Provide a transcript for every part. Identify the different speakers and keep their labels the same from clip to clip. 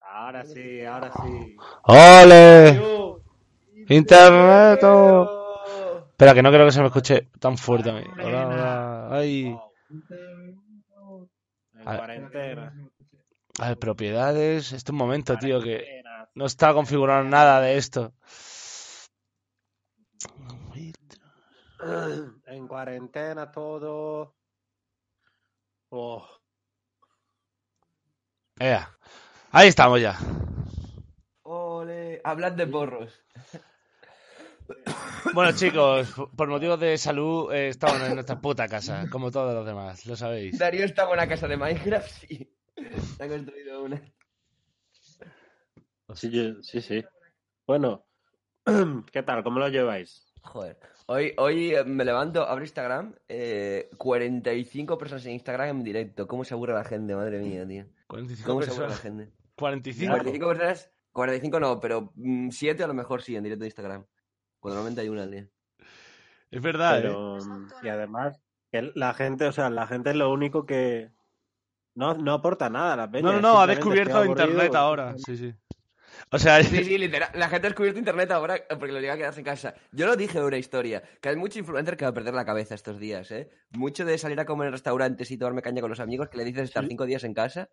Speaker 1: Ahora sí, ahora sí.
Speaker 2: ¡Ole!
Speaker 1: Yo,
Speaker 2: ¡Internet!
Speaker 1: yo.
Speaker 2: Espera, que no creo que se me escuche tan fuerte a mí.
Speaker 1: Hombre,
Speaker 2: Hola,
Speaker 1: nada.
Speaker 2: hola. Ay.
Speaker 1: En
Speaker 2: A ver.
Speaker 1: cuarentena.
Speaker 2: A ver, propiedades. Este un momento, tío, que
Speaker 1: Cuarentena.
Speaker 2: no está configurado nada de esto.
Speaker 1: En cuarentena todo. Oh,
Speaker 2: Ea. Ahí estamos ya.
Speaker 3: Ole, hablad de porros.
Speaker 2: Bueno, chicos, por motivos de salud eh, estamos en nuestra puta casa, como todos los demás, lo sabéis.
Speaker 3: Darío estaba en la casa de Minecraft y se ha construido una.
Speaker 1: sí, yo- sí, sí. Bueno, ¿qué tal? ¿Cómo lo lleváis?
Speaker 3: Joder. Hoy, hoy eh, me levanto, abro Instagram, eh, 45 personas en Instagram en directo. ¿Cómo se aburre la gente? Madre mía, tío.
Speaker 2: 45
Speaker 3: ¿Cómo se aburre la
Speaker 2: personas.
Speaker 3: gente?
Speaker 2: 45.
Speaker 3: 45 personas, 45 no, pero 7 a lo mejor sí en directo de Instagram. Cuando normalmente hay una al día.
Speaker 2: Es verdad, ¿eh?
Speaker 1: Pero, y además, que la gente, o sea, la gente es lo único que no, no aporta nada a la peña.
Speaker 2: No, no,
Speaker 1: es
Speaker 2: no, ha
Speaker 1: simplemente
Speaker 2: descubierto
Speaker 1: estoy aburrido.
Speaker 2: internet ahora. Sí, sí. O sea,
Speaker 3: Sí, sí, literal. La gente ha descubierto internet ahora eh, porque lo llega a quedarse en casa. Yo lo dije en una historia, que hay mucho influencer que va a perder la cabeza estos días, ¿eh? Mucho de salir a comer en restaurantes y tomarme caña con los amigos que le dices estar cinco días en casa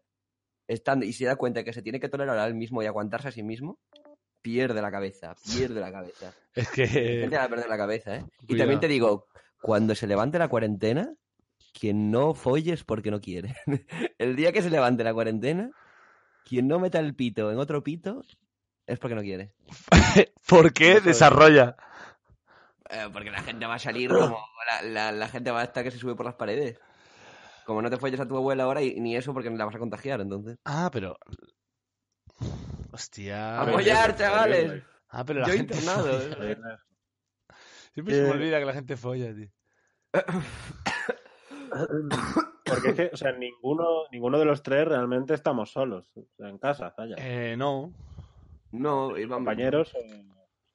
Speaker 3: estando, y se da cuenta que se tiene que tolerar al mismo y aguantarse a sí mismo, pierde la cabeza, pierde la cabeza.
Speaker 2: es
Speaker 3: La
Speaker 2: que
Speaker 3: gente va a perder la cabeza, ¿eh? Y
Speaker 2: cuidado.
Speaker 3: también te digo, cuando se levante la cuarentena, quien no folles porque no quiere. el día que se levante la cuarentena, quien no meta el pito en otro pito es porque no quiere.
Speaker 2: ¿Por qué desarrolla?
Speaker 3: Eh, porque la gente va a salir como la, la- la gente va a estar que se sube por las paredes. Como no te folles a tu abuela ahora y ni eso porque la vas a contagiar, entonces.
Speaker 2: Ah, pero. Hostia.
Speaker 3: A follar, chavales.
Speaker 2: Ah, pero la
Speaker 3: Yo
Speaker 2: gente
Speaker 3: internado.
Speaker 2: folla.
Speaker 3: ¿eh?
Speaker 2: Siempre se me
Speaker 1: Eh,
Speaker 2: olvida que la gente folla, tío.
Speaker 1: Porque es que, o sea, ninguno, ninguno de los tres realmente estamos solos, o sea, en casa, vaya.
Speaker 2: Eh, no.
Speaker 3: No, y vamos,
Speaker 1: Compañeros, eh,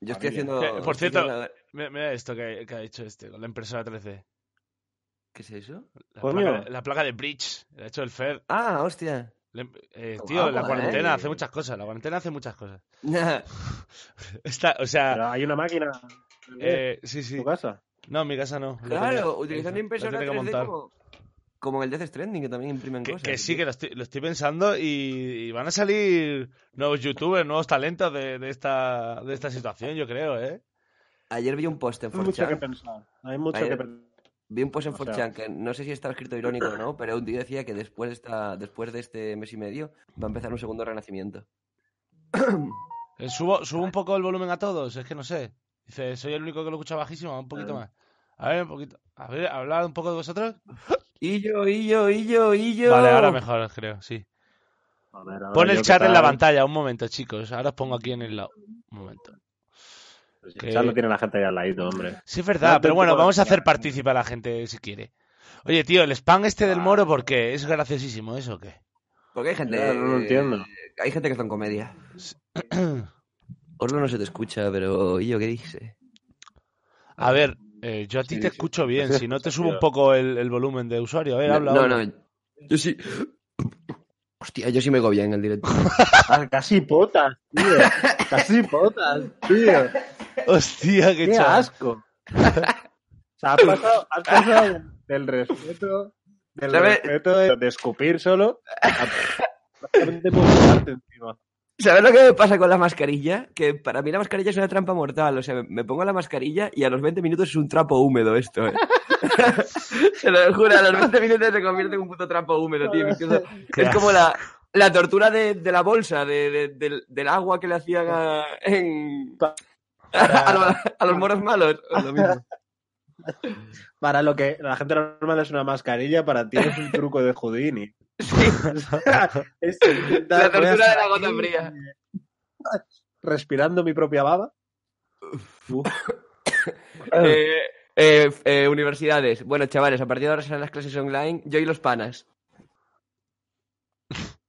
Speaker 3: Yo
Speaker 1: familia.
Speaker 3: estoy haciendo.
Speaker 2: Eh, por
Speaker 3: estoy
Speaker 2: cierto-
Speaker 3: haciendo la-
Speaker 2: Mira, mira esto que, que ha dicho este con la impresora 3D.
Speaker 3: ¿Qué es eso?
Speaker 2: La,
Speaker 1: Coño.
Speaker 2: placa, de- la placa de Bridge. La ha hecho el Fer.
Speaker 3: Ah, hostia.
Speaker 2: Le- eh,
Speaker 3: Qué
Speaker 2: tío, la
Speaker 3: guapa,
Speaker 2: cuarentena
Speaker 3: eh.
Speaker 2: hace muchas cosas. La cuarentena hace muchas cosas.
Speaker 3: Yo
Speaker 2: Está, o sea,
Speaker 1: pero hay una máquina en
Speaker 2: Ah. eh, sí, sí.
Speaker 1: tu casa.
Speaker 2: No, en mi casa no. Lo
Speaker 3: Claro,
Speaker 2: tengo-
Speaker 3: utilizando
Speaker 2: lo
Speaker 3: impresora
Speaker 2: tengo que
Speaker 3: 3D
Speaker 2: montar.
Speaker 3: como, como en el Death Stranding, que también imprimen
Speaker 2: Que,
Speaker 3: cosas.
Speaker 2: que sí, que lo estoy, lo estoy pensando y, y van a salir nuevos youtubers, nuevos talentos de, de esta, de esta situación, yo creo, ¿eh?
Speaker 3: Ayer vi un post en
Speaker 1: Hay mucho que
Speaker 3: 4chan.
Speaker 1: pensar. Hay mucho
Speaker 3: Vaya.
Speaker 2: eh,
Speaker 1: que pensar.
Speaker 3: Vi un post en
Speaker 1: o sea-
Speaker 3: 4chan que no sé si está escrito irónico o no, pero un tío decía que después de, esta- después de este mes y medio va a empezar un segundo renacimiento.
Speaker 2: Eh, Subo, subo un poco el volumen a todos, es que no sé. Dice, soy el único que lo escucha bajísimo, un poquito
Speaker 1: Ah.
Speaker 2: más. A ver, un poquito. A ver, hablad un poco de vosotros.
Speaker 3: Y yo, y yo, y yo, y yo.
Speaker 2: Vale, ahora mejor, creo, sí.
Speaker 1: A ver, a ver,
Speaker 2: Pon
Speaker 1: yo
Speaker 2: el
Speaker 1: qué
Speaker 2: chat en la
Speaker 1: tal.
Speaker 2: pantalla, un momento, chicos. Ahora os pongo aquí en el lado. Un momento.
Speaker 1: Pues
Speaker 2: que-
Speaker 1: El chat lo tiene la gente ahí al ladito, hombre.
Speaker 2: Sí, es verdad,
Speaker 1: No te
Speaker 2: pero bueno,
Speaker 1: puedo
Speaker 2: vamos a
Speaker 1: decir
Speaker 2: hacer
Speaker 1: nada.
Speaker 2: partícipe a la gente si quiere. Oye, tío, el spam este del
Speaker 1: Ah.
Speaker 2: moro, ¿por qué? ¿Es graciosísimo eso o qué?
Speaker 3: Porque hay gente.
Speaker 1: Ya, no
Speaker 2: Eh,
Speaker 1: lo entiendo.
Speaker 3: Hay gente que está en comedia. Orlo no se te escucha, pero ¿y yo qué dice?
Speaker 2: A ver, eh, yo a ti
Speaker 1: Sí,
Speaker 2: te
Speaker 1: sí.
Speaker 2: escucho bien,
Speaker 1: Sí,
Speaker 2: si no te
Speaker 1: sí,
Speaker 2: subo un
Speaker 1: sí.
Speaker 2: poco el, el volumen de usuario. A
Speaker 1: Eh,
Speaker 2: ver,
Speaker 3: No,
Speaker 2: habla.
Speaker 3: no,
Speaker 2: habla.
Speaker 3: no, Yo sí. Hostia, yo sí me oigo bien en el directo.
Speaker 1: Ah, casi potas, tío. Casi potas, tío.
Speaker 2: Hostia, qué,
Speaker 1: Qué
Speaker 2: chaval.
Speaker 1: asco. O sea, has pasado, has pasado del respeto, del
Speaker 3: ¿Sabes?
Speaker 1: respeto de, de escupir solo a prácticamente vomitarte encima.
Speaker 3: ¿Sabes lo que me pasa con la mascarilla? Que para mí la mascarilla es una trampa mortal. O sea, me pongo la mascarilla y a los 20 minutos es un trapo húmedo esto, ¿eh? Se lo juro, a los 20 minutos se convierte en un puto trapo húmedo, tío. me empiezo-
Speaker 2: Qué
Speaker 3: Es como la, la tortura de, de la bolsa, de, de- del, del agua que le hacían a, en- a, los- a los moros malos. Lo mismo.
Speaker 1: Para lo que la gente normal es una mascarilla, para ti es un truco de Houdini. Es intentar-
Speaker 3: La tortura
Speaker 1: voy a estar
Speaker 3: de la gota
Speaker 1: aquí,
Speaker 3: fría.
Speaker 1: eh, Respirando mi propia baba. Uf.
Speaker 3: Eh, eh, eh, universidades. Bueno, chavales, a partir de ahora serán las clases online. Yo y los panas.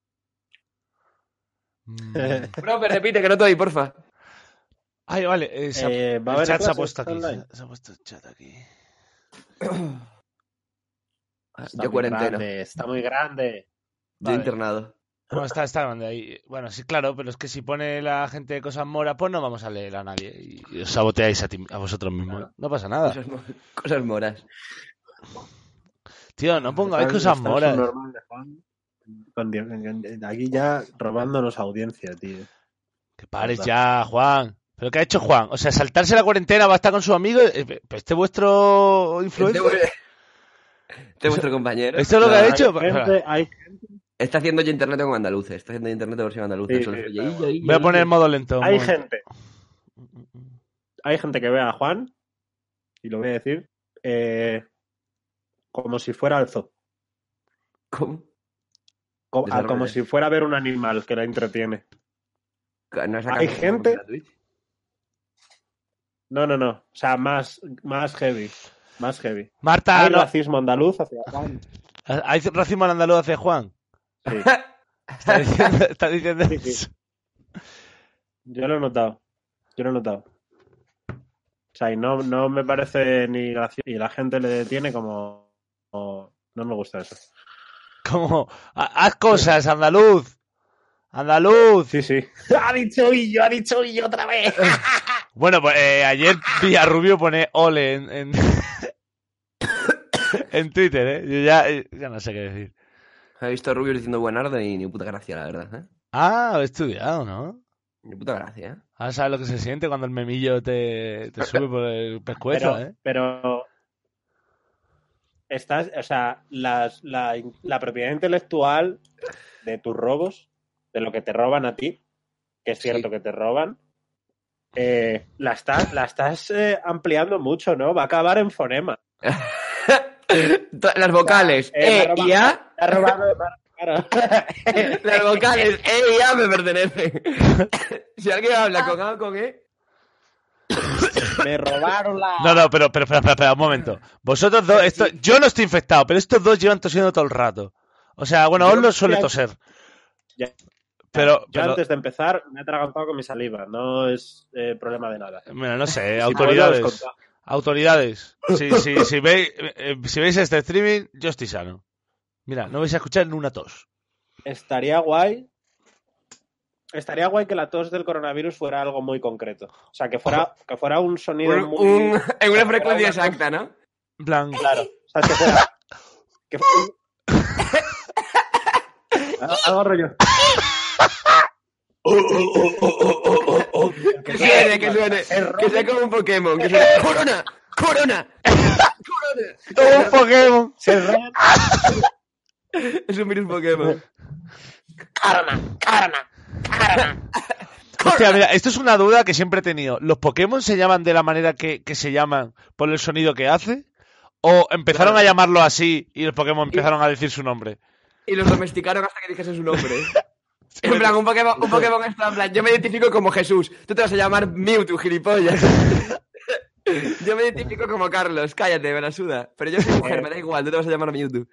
Speaker 2: Mm.
Speaker 3: Profe, repite, que no te oí, porfa.
Speaker 2: Ay, vale, eh, se ha-
Speaker 1: Eh, va a
Speaker 2: el
Speaker 1: haber
Speaker 2: chat se ha
Speaker 1: clases
Speaker 2: puesto aquí.
Speaker 1: online.
Speaker 2: Se ha puesto el chat aquí.
Speaker 3: Yo
Speaker 1: muy
Speaker 3: cuarentena.
Speaker 1: grande, está muy grande.
Speaker 3: Yo
Speaker 1: Vale.
Speaker 3: internado.
Speaker 2: No, está, está grande ahí. Bueno, sí, claro, pero es que si pone la gente cosas moras, pues no vamos a leer a nadie. Y os saboteáis a, ti- a vosotros mismos. No pasa nada.
Speaker 3: Cosas, mo- cosas moras.
Speaker 2: Tío, no pongáis
Speaker 1: Están-
Speaker 2: cosas
Speaker 1: están
Speaker 2: moras.
Speaker 1: subnormal de Juan. Con Dios, Aquí ya robándonos audiencia, tío.
Speaker 2: Que pares ya, Juan. ¿Pero qué ha hecho Juan? O sea, saltarse la cuarentena, va a estar con sus amigos. Eh, pe- pero Este vuestro
Speaker 3: Este,
Speaker 2: influencer.
Speaker 3: vuel- este vuestro compañero.
Speaker 2: Esto es lo que ha
Speaker 1: Hay
Speaker 2: hecho.
Speaker 1: gente- hay-
Speaker 3: Está haciendo yo internet con andaluces. Está haciendo yo internet versión andaluces.
Speaker 1: Sí,
Speaker 3: Solo
Speaker 1: sí,
Speaker 3: soy
Speaker 1: está
Speaker 3: yo, yo, yo,
Speaker 2: Voy a
Speaker 3: yo.
Speaker 2: poner en modo lento. un
Speaker 1: hay
Speaker 2: momento.
Speaker 1: gente hay gente que ve a Juan, y lo voy a decir, eh, como si fuera al zoo.
Speaker 3: ¿Cómo?
Speaker 1: Co-
Speaker 3: Desde
Speaker 1: a-
Speaker 3: al
Speaker 1: como
Speaker 3: revés.
Speaker 1: si fuera a ver un animal que la entretiene.
Speaker 3: No has
Speaker 1: Hay
Speaker 3: sacado-
Speaker 1: gente- No, no, no. O sea, más, más heavy. Más heavy.
Speaker 2: Marta,
Speaker 1: hay
Speaker 2: no-
Speaker 1: racismo andaluz hacia Juan.
Speaker 2: hay racismo al andaluz hacia Juan.
Speaker 1: Sí,
Speaker 2: Está diciendo, está diciendo
Speaker 1: Sí, sí.
Speaker 2: eso.
Speaker 1: yo lo he notado. Yo lo he notado. O sea, y no, no me parece ni gracioso. Y la gente le detiene como... como- No me gusta eso.
Speaker 2: Como, ha- haz cosas, andaluz. Andaluz.
Speaker 1: Sí, sí. Ha dicho y yo, ha dicho y yo otra vez.
Speaker 2: Bueno, pues eh, ayer vi a Rubio pone ole en, en, en Twitter, ¿eh? Yo ya, eh, ya no sé qué decir.
Speaker 3: He visto a Rubio diciendo buenardo y ni puta gracia, la verdad. ¿eh?
Speaker 2: Ah, he estudiado, ¿no?
Speaker 3: Ni puta gracia. ¿eh?
Speaker 2: Ahora sabes lo que se siente cuando el memillo te, te sube por el pescuezo,
Speaker 1: pero,
Speaker 2: ¿eh?
Speaker 1: pero estás, o sea, las- la, la propiedad intelectual de tus robos, de lo que te roban a ti, que es cierto
Speaker 3: Sí.
Speaker 1: que te roban, eh, la estás, la estás eh, ampliando mucho, ¿no? Va a acabar en fonema.
Speaker 3: To- ¿eh? Las vocales
Speaker 1: Eh,
Speaker 3: E
Speaker 1: broma.
Speaker 3: y A,
Speaker 1: Te has robado de mano, claro.
Speaker 3: las vocales E y A me pertenecen. si alguien habla con A o con E,
Speaker 1: Me robaron la.
Speaker 2: No, no, pero, pero, espera, espera, espera, un momento. Vosotros dos, esto, yo no estoy infectado, pero estos dos llevan tosiendo todo el rato. O sea, bueno,
Speaker 1: Yo-
Speaker 2: os lo suele
Speaker 1: ya-
Speaker 2: toser.
Speaker 1: ya-
Speaker 2: Pero,
Speaker 1: Yo
Speaker 2: pero-
Speaker 1: antes de empezar me he atragantado con mi saliva, no es eh, problema de nada.
Speaker 2: mira, no sé,
Speaker 1: Si puedo, os
Speaker 2: autoridades.
Speaker 1: contaba.
Speaker 2: Autoridades, si, si, si, veis, eh, si veis este streaming, yo estoy sano. Mira, no vais a escuchar ni una tos.
Speaker 1: Estaría guay. Estaría guay que la tos del coronavirus fuera algo muy concreto. O sea, que fuera, que fuera un sonido
Speaker 3: un-
Speaker 1: muy.
Speaker 3: un- en una frecuencia
Speaker 1: cosa.
Speaker 3: exacta, ¿no?
Speaker 2: En plan,
Speaker 1: Claro. O sea, que fuera. que fuera un- Al- algo rollo.
Speaker 3: Que suene, que suene. Que sea como un Pokémon. Que suene. ¡Corona! ¡Corona! ¡Corona!
Speaker 2: ¡Todo un Pokémon!
Speaker 1: Se roban
Speaker 3: Es un virus Pokémon.
Speaker 2: Hostia, mira, esto es una duda que siempre he tenido. ¿Los Pokémon se llaman de la manera que, que se llaman por el sonido que hace? ¿O empezaron a llamarlo así y los Pokémon empezaron a decir su nombre?
Speaker 3: Y los domesticaron hasta que dijese su nombre. En plan, un Pokémon, un Pokémon está en plan, yo me identifico como Jesús, tú te vas a llamar Mewtwo, gilipollas. Yo me identifico como Carlos, cállate, me la suda. Pero yo soy mujer, me da igual, tú te vas a llamar Mewtwo.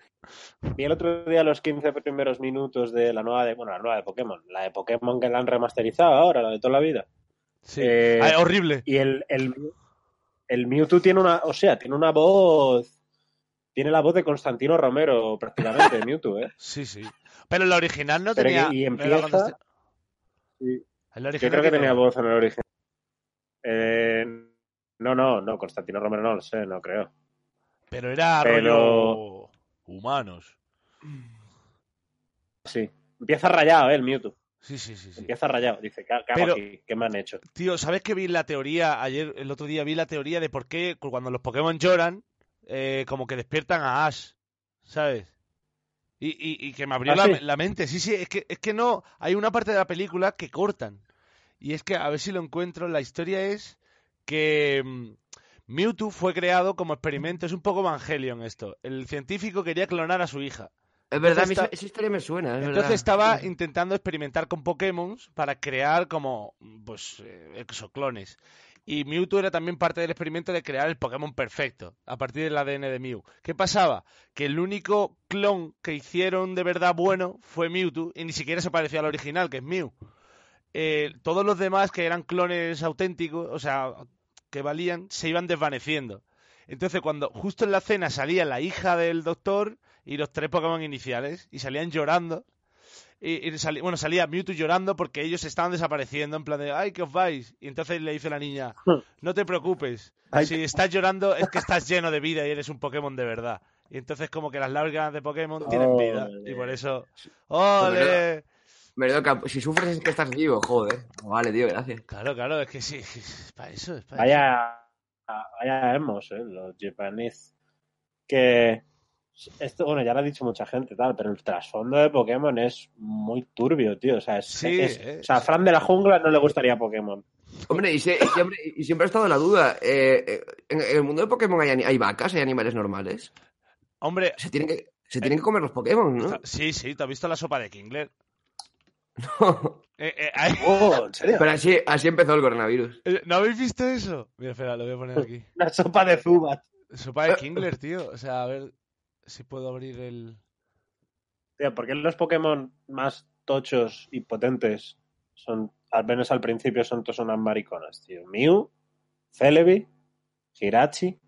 Speaker 1: Vi el otro día los 15 primeros minutos de la nueva de. Bueno, la nueva de Pokémon. La de Pokémon que la han remasterizado ahora, la de toda la vida.
Speaker 2: Sí.
Speaker 1: Eh,
Speaker 2: Ah, horrible.
Speaker 1: Y el, el, el Mewtwo tiene una, o sea, tiene una voz, tiene la voz de Constantino Romero prácticamente, de Mewtwo, ¿eh?
Speaker 2: Sí, sí. Pero el original no
Speaker 1: Pero
Speaker 2: tenía.
Speaker 1: que- y
Speaker 2: no era cuando
Speaker 1: empieza-
Speaker 2: este- El
Speaker 1: Yo creo
Speaker 2: original
Speaker 1: que
Speaker 2: tiene-
Speaker 1: tenía voz en el origen. Eh, no, no, no, Constantino Romero no lo sé, no creo.
Speaker 2: Pero era
Speaker 1: Pero-
Speaker 2: rollo humanos.
Speaker 1: Sí. Empieza rayado, ¿eh? El Mewtwo.
Speaker 2: Sí, sí, sí, sí.
Speaker 1: Empieza rayado. Dice, ¿qué, qué hago
Speaker 2: Pero-
Speaker 1: aquí? ¿Qué me han hecho?
Speaker 2: Tío, ¿sabes que vi la teoría? Ayer, el otro día vi la teoría de por qué cu- cuando los Pokémon lloran, eh, como que despiertan a Ash, ¿sabes? Y, y- y que me abrió
Speaker 1: ¿Ah,
Speaker 2: la,
Speaker 1: sí?
Speaker 2: la mente. Sí, sí, es que, es que no. Hay una parte de la película que cortan. Y es que, a ver si lo encuentro, la historia es que mm, Mewtwo fue creado como experimento. Es un poco Evangelion esto. El científico quería clonar a su hija.
Speaker 3: Es verdad,
Speaker 2: Entonces
Speaker 3: a mí
Speaker 2: está-
Speaker 3: esa historia me suena, es
Speaker 2: Entonces
Speaker 3: verdad.
Speaker 2: estaba intentando experimentar con Pokémon para crear como, pues, eh, exoclones. Y Mewtwo era también parte del experimento de crear el Pokémon perfecto, a partir del ADN de Mew. ¿Qué pasaba? Que el único clon que hicieron de verdad bueno fue Mewtwo, y ni siquiera se parecía al original, que es Mew. Eh, todos los demás que eran clones auténticos, o sea, que valían, se iban desvaneciendo. Entonces, cuando justo en la cena salía la hija del doctor y los tres Pokémon iniciales, y salían llorando, Y, y sali- bueno, salía Mewtwo llorando porque ellos estaban desapareciendo en plan de, ay, que os vais. Y entonces le dice la niña, no te preocupes,
Speaker 1: Ay,
Speaker 2: si estás llorando es que estás lleno de vida y eres un Pokémon de verdad. Y entonces como que las lágrimas de Pokémon
Speaker 1: Oh,
Speaker 2: tienen vida. Y por eso, ¡ole!
Speaker 3: Menudo campo. Si sufres es que estás vivo, joder. Oh, Vale, tío, gracias.
Speaker 2: Claro, claro, es que sí, es para eso, es para eso.
Speaker 1: Vaya, vaya hemos, ¿eh? los japoneses. Que esto, bueno, ya lo ha dicho mucha gente, tal, pero el trasfondo de Pokémon es muy turbio, tío. O sea, es-
Speaker 2: Sí,
Speaker 1: es-
Speaker 2: eh.
Speaker 1: o sea, a Fran de la jungla no le gustaría Pokémon.
Speaker 3: Hombre, y, se- y siempre, y siempre he estado en la duda. eh, eh, en, en el mundo de Pokémon hay, ani- hay vacas, hay animales normales.
Speaker 2: Hombre,
Speaker 3: Se tienen que,
Speaker 2: Eh,
Speaker 3: se tienen que comer los Pokémon, ¿no?
Speaker 2: sí, sí, ¿te has visto la sopa de Kingler? Eh, eh, ay,
Speaker 1: Oh, ¿en serio?
Speaker 3: Pero así, así empezó el coronavirus.
Speaker 2: eh, ¿No habéis visto eso? Mira, espera, lo voy a poner aquí.
Speaker 1: Una sopa de zubas.
Speaker 2: Sopa de Kingler, tío. O sea, a ver si puedo abrir el...
Speaker 1: Tío, ¿por qué los Pokémon más tochos y potentes son, al menos al principio, son todos unas mariconas, tío? Mew, Celebi, Hirachi.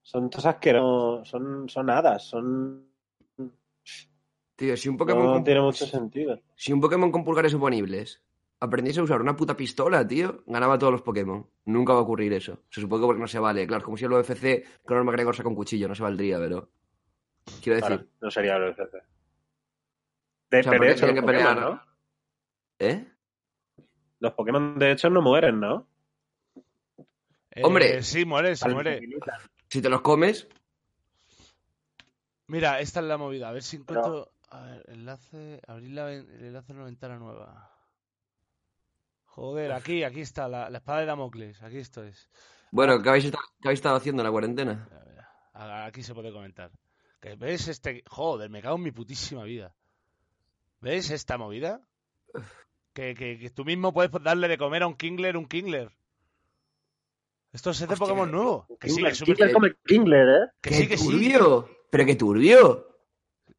Speaker 1: Son todas asquerosas. Son, son hadas, son.
Speaker 3: Tío, si un Pokémon,
Speaker 1: No
Speaker 3: con,
Speaker 1: tiene mucho sentido.
Speaker 3: si un Pokémon con pulgares oponibles aprendiese a usar una puta pistola, tío, ganaba todos los Pokémon. Nunca va a ocurrir eso. Se supone que porque no se vale. Claro, como si el UFC, Conor McGregor saca un cuchillo, no se valdría, pero... Quiero decir...
Speaker 1: Claro, no sería el UFC. De,
Speaker 3: O sea,
Speaker 1: pero de
Speaker 3: porque
Speaker 1: hecho, los
Speaker 3: tienen que
Speaker 1: Pokémon,
Speaker 3: pelear.
Speaker 1: ¿no?
Speaker 3: ¿Eh?
Speaker 1: Los Pokémon, de hecho, no mueren, ¿no?
Speaker 2: Eh,
Speaker 3: Hombre.
Speaker 2: Sí, muere, se
Speaker 1: Al
Speaker 2: muere.
Speaker 1: infinito.
Speaker 3: Si te los comes,
Speaker 2: Mira, esta es la movida. A ver si encuentro. A ver, enlace. Abrir la ven- el enlace de una ventana nueva. Joder, aquí, aquí está, la, la espada de Damocles. Aquí esto es.
Speaker 3: Bueno, ¿qué habéis, esta- qué habéis estado haciendo en la cuarentena?
Speaker 2: Mira, mira. A- Aquí se puede comentar. Que ¿Ves este.? Joder, me cago en mi putísima vida. ¿Ves esta movida? Que, que- que tú mismo puedes darle de comer a un Kingler un Kingler. Esto es de
Speaker 3: Hostia,
Speaker 2: Pokémon nuevo. Que sí, que
Speaker 1: Kingler,
Speaker 2: es súper-
Speaker 1: Kingler come Kingler, ¿eh?
Speaker 2: que sí, que sí.
Speaker 3: turbio! ¡Pero qué turbio!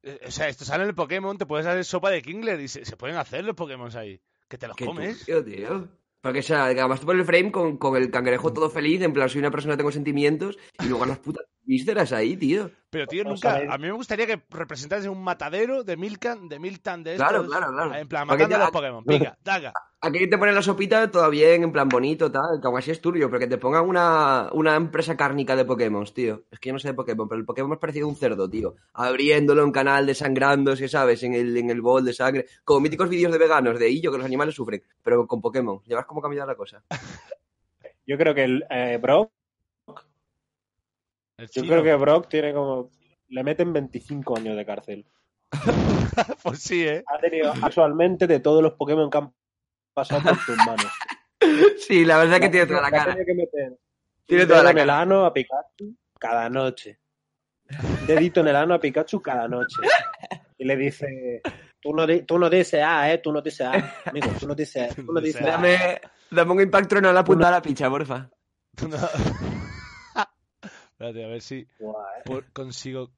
Speaker 2: Eh, O sea, esto sale en el Pokémon, te puedes hacer sopa de Kingler y se, se pueden hacer los Pokémon ahí. Que te los
Speaker 3: ¡Qué
Speaker 2: comes.
Speaker 3: turbio, tío! Porque, o sea, además tú por el frame con, con el cangrejo todo feliz, en plan, soy una persona, tengo sentimientos, y luego las putas vísceras ahí, tío.
Speaker 2: Pero, tío,
Speaker 1: Vamos
Speaker 2: nunca.
Speaker 1: a ver.
Speaker 2: A mí me gustaría que representase un matadero de Milkan, de Miltan, de
Speaker 3: Claro,
Speaker 2: estos,
Speaker 3: claro, claro.
Speaker 2: En plan,
Speaker 3: Para que
Speaker 2: matando a
Speaker 3: te-
Speaker 2: los Pokémon. Pica, daga.
Speaker 3: Aquí te ponen la sopita todo bien, en plan bonito, tal, que aún así es turbio, pero que te pongan una, una empresa cárnica de Pokémon, tío. Es que yo no sé de Pokémon, pero el Pokémon es parecido a un cerdo, tío. Abriéndolo en canal, desangrándose, ¿sabes? En el, en el bol de sangre. Como míticos vídeos de veganos, de hillo, que los animales sufren, pero con Pokémon. Llevas cómo ha cambiado la cosa.
Speaker 1: Yo creo que el eh, Brock,
Speaker 2: El
Speaker 1: yo
Speaker 2: chino.
Speaker 1: creo que Brock tiene como le meten 25 años de cárcel.
Speaker 2: Pues sí, ¿eh?
Speaker 1: Ha tenido actualmente de todos los Pokémon que han pasado por tus manos.
Speaker 3: Sí, la verdad es que tiene toda la
Speaker 1: Le ha
Speaker 3: cara.
Speaker 1: tenido que meter
Speaker 3: Tiene
Speaker 1: un
Speaker 3: toda
Speaker 1: dedo
Speaker 3: la
Speaker 1: en el
Speaker 3: cara.
Speaker 1: ano a Pikachu cada noche. Un Dedito en el ano a Pikachu cada noche. Y le dice, tú no, di- tú no dices ah, eh, tú no dices ah, amigo, tú no dices, tú no dices ah.
Speaker 3: Dame, dame un impacto en la punta de la picha, porfa.
Speaker 2: No. Espérate, a ver si
Speaker 1: Guau, eh.
Speaker 2: por- consigo.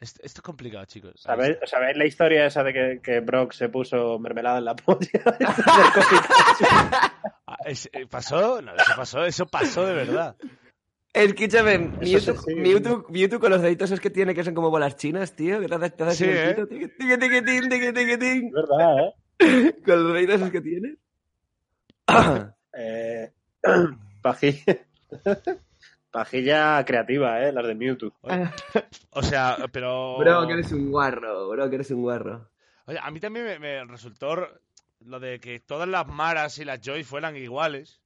Speaker 2: Esto, esto es complicado, chicos.
Speaker 1: ¿Sabéis, sabéis la historia esa de que, que Brock se puso mermelada en la polla? Con Pikachu.
Speaker 2: Ah, es- eh, ¿Pasó? No, eso pasó, eso pasó de verdad.
Speaker 3: Escúchame,
Speaker 1: Eso
Speaker 3: Mewtwo,
Speaker 1: sí, sí.
Speaker 3: Mewtwo, Mewtwo con los deditos es que tiene que son como bolas chinas, tío. Que te haces, te haces
Speaker 2: Sí, ¿eh?
Speaker 3: el pito, tiqui, tiqui, tin, tiqui, tiqui, tin.
Speaker 1: es verdad, ¿eh?
Speaker 3: Con los deditos esos que tienes.
Speaker 1: Eh, pajilla. pajilla creativa, ¿eh? Las de Mewtwo.
Speaker 2: O sea, pero.
Speaker 3: Bro, que eres un guarro, bro, que eres un guarro.
Speaker 2: Oye, a mí también me, me resultó r- lo de que todas las Maras y las Joy fueran iguales.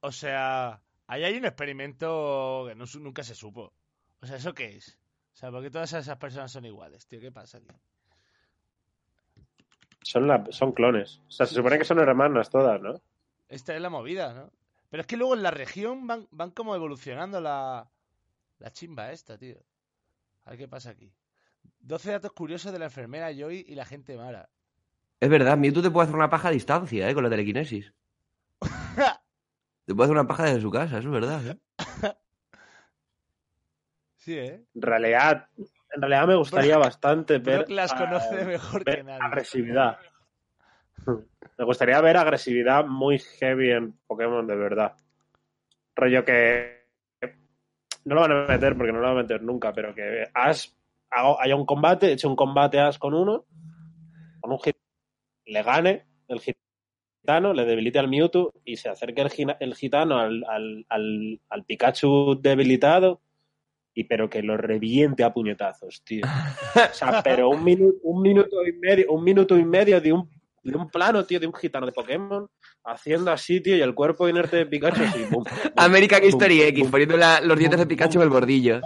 Speaker 2: O sea, ahí hay un experimento que no su- nunca se supo. O sea, ¿eso qué es? O sea, ¿por qué todas esas personas son iguales, tío? ¿Qué pasa aquí?
Speaker 1: Son, la- son clones. O sea, se supone que son hermanas todas, ¿no?
Speaker 2: Esta es la movida, ¿no? Pero es que luego en la región van, van como evolucionando la, la chimba esta, tío. A ver qué pasa aquí. 12 datos curiosos de la enfermera Joy y la gente Mara.
Speaker 3: Es verdad, Mewtwo te puede hacer una paja a distancia, eh, con la telequinesis. Te puede hacer una paja desde su casa, eso es verdad. ¿eh?
Speaker 2: sí, ¿eh?
Speaker 1: En realidad, en realidad me gustaría bastante ver.
Speaker 2: Brock las
Speaker 1: ah,
Speaker 2: conoce mejor
Speaker 1: ver
Speaker 2: que nadie.
Speaker 1: agresividad. Hmm. Me gustaría ver agresividad muy heavy en Pokémon, de verdad. Rollo que. No lo van a meter porque no lo van a meter nunca, pero que Ash hago- haya un combate, eche un combate as con uno, con un gitano, le gane el gitano, le debilite al Mewtwo y se acerque el, gina- el gitano al, al- al- al Pikachu debilitado, y pero que lo reviente a puñetazos, tío. O sea, pero un, minu- un minuto y medio, un minuto y medio de un, de un plano, tío, de un gitano de Pokémon, haciendo así, tío, y el cuerpo inerte de Pikachu así, bum, bum,
Speaker 3: American
Speaker 1: bum,
Speaker 3: History
Speaker 1: bum,
Speaker 3: X,
Speaker 1: bum,
Speaker 3: poniendo la- los dientes de
Speaker 1: Bum,
Speaker 3: Pikachu
Speaker 1: bum.
Speaker 3: en el bordillo.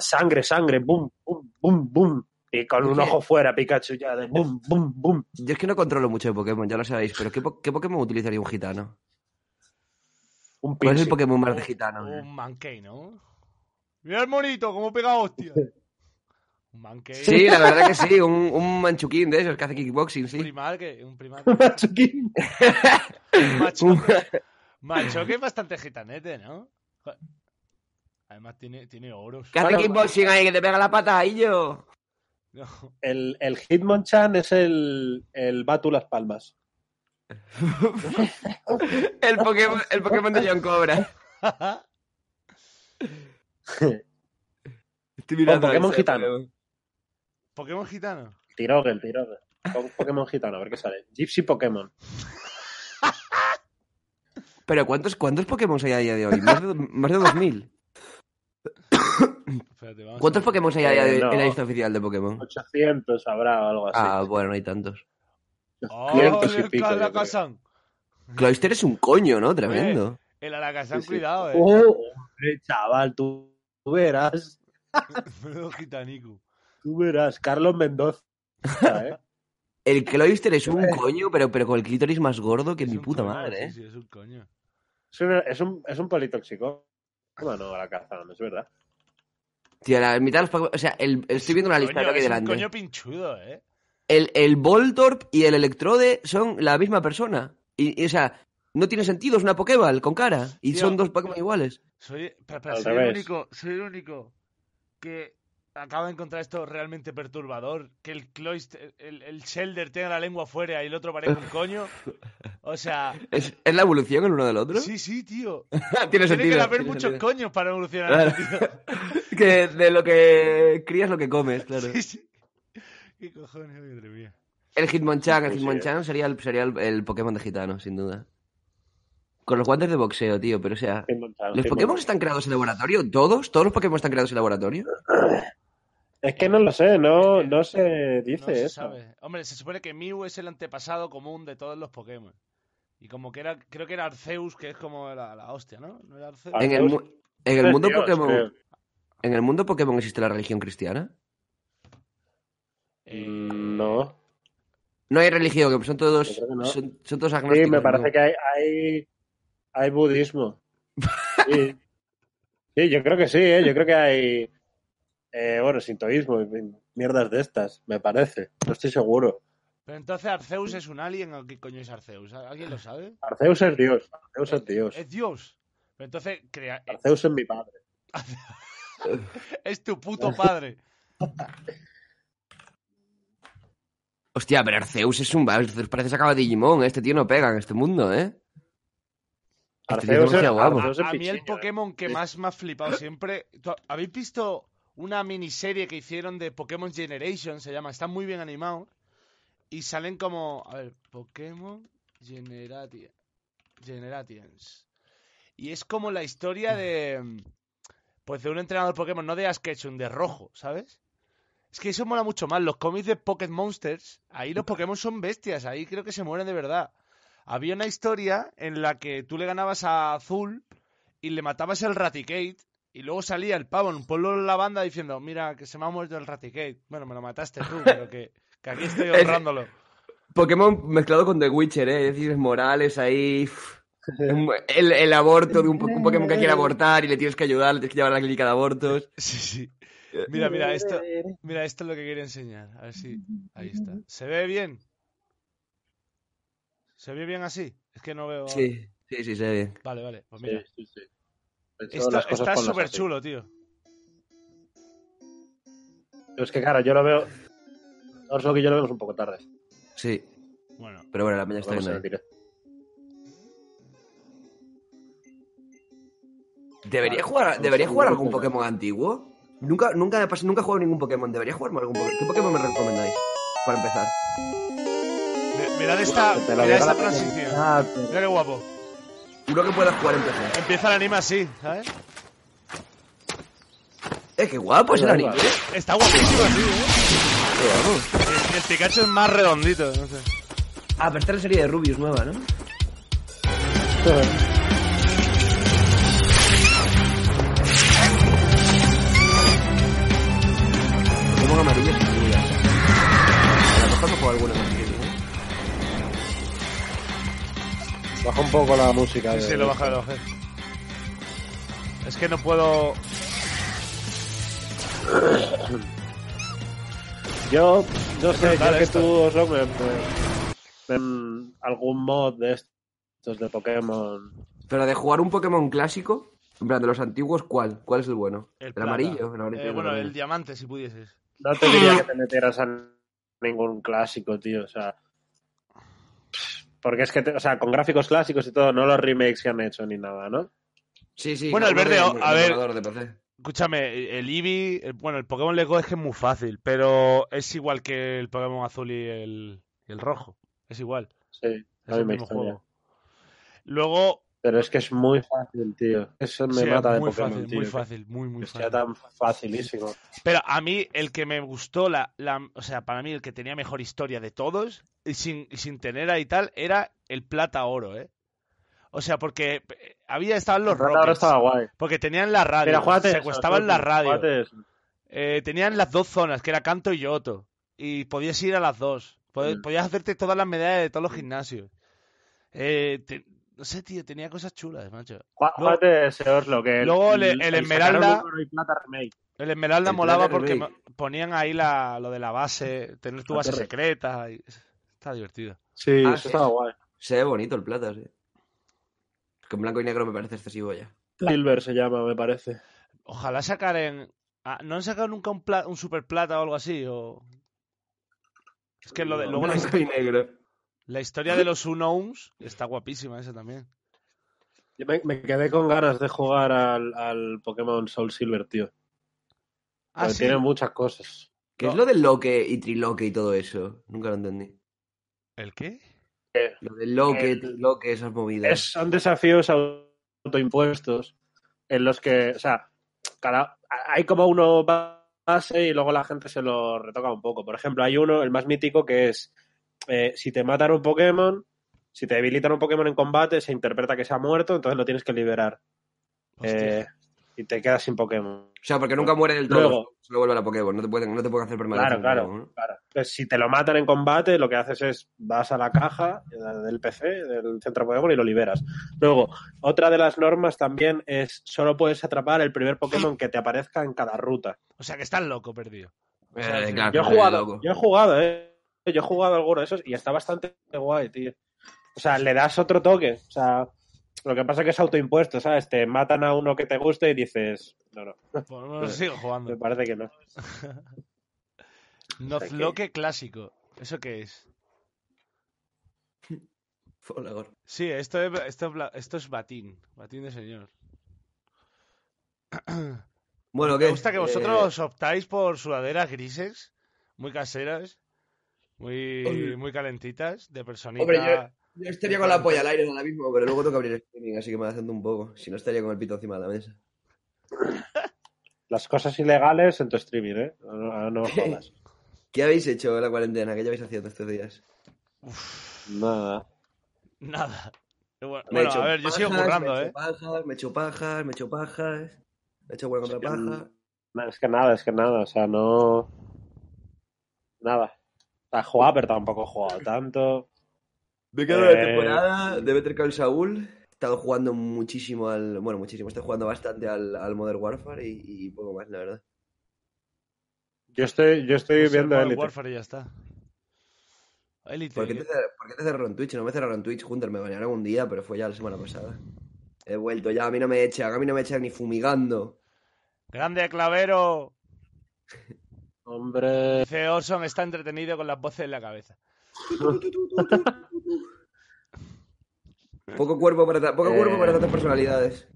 Speaker 1: sangre, sangre, boom, boom, boom, boom. Y con un
Speaker 3: Sí.
Speaker 1: ojo fuera, Pikachu ya de boom, boom, boom.
Speaker 3: Yo es que no controlo mucho de Pokémon, ya lo sabéis, pero ¿qué, po- qué Pokémon utilizaría un gitano?
Speaker 1: Un
Speaker 3: ¿Cuál Pues es
Speaker 1: piercing.
Speaker 3: el Pokémon más de gitano?
Speaker 2: Un Mankey, ¿no? Mira el monito, cómo pega hostia. Un Mankey.
Speaker 3: Sí, la verdad que sí, un, un manchuquín de esos que hace kickboxing,
Speaker 2: Un
Speaker 3: sí.
Speaker 2: primal que. Un primal.
Speaker 1: Machuquín.
Speaker 2: un macho.
Speaker 3: Un-
Speaker 2: macho que es bastante gitanete, ¿no? Además tiene, tiene oros.
Speaker 3: que hace
Speaker 1: Bueno,
Speaker 3: kickboxing ahí, que te pega la pata ahí yo.
Speaker 2: No.
Speaker 1: El, el Hitmonchan es el, el Batu Las Palmas.
Speaker 3: El Pokémon, el Pokémon de John Cobra. Estoy mirando
Speaker 1: Bueno, Pokémon
Speaker 3: ese
Speaker 1: gitano.
Speaker 3: Pokémon.
Speaker 2: Pokémon gitano.
Speaker 1: Tirogel, Tirogel. Pon Pokémon gitano, a ver qué sale. Gypsy Pokémon.
Speaker 3: Pero ¿cuántos, cuántos Pokémon hay a día de hoy? Más de, más de 2000.
Speaker 2: Espérate, vamos a
Speaker 3: ¿Cuántos
Speaker 2: ver.
Speaker 3: Pokémon hay a día de hoy
Speaker 1: Eh, no.
Speaker 3: en la lista oficial de Pokémon?
Speaker 1: 800 habrá o algo así.
Speaker 3: Ah, bueno, no hay tantos.
Speaker 2: ¡Oh,
Speaker 1: 500 y
Speaker 2: el
Speaker 1: pico, yo creo.
Speaker 2: Alakazam!
Speaker 3: Cloyster es un coño, ¿no? Tremendo.
Speaker 2: El Alakazam,
Speaker 1: Sí, sí.
Speaker 2: cuidado, eh.
Speaker 1: Oh, hombre, chaval, tú, tú verás,
Speaker 2: Menudo gitanico.
Speaker 1: tú verás, Carlos Mendoza, ¿eh?
Speaker 3: El Cloyster es un coño, pero, pero con el clítoris más gordo que
Speaker 2: Es
Speaker 3: mi
Speaker 2: un
Speaker 3: puta
Speaker 2: coño,
Speaker 3: madre, ¿eh?
Speaker 2: Sí, sí, es un coño.
Speaker 1: es, una- es un, es un politóxico. Bueno, a la caza, no es verdad.
Speaker 3: Tío, la mitad de los Pokémon... O sea, el, el- estoy viendo una lista
Speaker 2: Coño,
Speaker 3: aquí
Speaker 2: es un
Speaker 3: delante.
Speaker 2: coño pinchudo, eh.
Speaker 3: El, el Voltorb y el Electrode son la misma persona. Y, y, o sea, no tiene sentido, es una Pokéball con cara. Y
Speaker 2: Tío.
Speaker 3: son dos Pokémon iguales.
Speaker 2: Soy, espera, espera,
Speaker 1: Al
Speaker 2: soy el
Speaker 1: revés.
Speaker 2: único, soy el único que acaba de encontrar esto realmente perturbador, que el cloister, el, el shelter tenga la lengua fuera y el otro parezca un coño. O sea,
Speaker 3: ¿Es, es la evolución el uno del otro?
Speaker 2: sí, sí, tío.
Speaker 3: tiene
Speaker 2: Tiene que
Speaker 3: sentido.
Speaker 2: haber
Speaker 3: tiene
Speaker 2: muchos
Speaker 3: sentido.
Speaker 2: coños para evolucionar.
Speaker 3: Claro.
Speaker 2: tío.
Speaker 3: que de lo que crías lo que comes, claro.
Speaker 2: Sí, sí. ¿Qué cojones, madre mía?
Speaker 3: El Hitmonchan, el
Speaker 1: Pues sí.
Speaker 3: Hitmonchan sería, el, sería el, el Pokémon de gitano, sin duda. Con los guantes de boxeo, tío, pero o sea... ¿Los Pokémon están creados en laboratorio? ¿Todos? ¿Todos los Pokémon están creados en laboratorio?
Speaker 1: Es que no lo sé, no, no se
Speaker 2: No
Speaker 1: dice
Speaker 2: se
Speaker 1: eso.
Speaker 2: sabe. Hombre, se supone que Mew es el antepasado común de todos los Pokémon. Y como que era, creo que era Arceus, que es como la, la hostia, ¿no? ¿No era Arceus?
Speaker 1: Ah,
Speaker 3: En el, mu- en el
Speaker 1: Tres
Speaker 3: mundo
Speaker 1: dios, creo.
Speaker 3: Pokémon... ¿En el mundo Pokémon existe la religión cristiana?
Speaker 1: mm,
Speaker 2: Eh,
Speaker 1: No.
Speaker 3: No hay religión, que son
Speaker 1: Yo
Speaker 3: todos,
Speaker 1: creo que no.
Speaker 3: son, son todos agnósticos.
Speaker 1: Sí, me parece
Speaker 3: ¿no?
Speaker 1: que hay, hay, hay budismo. Sí. Sí, yo creo que sí, ¿eh? yo creo que hay, eh, bueno, sintoísmo y mierdas de estas, me parece. No estoy seguro.
Speaker 2: Pero entonces Arceus es un alien o qué coño es Arceus? ¿Al- ¿Alguien lo sabe?
Speaker 1: Arceus es Dios, Arceus es Dios.
Speaker 2: Es Dios. Pero entonces crea... eh,
Speaker 1: Arceus es mi padre.
Speaker 2: es tu puto padre.
Speaker 3: Hostia, pero Arceus es un... Arceus parece sacado de Digimon, ¿eh? este tío no pega en este mundo, ¿eh? Este
Speaker 1: Arceus es,
Speaker 3: tío es
Speaker 1: ah,
Speaker 3: demasiado guapo.
Speaker 1: Arceus es
Speaker 2: A, a mí el
Speaker 1: pichiño,
Speaker 2: Pokémon que
Speaker 1: Sí.
Speaker 2: más me ha flipado siempre... ¿Tú- ¿Habéis visto una miniserie que hicieron de Pokémon Generation? Se llama. Está muy bien animado. Y salen como... A ver, Pokémon Generati- Generatians. Y es como la historia de... Pues de un entrenador Pokémon, no de Ash Ketchum, de rojo, ¿sabes? Es que eso mola mucho más. Los cómics de Pocket Monsters, ahí los Pokémon son bestias, ahí creo que se mueren de verdad. Había una historia en la que tú le ganabas a Azul y le matabas el Raticate y luego salía el pavo en un pueblo de la banda diciendo, mira, que se me ha muerto el Raticate. Bueno, me lo mataste tú, pero que, que aquí estoy
Speaker 3: Es-
Speaker 2: honrándolo.
Speaker 3: Pokémon mezclado con The Witcher, ¿eh? Es decir, Morales ahí. uf. El, el aborto de un, po- un Pokémon que quiere abortar y le tienes que ayudar, le tienes que llevar a la clínica de abortos.
Speaker 2: Sí, sí. Mira, mira, esto, mira, esto es lo que quería enseñar. A ver si. Ahí está. ¿Se ve bien? ¿Se ve bien así? Es que no veo. ahora.
Speaker 3: Sí, sí, sí, sé bien.
Speaker 2: Vale, vale. Pues
Speaker 1: Sí,
Speaker 2: mira.
Speaker 1: sí, sí. De hecho,
Speaker 2: Esto
Speaker 1: las cosas
Speaker 2: está
Speaker 1: ponlas
Speaker 2: súper
Speaker 1: así.
Speaker 2: chulo, tío.
Speaker 1: Pero es que, claro, yo lo veo. Ahora solo que yo lo vemos un poco tarde.
Speaker 3: Sí,
Speaker 2: Bueno,
Speaker 3: pero bueno, la peña
Speaker 1: Lo
Speaker 3: está
Speaker 1: vemos
Speaker 3: viendo
Speaker 1: en el
Speaker 3: ahí.
Speaker 1: directo.
Speaker 3: ¿Debería
Speaker 1: Claro,
Speaker 3: jugar,
Speaker 1: vamos
Speaker 3: ¿debería
Speaker 1: a
Speaker 3: jugar
Speaker 1: ver Ah,
Speaker 3: algún
Speaker 1: cómo va.
Speaker 3: Pokémon antiguo? Nunca, nunca, me pas- nunca he jugado ningún Pokémon. Debería jugarme algún Pokémon. ¿Qué Pokémon me recomendáis? Para empezar.
Speaker 2: Me, me da de esta,
Speaker 1: Te
Speaker 2: me
Speaker 1: lo
Speaker 2: da de
Speaker 1: digo la
Speaker 2: esta transición.
Speaker 3: Ah,
Speaker 2: Mira qué guapo.
Speaker 3: uno que pueda jugar en PC.
Speaker 2: Empieza el anime así, ¿sabes?
Speaker 3: Eh, qué guapo es el anime.
Speaker 2: Está guapísimo así, ¿eh? El, el Pikachu es más redondito, no sé.
Speaker 3: Ah, pero esta es la serie de Rubius nueva, ¿no? Pokémon amarillo sin duda. A lo mejor no juego alguno más que él, ¿eh? ¿no?
Speaker 1: Baja un poco la música.
Speaker 2: Sí,
Speaker 1: de-
Speaker 2: sí, lo baja de los jefes. Es que no puedo...
Speaker 1: Yo, no sé,
Speaker 2: brutal
Speaker 1: ya que
Speaker 2: esto.
Speaker 1: tú, Oslo, me, me- me- algún mod de estos de Pokémon.
Speaker 3: Pero de jugar un Pokémon clásico, en plan de los antiguos, ¿cuál? ¿Cuál es el bueno? El,
Speaker 2: plata.
Speaker 3: amarillo. El amarillo
Speaker 2: Eh, bueno,
Speaker 3: amarillo.
Speaker 2: el diamante, si pudieses.
Speaker 1: No te diría que te metieras a ningún clásico, tío, o sea. Porque es que, te- o sea, con gráficos clásicos y todo, no los remakes que han hecho ni nada, ¿no?
Speaker 3: Sí, sí.
Speaker 2: Bueno, el
Speaker 3: uno
Speaker 2: verde,
Speaker 3: de-
Speaker 2: o-
Speaker 3: de
Speaker 2: a ver.
Speaker 3: ordenador, de PC.
Speaker 2: Escúchame, el Eevee, el- bueno, el Pokémon Lego es que es muy fácil, pero es igual que el Pokémon azul y el, y el rojo. Es igual.
Speaker 1: Sí,
Speaker 2: Es
Speaker 1: la
Speaker 2: el
Speaker 1: misma
Speaker 2: mismo
Speaker 1: historia.
Speaker 2: juego. Luego,
Speaker 1: Pero es que es muy fácil, tío. Eso me
Speaker 2: sí, es
Speaker 1: mata de
Speaker 2: muy
Speaker 1: Pokémon,
Speaker 2: fácil,
Speaker 1: tío.
Speaker 2: muy fácil, muy, muy
Speaker 1: Que sea
Speaker 2: fácil.
Speaker 1: tan facilísimo.
Speaker 2: Pero a mí el que me gustó, la, la- o sea, para mí el que tenía mejor historia de todos, y sin, y sin tener ahí tal, era el plata oro, ¿eh. O sea, porque eh, había estaban los
Speaker 1: Ahora
Speaker 2: Rockets,
Speaker 1: estaba guay.
Speaker 2: porque tenían la radio,
Speaker 1: Mira, jugate.
Speaker 2: secuestraban la radio,
Speaker 1: jugate eso.
Speaker 2: eh, tenían las dos zonas, que era Canto y Yoto, y podías ir a las dos, pod-
Speaker 1: Mm.
Speaker 2: podías hacerte todas las medallas de todos los gimnasios. Eh, te- no sé, tío, tenía cosas chulas, macho.
Speaker 1: Ju- Jugate ese Oslo, que
Speaker 2: Luego el- el Esmeralda-
Speaker 1: sacaron un oro y plata remake.
Speaker 2: El Esmeralda
Speaker 3: El
Speaker 2: molaba
Speaker 3: Planet
Speaker 2: porque
Speaker 3: Remake.
Speaker 2: mo- ponían ahí la, lo de la base, tener tu
Speaker 1: La
Speaker 2: base
Speaker 1: torre.
Speaker 2: secreta. y- Está divertido.
Speaker 1: Sí,
Speaker 3: Ah,
Speaker 1: eso
Speaker 3: sí.
Speaker 1: estaba guay.
Speaker 3: Se ve bonito el plata, sí. Es que en blanco y negro me parece excesivo ya.
Speaker 1: Silver se llama, me parece.
Speaker 2: Ojalá sacaran. ah, ¿No han sacado nunca un, pla- un super plata o algo así? O... Es que lo de- luego la,
Speaker 3: blanco y negro.
Speaker 2: la historia de los Unknowns está guapísima, esa también.
Speaker 1: Yo me, me quedé con ganas de jugar al, al Pokémon Soul Silver, tío.
Speaker 2: Ah,
Speaker 1: Porque
Speaker 2: sí.
Speaker 1: tiene muchas cosas.
Speaker 3: ¿Qué
Speaker 2: No.
Speaker 3: es lo del loque y triloque y todo eso? Nunca lo entendí.
Speaker 2: ¿El qué?
Speaker 3: Lo del
Speaker 2: Eh,
Speaker 3: loque,
Speaker 1: El-
Speaker 3: triloque, esas movidas.
Speaker 1: Es- son desafíos autoimpuestos en los que, o sea, cada, hay como uno base y luego la gente se lo retoca un poco. Por ejemplo, hay uno, el más mítico, que es eh, si te matan un Pokémon, si te debilitan un Pokémon en combate, se interpreta que se ha muerto, entonces lo tienes que liberar.
Speaker 2: Hostia.
Speaker 1: Eh, y te quedas sin Pokémon.
Speaker 3: O sea, porque nunca muere del todo.
Speaker 1: Luego.
Speaker 3: Solo vuelve a la Pokémon. No te pueden, no te pueden hacer permanecer.
Speaker 1: Claro, claro, claro. Entonces, si te lo matan en combate, lo que haces es vas a la caja eh, del PC, del centro Pokémon, y lo liberas. Luego, otra de las normas también es solo puedes atrapar el primer Pokémon que te aparezca en cada ruta.
Speaker 2: O sea, que estás loco, perdido.
Speaker 3: Eh,
Speaker 2: O sea, sí.
Speaker 3: claro.
Speaker 1: Yo he
Speaker 3: Joder,
Speaker 1: jugado,
Speaker 3: loco.
Speaker 1: yo he jugado, eh. Yo he jugado alguno de esos y está bastante guay, tío. O sea, le das otro toque. O sea, lo que pasa es que es autoimpuesto, ¿sabes? Te matan a uno que te guste y dices, no, no,
Speaker 2: Por lo menos sigo
Speaker 1: me
Speaker 2: jugando.
Speaker 1: parece que no.
Speaker 2: Nozloque clásico. ¿Eso qué es?
Speaker 3: Folagor.
Speaker 2: Sí, esto es, esto es, bla- esto es batín. Batín de señor.
Speaker 3: Bueno, ¿qué?
Speaker 2: Me gusta que
Speaker 3: Eh,
Speaker 2: vosotros optáis por sudaderas grises, muy caseras, muy,
Speaker 3: Hombre.
Speaker 2: muy calentitas, de personita.
Speaker 3: Hombre, Yo estaría
Speaker 2: eh,
Speaker 3: con la polla al aire ahora mismo, pero luego tengo que abrir el streaming, así que me haciendo un poco. Si no, estaría con el pito encima de la mesa.
Speaker 1: Las cosas ilegales en tu streaming, ¿eh? No, no jodas.
Speaker 3: ¿Qué habéis hecho en la cuarentena? ¿Qué lleváis haciendo estos días?
Speaker 1: Nada.
Speaker 2: Nada. Bueno,
Speaker 3: Me he
Speaker 2: bueno,
Speaker 3: hecho
Speaker 2: a ver, yo sigo
Speaker 3: pajas,
Speaker 2: currando,
Speaker 3: me
Speaker 2: ¿eh?
Speaker 3: He hecho pajas, me he hecho pajas, me he hecho pajas. Me he hecho buena contra
Speaker 1: Sí,
Speaker 3: paja.
Speaker 1: No, es que nada, es que nada, o sea, no. Nada. Ha jugado, pero tampoco he jugado tanto.
Speaker 3: Me quedo en la
Speaker 1: Eh,
Speaker 3: temporada de Better Call Saul. He estado jugando muchísimo al. Bueno, muchísimo. He estado jugando bastante al, al Modern Warfare y, y poco más, la verdad.
Speaker 1: Yo estoy, yo estoy
Speaker 2: Pues el
Speaker 1: viendo
Speaker 2: Modern
Speaker 1: Elite.
Speaker 2: Warfare y ya está. Elite.
Speaker 3: ¿Por qué, te, cer- por qué te cerraron Twitch? No me cerraron Twitch, Hunter. Me banearon un día, pero fue ya la semana pasada. He vuelto ya. A mí no me echan. A mí no me echan ni fumigando.
Speaker 2: Grande Clavero.
Speaker 1: Hombre.
Speaker 2: Dice Orson está entretenido con las voces en la cabeza.
Speaker 3: Poco cuerpo para, ta- poco
Speaker 1: Eh.
Speaker 3: cuerpo para tantas personalidades.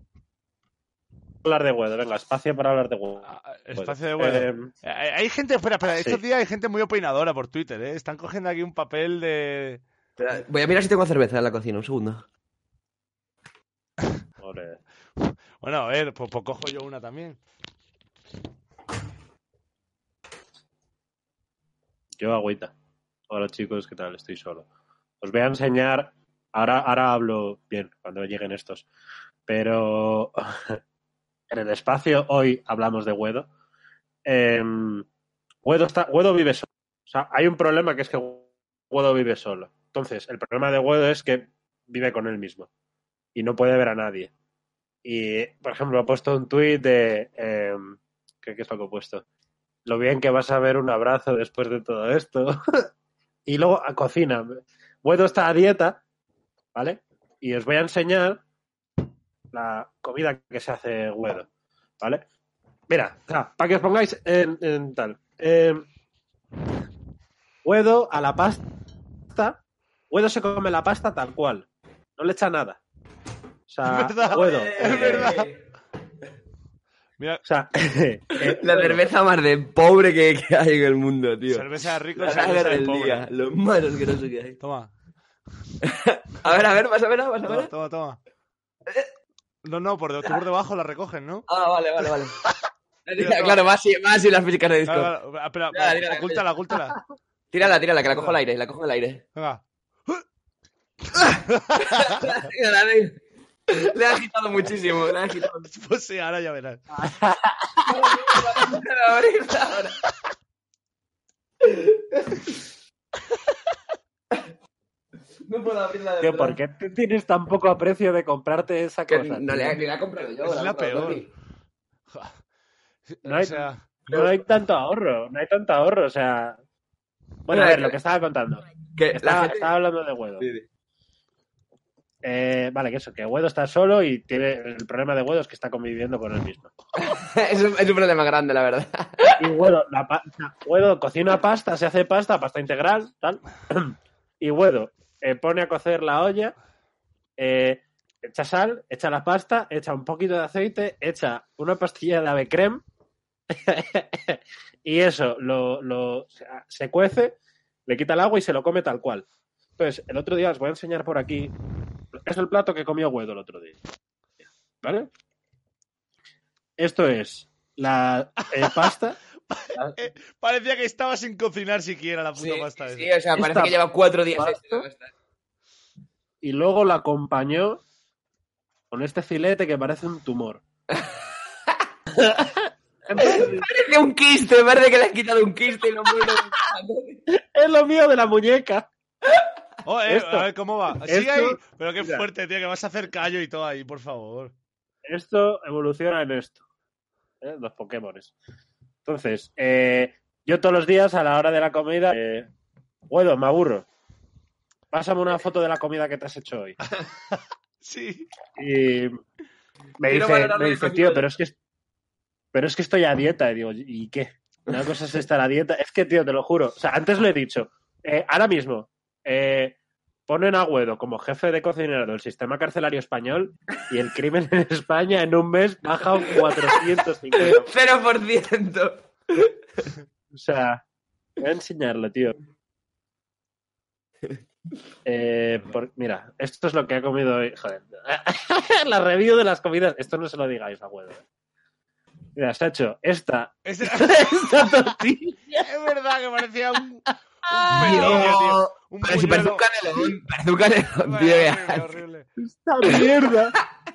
Speaker 1: hablar de Wedo, venga, espacio para hablar de Wedo.
Speaker 2: Ah,
Speaker 3: pues,
Speaker 2: Espacio de Wedo. Eh, Hay gente, espera, espera, estos
Speaker 1: sí.
Speaker 2: días hay gente muy opinadora por Twitter, ¿eh? Están cogiendo aquí un papel de...
Speaker 3: Espera, Voy a mirar si tengo cerveza en la cocina, un segundo.
Speaker 1: Eh, ole.
Speaker 2: Bueno, a ver, pues, pues cojo yo una también.
Speaker 1: Yo agüita. Hola chicos, ¿qué tal? Estoy solo. Os voy a enseñar. Ahora, ahora hablo bien cuando lleguen estos. Pero en el espacio hoy hablamos de Guedo. Em, Guedo, está, Guedo vive solo. O sea, hay un problema que es que Guedo vive solo. Entonces, el problema de Guedo es que vive con él mismo y no puede ver a nadie. Y, por ejemplo, ha puesto un tuit de. em, ¿qué, ¿Qué es lo que he puesto? Lo bien que vas a ver un abrazo después de todo esto. y luego a cocina. Guedo está a dieta, ¿vale? Y os voy a enseñar la comida que se hace Guedo, ¿vale? Mira, para que os pongáis en, en tal. Em, Guedo a la pasta. Guedo se come la pasta tal cual. No le echa nada. O sea,
Speaker 2: Es verdad,
Speaker 1: Guedo,
Speaker 2: es
Speaker 1: eh,
Speaker 2: verdad. Mira,
Speaker 1: O sea, eh,
Speaker 3: La
Speaker 1: Guedo.
Speaker 3: cerveza más de pobre que, que hay en el mundo, tío.
Speaker 2: cerveza rico,
Speaker 3: La saga
Speaker 2: cerveza de
Speaker 3: del
Speaker 2: pobre.
Speaker 3: día, lo más asqueroso que hay.
Speaker 2: Toma,
Speaker 3: A ver, a ver, vas a ver, vas a
Speaker 2: toma,
Speaker 3: ver.
Speaker 2: toma, toma. No, no, por, de- tú por debajo la recogen, ¿no?
Speaker 3: Ah, vale, vale, vale.
Speaker 2: Pero
Speaker 3: Tira,
Speaker 2: no.
Speaker 3: claro, más y, más y las físicas de disco.
Speaker 2: Vale, vale, espera, ah, espera,
Speaker 3: Dale, dale,
Speaker 2: ocúltala, ocúltala.
Speaker 3: Tírala, tírala, que la cojo al aire, la cojo al aire.
Speaker 2: Venga.
Speaker 3: Le ha agitado muchísimo, le ha agitado.
Speaker 2: Pues sí, ahora ya verás.
Speaker 3: Ahora, ahora, ahora. No puedo abrirla de
Speaker 1: Tío,
Speaker 3: verdad.
Speaker 1: ¿por qué te tienes tan poco aprecio de comprarte esa
Speaker 3: Que
Speaker 1: cosa?
Speaker 3: no
Speaker 1: tío?
Speaker 3: le ha, ni la he comprado yo.
Speaker 2: Es
Speaker 3: he
Speaker 2: la
Speaker 3: comprado
Speaker 2: peor.
Speaker 3: Tony.
Speaker 1: No hay-
Speaker 2: O sea,
Speaker 1: No hay tanto ahorro, no hay tanto ahorro, o sea... Bueno, a ver, lo que estaba contando.
Speaker 3: Que la
Speaker 1: Estaba,
Speaker 3: gente-
Speaker 1: estaba hablando de Guedo. Eh, vale, que eso, que Guedo está solo y tiene el problema de Guedo es que está conviviendo con él mismo.
Speaker 3: es, un, es un problema grande, la verdad.
Speaker 1: Y Guedo, la pa- Guedo cocina pasta, se hace pasta, pasta integral, tal. Y Guedo eh, pone a cocer la olla, eh, echa sal, echa la pasta, echa un poquito de aceite, echa una pastilla de ave creme y eso lo, lo- se cuece, le quita el agua y se lo come tal cual. Entonces, el otro día os voy a enseñar por aquí. Es el plato que comió Guedo el otro día. ¿Vale? Esto es la eh, pasta.
Speaker 2: parecía que estaba sin cocinar siquiera la puta pasta. esa.
Speaker 3: sí, o sea, parece
Speaker 1: Esta
Speaker 3: que lleva cuatro días.
Speaker 1: pasta-
Speaker 3: hecha la pasta.
Speaker 1: y luego la acompañó con este filete que parece un tumor. es
Speaker 3: Parece un quiste, parece que le han quitado un quiste y lo muero.
Speaker 1: lo mío de la muñeca.
Speaker 2: Oh, eh,
Speaker 1: Esto-
Speaker 2: a ver cómo va. Sigue
Speaker 1: esto-
Speaker 2: ahí. Pero qué
Speaker 1: mira.
Speaker 2: fuerte, tío, que vas a hacer callo y todo ahí, por favor.
Speaker 1: Esto evoluciona en esto. ¿eh? Los Pokémones. Entonces, eh, yo todos los días a la hora de la comida, eh, Guedo, me aburro. Pásame una foto de la comida que te has hecho hoy.
Speaker 2: Sí.
Speaker 1: Y me
Speaker 3: Quiero
Speaker 1: dice,
Speaker 3: valorar
Speaker 1: me
Speaker 3: lo
Speaker 1: dice,
Speaker 3: económico
Speaker 1: tío,
Speaker 3: de-
Speaker 1: pero es que pero es que estoy a dieta. Y digo, ¿y qué? Una cosa es estar a dieta. Es que, tío, te lo juro. O sea, antes lo he dicho. Eh, ahora mismo, eh, ponen a Guedo como jefe de cocinero del sistema carcelario español y el crimen en España en un mes baja un 450.
Speaker 3: 0%.
Speaker 1: O sea, voy a enseñarlo, tío. Eh, por- mira, esto es lo que ha comido hoy. Joder. la review de las comidas. Esto no se lo digáis a huevo. Mira, se ha hecho esta,
Speaker 2: Es,
Speaker 1: esta tortilla.
Speaker 2: es verdad que parecía un, un pelillo, tío. Un
Speaker 3: Pero si parece
Speaker 2: puñado.
Speaker 3: un canelón, parece un canelón, tío.
Speaker 2: Horrible,
Speaker 3: ya.
Speaker 2: horrible.
Speaker 1: Esta mierda.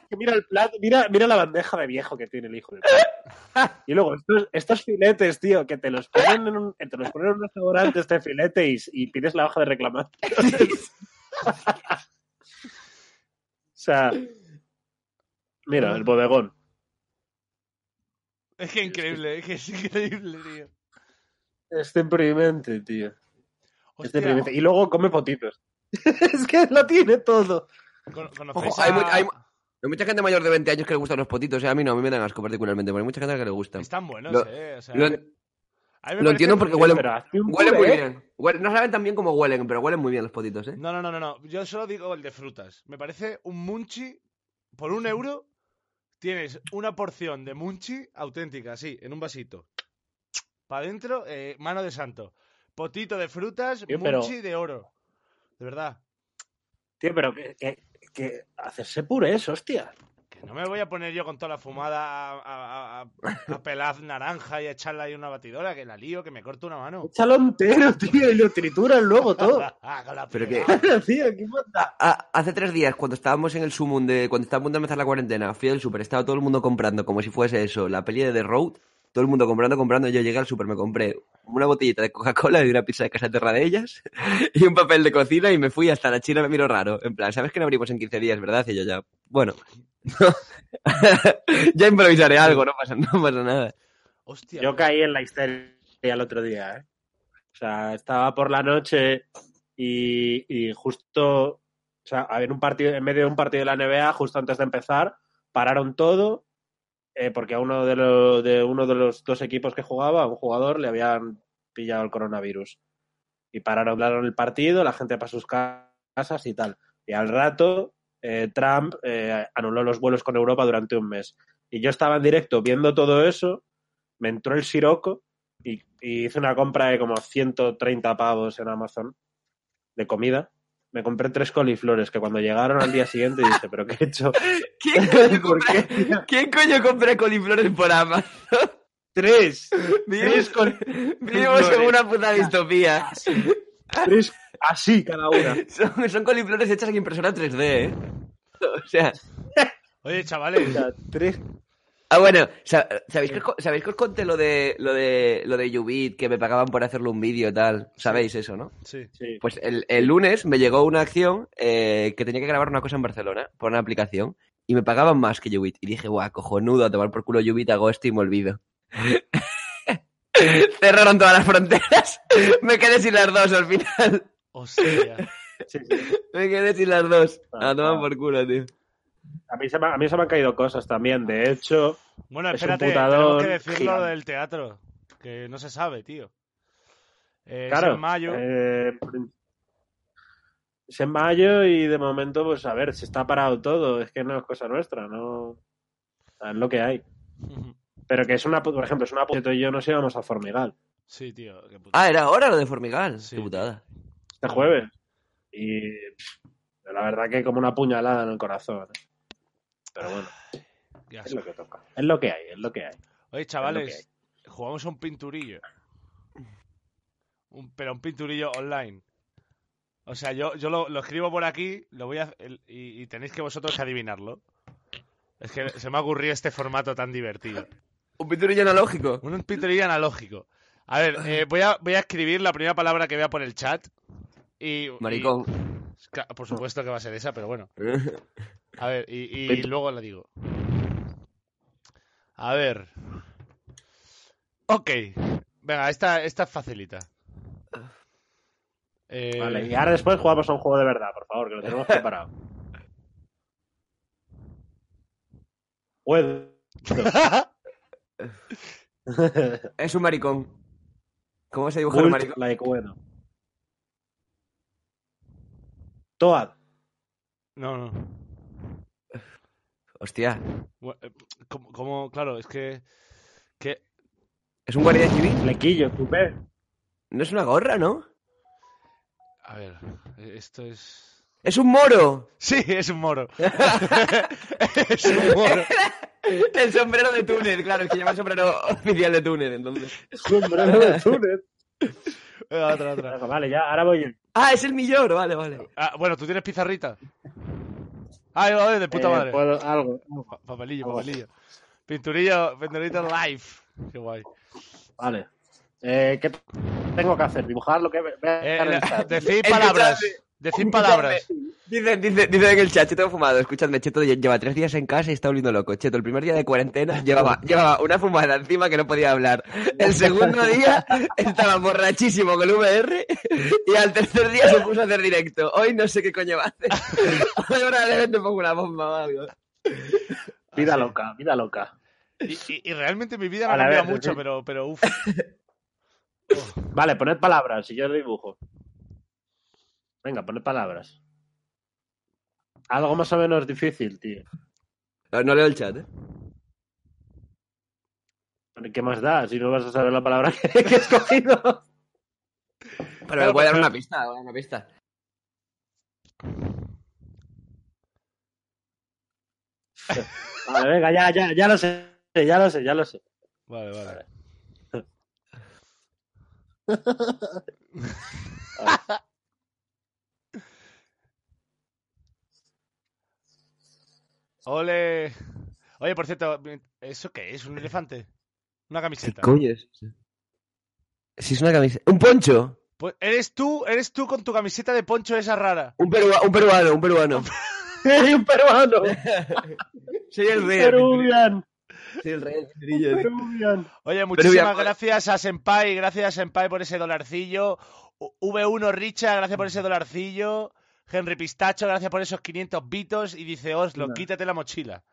Speaker 1: Que Mira el plato, mira, mira la bandeja de viejo que tiene el hijo de puta. Y luego estos, estos filetes, tío, que te los ponen en un, te los ponen en un restaurante este filete y, y pides la hoja de reclamar. O sea, mira, el bodegón.
Speaker 2: Es que increíble, es que es increíble, tío.
Speaker 1: Es deprimente, tío. Es
Speaker 2: Hostia,
Speaker 1: deprimente. Y luego come potitos. es que lo tiene todo.
Speaker 2: ¿cono- ¿conocéis
Speaker 3: Ojo, hay
Speaker 2: a-
Speaker 3: mu- hay mu- Hay mucha gente mayor de 20 años que le gustan los potitos, eh, a mí no, a mí me dan asco particularmente, pero hay mucha gente que le gusta.
Speaker 2: Están buenos,
Speaker 3: Lo-
Speaker 2: eh. O sea,
Speaker 3: Lo,
Speaker 2: a mí me parece-
Speaker 3: lo entiendo porque huelen,
Speaker 1: Pero hazte un
Speaker 3: huelen muy
Speaker 1: puré.
Speaker 3: bien. Huelen- no saben tan bien como huelen, pero huelen muy bien los potitos, ¿eh?
Speaker 2: No, no, no, no, no. Yo solo digo el de frutas. Me parece un munchi por un euro. Tienes una porción de munchi auténtica, así, en un vasito. Para adentro, eh, mano de santo. Potito de frutas,
Speaker 1: Tío, pero-
Speaker 2: munchi de oro. De verdad.
Speaker 1: Tío, pero que, que- que hacerse purés, hostia.
Speaker 2: Que no me voy a poner yo con toda la fumada a, a- a- a- a pelar naranja y a echarla ahí en una batidora, que la lío, que me corto una mano.
Speaker 1: Échalo entero, tío, y lo trituras luego todo.
Speaker 2: Ah, con la
Speaker 3: Pero que-
Speaker 2: pelada.
Speaker 1: tío, qué maldad.
Speaker 3: Ah, hace tres días, cuando estábamos en el Sumun de. Cuando estaba a punto de empezar la cuarentena, fui al super, estaba todo el mundo comprando, como si fuese eso, la peli de The Road. Todo el mundo comprando, comprando. Yo llegué al super, me compré una botellita de Coca-Cola y una pizza de casa terra de ellas y un papel de cocina y me fui hasta la China, me miro raro. En plan, ¿sabes que no abrimos en 15 días, verdad? Y yo ya, bueno. ya improvisaré algo, no pasa, no pasa nada.
Speaker 2: Hostia.
Speaker 1: Yo caí en la histeria el otro día, ¿eh? O sea, estaba por la noche y, y justo, o sea, había un partido, en medio de un partido de la NBA, justo antes de empezar, pararon todo, eh, porque a uno de, lo- de uno de los dos equipos que jugaba, a un jugador, le habían pillado el coronavirus. Y pararon, pararon el partido, la gente para sus ca- casas y tal. Y al rato, eh, Trump eh, anuló los vuelos con Europa durante un mes. Y yo estaba en directo viendo todo eso, me entró el siroco y, y hice una compra de como 130 pavos en Amazon de comida. Me compré tres coliflores que cuando llegaron al día siguiente dije, pero ¿qué he hecho?
Speaker 3: ¿Quién coño
Speaker 1: ¿Por
Speaker 3: compra, ¿quién coño compra coliflores por Amazon?
Speaker 1: Tres.
Speaker 3: Vivimos,
Speaker 1: Tres col-
Speaker 3: vivimos en
Speaker 1: coliflores.
Speaker 3: una puta distopía.
Speaker 1: Tres así cada una.
Speaker 3: Son, son coliflores hechas en impresora 3D, ¿eh? O sea,
Speaker 2: Oye,
Speaker 1: O
Speaker 2: chavales,
Speaker 1: sea, tres.
Speaker 3: ah, bueno, sa- ¿sabéis que, os co- ¿sabéis que os conté lo de lo de lo de Ubit, que me pagaban por hacerle un vídeo y tal? Sabéis eso, ¿no?
Speaker 2: sí.
Speaker 1: Sí.
Speaker 3: Pues el, el lunes me llegó una acción eh, que tenía que grabar una cosa en Barcelona por una aplicación y me pagaban más que Ubit. Y dije, guau, cojonudo, a tomar por culo Ubit, hago esto y me olvido. Cerraron todas las fronteras. me quedé sin las dos al final.
Speaker 2: Hostia.
Speaker 1: sí, sí.
Speaker 3: Me quedé sin las dos.
Speaker 1: Ah,
Speaker 3: A tomar
Speaker 1: ah.
Speaker 3: por culo, tío.
Speaker 1: A, mí se me, a mí se me han caído cosas también. De hecho,
Speaker 2: Bueno,
Speaker 1: Es un
Speaker 2: espérate, tenemos
Speaker 1: putadón
Speaker 2: que decirlo
Speaker 1: gigante.
Speaker 2: del teatro, que no se sabe, tío. Eh, es
Speaker 1: claro.
Speaker 2: en mayo.
Speaker 1: eh, prin- es en mayo y de momento, pues a ver, se está parado todo. Es que no es cosa nuestra, no. o sea, Es lo que hay. Pero que es una, pu- por ejemplo, es una puta. Tú y yo nos íbamos a Formigal
Speaker 2: Sí, tío. qué puta-
Speaker 3: Ah, era ahora lo de Formigal.
Speaker 2: Sí.
Speaker 3: Qué putada.
Speaker 1: este jueves. Y pff, la verdad que como una puñalada en el corazón. ¿eh? Pero bueno,
Speaker 2: qué
Speaker 1: Ah, es
Speaker 2: asco.
Speaker 1: lo que toca. Es lo que hay, es lo que hay.
Speaker 2: Oye, chavales, jugamos a un pinturillo. Un- pero un pinturillo online. O sea, yo, yo lo, lo escribo por aquí lo voy a, el- y, y tenéis que vosotros que adivinarlo. Es que se me ha ocurrido este formato tan divertido.
Speaker 3: Un pinturillo analógico.
Speaker 2: Un pinturillo analógico. A ver, eh, voy, a, voy a escribir la primera palabra que vea por el chat. Y, y-
Speaker 3: Maricón.
Speaker 2: Claro, por supuesto que va a ser esa, pero bueno. A ver, y, y
Speaker 3: Pinto.
Speaker 2: luego la digo. A ver. Ok. Venga, esta, esta es facilita. Eh,
Speaker 1: Vale, y ahora después jugamos a un juego de verdad, por favor, que lo tenemos preparado. Puedo.
Speaker 3: Es un maricón. ¿Cómo se dibuja un
Speaker 1: Bull,
Speaker 3: maricón?
Speaker 1: like bueno. Toad.
Speaker 2: No, no.
Speaker 3: Hostia.
Speaker 2: Bu- eh, Como, como- claro, es que, que-
Speaker 3: ¿Es un guardia civil?
Speaker 1: Flequillo, tupé.
Speaker 3: No es una gorra, ¿no?
Speaker 2: A ver, esto es...
Speaker 3: Es un moro.
Speaker 2: Sí, es un moro. es un moro.
Speaker 3: El sombrero de Túnez, claro, es que llama sombrero oficial de Túnez, entonces.
Speaker 1: Sombrero de Túnez.
Speaker 2: Venga, otra, otra.
Speaker 1: Venga, Vale, ya, ahora voy. yo.
Speaker 3: Ah, es el millor, vale, vale.
Speaker 2: Ah, bueno, ¿tú tienes pizarrita? Ah, yo, de puta
Speaker 1: Eh,
Speaker 2: madre.
Speaker 1: puedo- algo, algo.
Speaker 2: Pa- Papelillo,
Speaker 1: Algo así.
Speaker 2: papelillo. Pinturillo, pinturita live. Qué guay.
Speaker 1: Vale. Eh, ¿Qué tengo que hacer? Dibujar lo que ve- vea
Speaker 2: Eh,
Speaker 1: en el
Speaker 2: la-
Speaker 1: chat.
Speaker 2: decid
Speaker 3: Escuchadme.
Speaker 2: palabras. Decid palabras.
Speaker 3: Dice, dice, dice en el chat, Cheto fumado, escuchadme, Cheto lle- lleva tres días en casa y está volviendo loco. Cheto, el primer día de cuarentena llevaba, llevaba una fumada encima que no podía hablar. El segundo día estaba borrachísimo con el VR y al tercer día se puso a hacer directo. Hoy no sé qué coño va a hacer. Hoy probablemente pongo una bomba o algo.
Speaker 1: Vida
Speaker 2: Así.
Speaker 1: loca, vida loca.
Speaker 2: Y, y- y realmente mi vida no ha
Speaker 1: Vale, a
Speaker 2: cambiado
Speaker 1: ver,
Speaker 2: mucho,
Speaker 1: decid.
Speaker 2: pero, pero uff.
Speaker 1: Vale, poned palabras y yo dibujo. Venga, poned palabras. Algo más o menos difícil, tío.
Speaker 3: No, no leo el chat, ¿eh?
Speaker 1: ¿Qué más da? Si no vas a saber la palabra que, que he escogido.
Speaker 3: Pero le voy a dar una pista, voy a dar una pista.
Speaker 1: Vale, venga, ya, ya, ya lo sé. Ya lo sé, ya lo sé.
Speaker 2: Vale, vale. Ole. Oye, por cierto, ¿eso qué es? ¿Un elefante? Una camiseta.
Speaker 3: es? Si es una camiseta. ¡Un poncho!
Speaker 2: Pues eres tú, eres tú con tu camiseta de poncho esa rara.
Speaker 3: Un, perua- un peruano, un peruano.
Speaker 1: Soy un peruano.
Speaker 3: Soy el rey.
Speaker 1: Peruvian.
Speaker 3: Soy el rey. del
Speaker 1: un
Speaker 3: trillo.
Speaker 1: Peruvian.
Speaker 2: Oye, muchísimas
Speaker 3: voy a-
Speaker 2: gracias a Senpai, gracias a Senpai por ese dolarcillo. U- V1 Richard, gracias por ese dolarcillo. Henry Pistacho, gracias por esos 500 bitos. Y dice Oslo,
Speaker 1: Nada.
Speaker 2: quítate la mochila.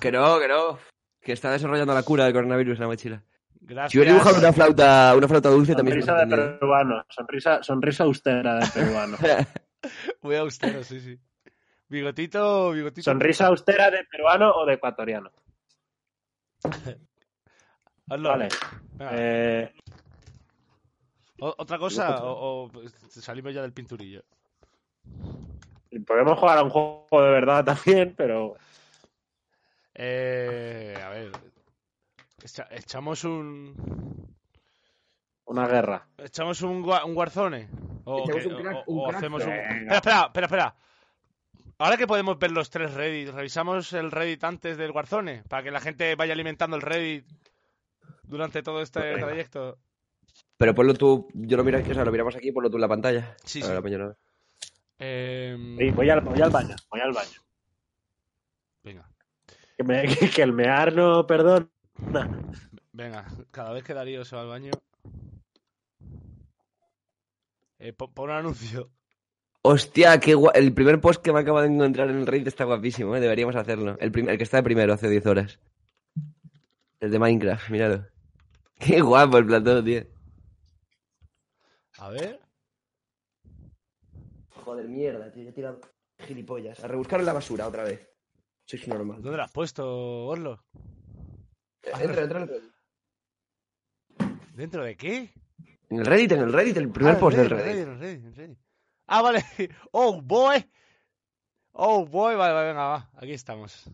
Speaker 3: Que no, que no. Que está desarrollando la cura del coronavirus en la mochila.
Speaker 2: Gracias.
Speaker 3: Si hubiera dibujado una flauta, una flauta dulce también.
Speaker 1: Sonrisa de peruano. Sonrisa, sonrisa austera de peruano.
Speaker 2: Muy austero, sí, sí. Bigotito, bigotito.
Speaker 1: Sonrisa austera de peruano o de ecuatoriano.
Speaker 2: Hazlo.
Speaker 1: Vale.
Speaker 2: Venga.
Speaker 1: Eh,
Speaker 2: O- ¿Otra cosa? O, o salimos ya del pinturillo.
Speaker 1: podemos jugar a un juego de verdad también, pero.
Speaker 2: Eh, a ver. Echa- echamos un.
Speaker 1: Una guerra.
Speaker 2: ¿Echamos un, gua- un Warzone? ¿O,
Speaker 3: Echamos
Speaker 2: qué?
Speaker 3: un crack-
Speaker 2: o-
Speaker 3: un
Speaker 2: o
Speaker 3: crack.
Speaker 2: hacemos un...
Speaker 1: Venga.
Speaker 2: Espera, espera, espera, espera. Ahora que podemos ver los tres Reddit, revisamos el Reddit antes del Warzone, para que la gente vaya alimentando el Reddit durante todo este
Speaker 1: Venga.
Speaker 2: trayecto.
Speaker 3: Pero ponlo tú, yo lo miro, o sea, lo miramos aquí y ponlo tú en la pantalla.
Speaker 2: Sí,
Speaker 3: A
Speaker 2: sí.
Speaker 3: ver, la mañana.
Speaker 2: Em,
Speaker 1: Sí, voy, al, voy al baño. Voy al baño.
Speaker 2: Venga,
Speaker 1: Que, me- que el mear no perdona.
Speaker 2: venga. Cada vez que Darío se va al baño... Eh, pon, pon un anuncio.
Speaker 3: Hostia, qué gua- el primer post que me acabo de encontrar en el Reddit está guapísimo, ¿eh? deberíamos hacerlo. El, prim- el que está de primero hace 10 horas. El de Minecraft, míralo. Qué guapo el plató, tío.
Speaker 2: A ver.
Speaker 3: Joder, mierda, tío, ya he tirado gilipollas. A rebuscar en la basura otra vez. Soy normal.
Speaker 2: ¿Dónde lo has puesto, Orlo?
Speaker 3: Entra, entra en el Reddit.
Speaker 2: ¿Dentro de qué?
Speaker 3: En el Reddit, en el Reddit, el
Speaker 2: Ah,
Speaker 3: primer
Speaker 2: el
Speaker 3: post del
Speaker 2: Reddit, el
Speaker 3: Reddit.
Speaker 2: Reddit, el Reddit, el Reddit. Ah, vale. Oh, boy. Oh, boy. Vale, vale, venga, va. Aquí estamos.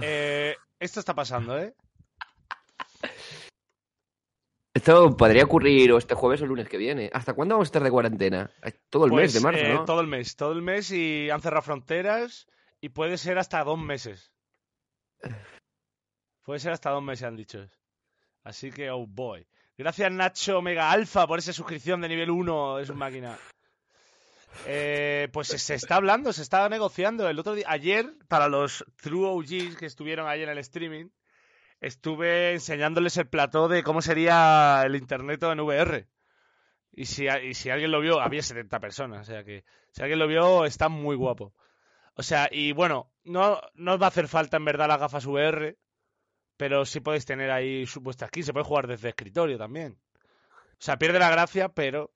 Speaker 2: Eh, esto está pasando, ¿eh?
Speaker 3: Esto podría ocurrir o este jueves o el lunes que viene. ¿Hasta cuándo vamos a estar de cuarentena? Eh, Todo el mes
Speaker 2: Pues,
Speaker 3: de marzo,
Speaker 2: eh,
Speaker 3: ¿no?
Speaker 2: Todo el mes. Todo el mes y han cerrado fronteras y puede ser hasta dos meses. Puede ser hasta dos meses, han dicho. Así que, oh, boy. Gracias, Nacho Mega Alfa, por esa suscripción de nivel 1. Es un máquina. Eh, pues se- se está hablando, se está negociando. El otro día, ayer, para los True OGs que estuvieron ahí en el streaming, estuve enseñándoles el plató de cómo sería el internet en VR. Y si, a- y si alguien lo vio, había 70 personas. O sea que si alguien lo vio, está muy guapo. O sea, y bueno, no, no os va a hacer falta en verdad las gafas VR, pero sí podéis tener ahí su- vuestras skins. Se puede jugar desde escritorio también. O sea, pierde la gracia, pero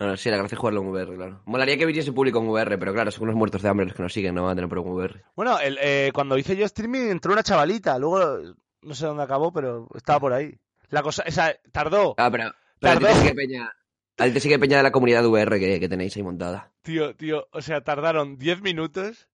Speaker 3: No, no, sí, la gracia es jugarlo en VR, claro. Molaría que viniese público en VR, pero claro, son unos muertos de hambre los que nos siguen, no van a tener por un VR.
Speaker 2: Bueno, el, eh, cuando hice yo streaming entró una chavalita, luego no sé dónde acabó, pero estaba por ahí. La cosa, esa, tardó,
Speaker 3: Ah, pero, pero a ti te
Speaker 2: Tardó.
Speaker 3: sigue peña. A ti te sigue peña de la comunidad VR que, que tenéis ahí montada.
Speaker 2: tío, tío, o sea, tardaron 10 minutos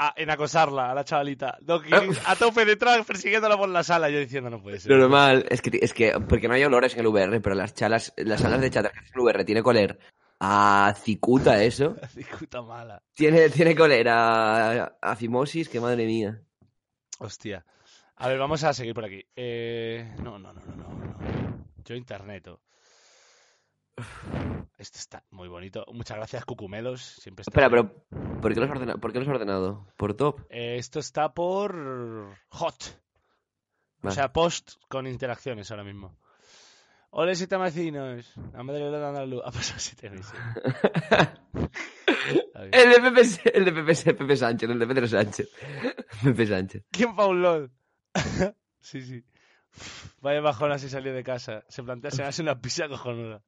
Speaker 2: a- en acosarla a la chavalita. Doc King a tope detrás, persiguiéndola por la sala, yo diciendo, no puede ser.
Speaker 3: Lo normal es que, es que, porque no hay olores en el VR, pero las chalas, las salas de chat que hacen el VR tiene que oler a cicuta eso.
Speaker 2: Discuta mala.
Speaker 3: Tiene, tiene que oler a, a fimosis, que madre mía.
Speaker 2: Hostia. A ver, vamos a seguir por aquí. Eh, no, no, no, no, no, no. Yo interneto. Esto está muy bonito. Muchas gracias, Cucumelos. Siempre está
Speaker 3: Espera, pero ¿por qué los ordena, ¿por qué los has ordenado? ¿Por top?
Speaker 2: Eh, esto está por hot. O
Speaker 3: Vale.
Speaker 2: sea, post con interacciones ahora mismo. Hola, siete vecinos. A madre le dan la luz. Ha pasado siete meses. Está bien.
Speaker 3: El de Pepe, S- el de Pepe, S- Pepe Sánchez, el de Pedro Sánchez. Pepe Sánchez.
Speaker 2: ¿Quién Paulón? sí, sí. Vaya bajona si salió de casa. Se plantea, se hace una pizza cojonuda.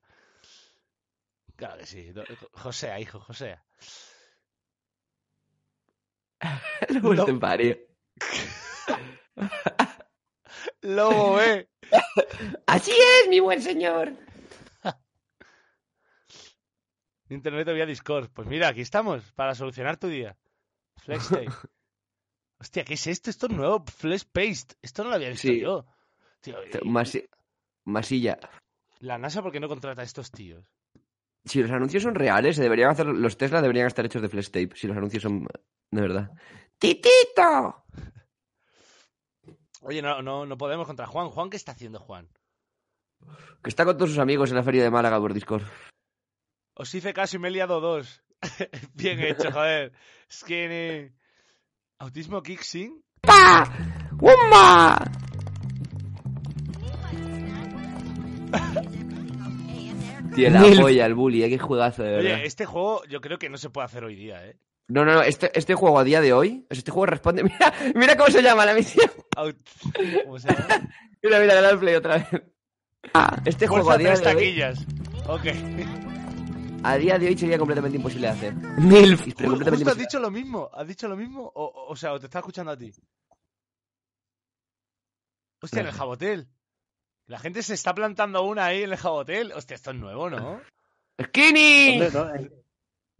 Speaker 2: Claro que sí. Do- Josea, hijo, Josea.
Speaker 3: Lo he puesto en pario.
Speaker 2: Lobo B.
Speaker 3: Así es, mi buen señor.
Speaker 2: Internet vía Discord. Pues mira, aquí estamos para solucionar tu día. FlexTape. Hostia, ¿qué es esto? Esto es nuevo. Flex Paste. Esto no lo había visto
Speaker 3: Sí.
Speaker 2: yo. Tío, eh,
Speaker 3: Masi- Masilla.
Speaker 2: la NASA, ¿por qué no contrata a estos tíos?
Speaker 3: Si los anuncios son reales, se deberían hacer. Los Tesla deberían estar hechos de flash tape. Si los anuncios son de verdad. ¡Titito!
Speaker 2: Oye, no, no, no podemos contra Juan. Juan, ¿qué está haciendo Juan?
Speaker 3: Que está con todos sus amigos en la feria de Málaga por Discord.
Speaker 2: Os hice caso y me he liado dos. Bien hecho, joder. Es que... eh, ¿Autismo Kixing?
Speaker 3: ¡Pa! ¡Wumba! Tío, la
Speaker 2: Mil-
Speaker 3: polla, el bully, ¿eh? qué juegazo, de verdad.
Speaker 2: Oye, este juego yo creo que no se puede hacer hoy día, ¿eh?
Speaker 3: No, no, no, este, este juego a día de hoy, o sea, este juego responde. Mira, mira cómo se llama la misión.
Speaker 2: Aut- ¿Cómo se llama?
Speaker 3: Mira, mira, dale al play otra vez. Ah, este juego
Speaker 2: Fuerza
Speaker 3: a día,
Speaker 2: tres
Speaker 3: de hoy,
Speaker 2: taquillas. Ok.
Speaker 3: a día de hoy sería completamente imposible de hacer.
Speaker 1: Milf.
Speaker 3: Y- pero
Speaker 2: Ju-
Speaker 3: completamente
Speaker 2: Justo has
Speaker 3: imposible.
Speaker 2: dicho lo mismo. ¿Has dicho lo mismo? O, o- o sea, o te está escuchando a ti. Hostia, en el jabotel. La gente se está plantando una ahí en el jabotel. Hostia, esto es nuevo, ¿no?
Speaker 3: ¡Skinny!
Speaker 1: ¿Dónde, no? ¿En-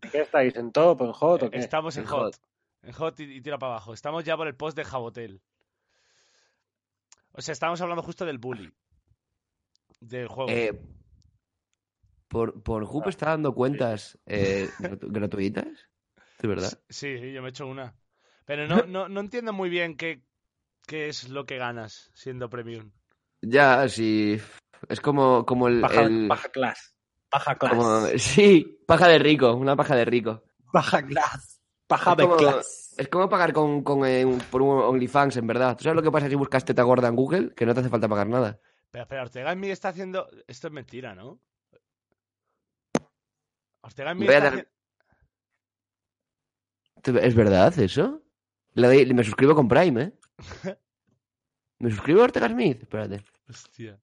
Speaker 1: en ¿Qué estáis? ¿En top? ¿En hot? ¿O qué?
Speaker 2: Estamos en
Speaker 3: En
Speaker 2: hot.
Speaker 3: hot.
Speaker 2: En hot y, y tira para abajo. Estamos ya por el post de jabotel. O sea, estábamos hablando justo del bully. Del juego.
Speaker 3: Eh, por, por Hoop está dando cuentas eh, gratu- gratuitas. ¿De verdad?
Speaker 2: Sí, sí, yo me he hecho una. Pero no, no, no entiendo muy bien qué, qué es lo que ganas siendo premium.
Speaker 3: Ya, sí. Es como, como el.
Speaker 1: Paja,
Speaker 3: el-
Speaker 1: paja class. Paja class.
Speaker 3: como- sí, paja de rico, una paja de rico.
Speaker 1: Paja class. Paja
Speaker 3: Es
Speaker 1: de
Speaker 3: como-
Speaker 1: class.
Speaker 3: Es como pagar con, con, eh, un- por un OnlyFans, en verdad. ¿Tú sabes lo que pasa si buscas teta gorda en Google? Que no te hace falta pagar nada.
Speaker 2: Pero espera, Ortega y Mí está haciendo. Esto es mentira, ¿no? Ortega y Mí
Speaker 3: Voy a
Speaker 2: está
Speaker 3: dar-
Speaker 2: haci-
Speaker 3: ¿Es verdad eso? Le doy- me suscribo con Prime, ¿eh? ¿Me suscribo a Ortega Smith? Espérate.
Speaker 2: Hostia.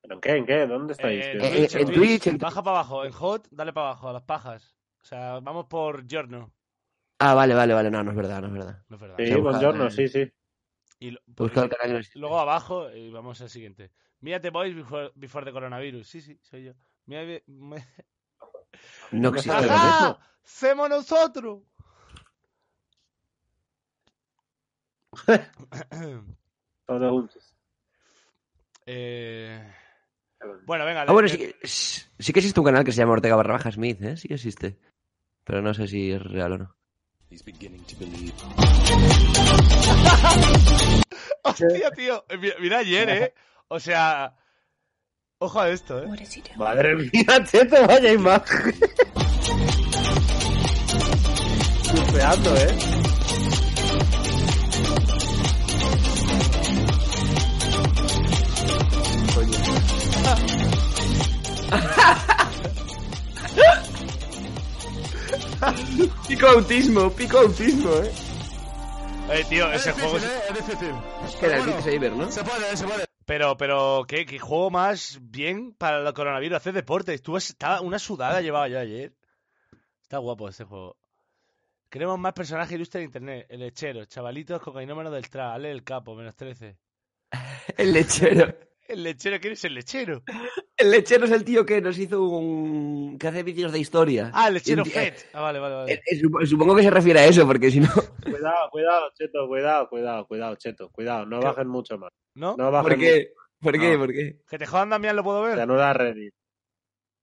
Speaker 1: ¿Pero en qué? ¿En qué? ¿Dónde estáis?
Speaker 2: Eh,
Speaker 1: tío?
Speaker 3: Eh,
Speaker 2: Twitch,
Speaker 3: en Twitch, en-
Speaker 2: Baja para abajo. En Hot, dale para abajo, a las pajas. O sea, vamos por Giorno.
Speaker 3: Ah, vale, vale, vale. No, no es verdad, no es verdad.
Speaker 2: No es verdad.
Speaker 1: Sí,
Speaker 3: Ojalá,
Speaker 1: buongiorno,
Speaker 3: eh.
Speaker 1: sí, sí.
Speaker 2: Y lo-
Speaker 3: He buscado el canal y no-
Speaker 2: Luego abajo y vamos al siguiente. Mírate boys before, before the coronavirus. Sí, sí, soy yo. Mira, me- me-
Speaker 3: No existe
Speaker 1: Ajá.
Speaker 3: ahora mismo.
Speaker 2: ¡Ajá! ¡Semos nosotros!
Speaker 1: Todos juntos.
Speaker 2: Eh, Bueno, venga.
Speaker 3: Ah, bueno,
Speaker 2: de-
Speaker 3: sí, que- sí que existe un canal que se llama Ortega barra baja Smith, ¿eh? Sí que existe. Pero no sé si es real o no.
Speaker 4: He's beginning to believe.
Speaker 2: Hostia, tío. Eh, Mira, mira ayer, ¿eh? O sea. Ojo a esto, ¿eh?
Speaker 5: What is he doing?
Speaker 1: Madre mía, tete, vaya imagen. Surfeando, ¿eh?
Speaker 3: Pico autismo, pico autismo, ¿eh?
Speaker 2: Eh, tío, ese juego. es-
Speaker 3: Que era el Beat Saber, ¿no?
Speaker 2: Pero, pero, ¿qué, qué juego más bien para el coronavirus? Hacer deporte. Estuve estaba una sudada llevaba yo ayer. Está guapo este juego. Queremos más personajes ilustres de internet. El lechero, chavalitos, cocainómano del tra, Ale el capo, menos 13.
Speaker 3: El lechero.
Speaker 2: El lechero, ¿quién es el lechero?
Speaker 3: El lechero es el tío que nos hizo un... que hace vídeos de historia.
Speaker 2: Ah, el lechero
Speaker 3: Un día-
Speaker 2: Fett. Ah, vale, vale, vale.
Speaker 3: Eh, eh, sup- Supongo que se refiere a eso, porque si no...
Speaker 1: Cuidado, cuidado, Cheto, cuidado, cuidado, cuidado, Cheto, cuidado, no
Speaker 2: ¿Qué?
Speaker 1: bajen mucho más.
Speaker 2: ¿No?
Speaker 1: No bajen
Speaker 3: ¿Por qué? ¿Por qué?
Speaker 1: No.
Speaker 3: ¿Por qué?
Speaker 2: Que te jodan, Damián, lo puedo
Speaker 1: mucho.
Speaker 2: ver.
Speaker 1: Reanuda Reddit.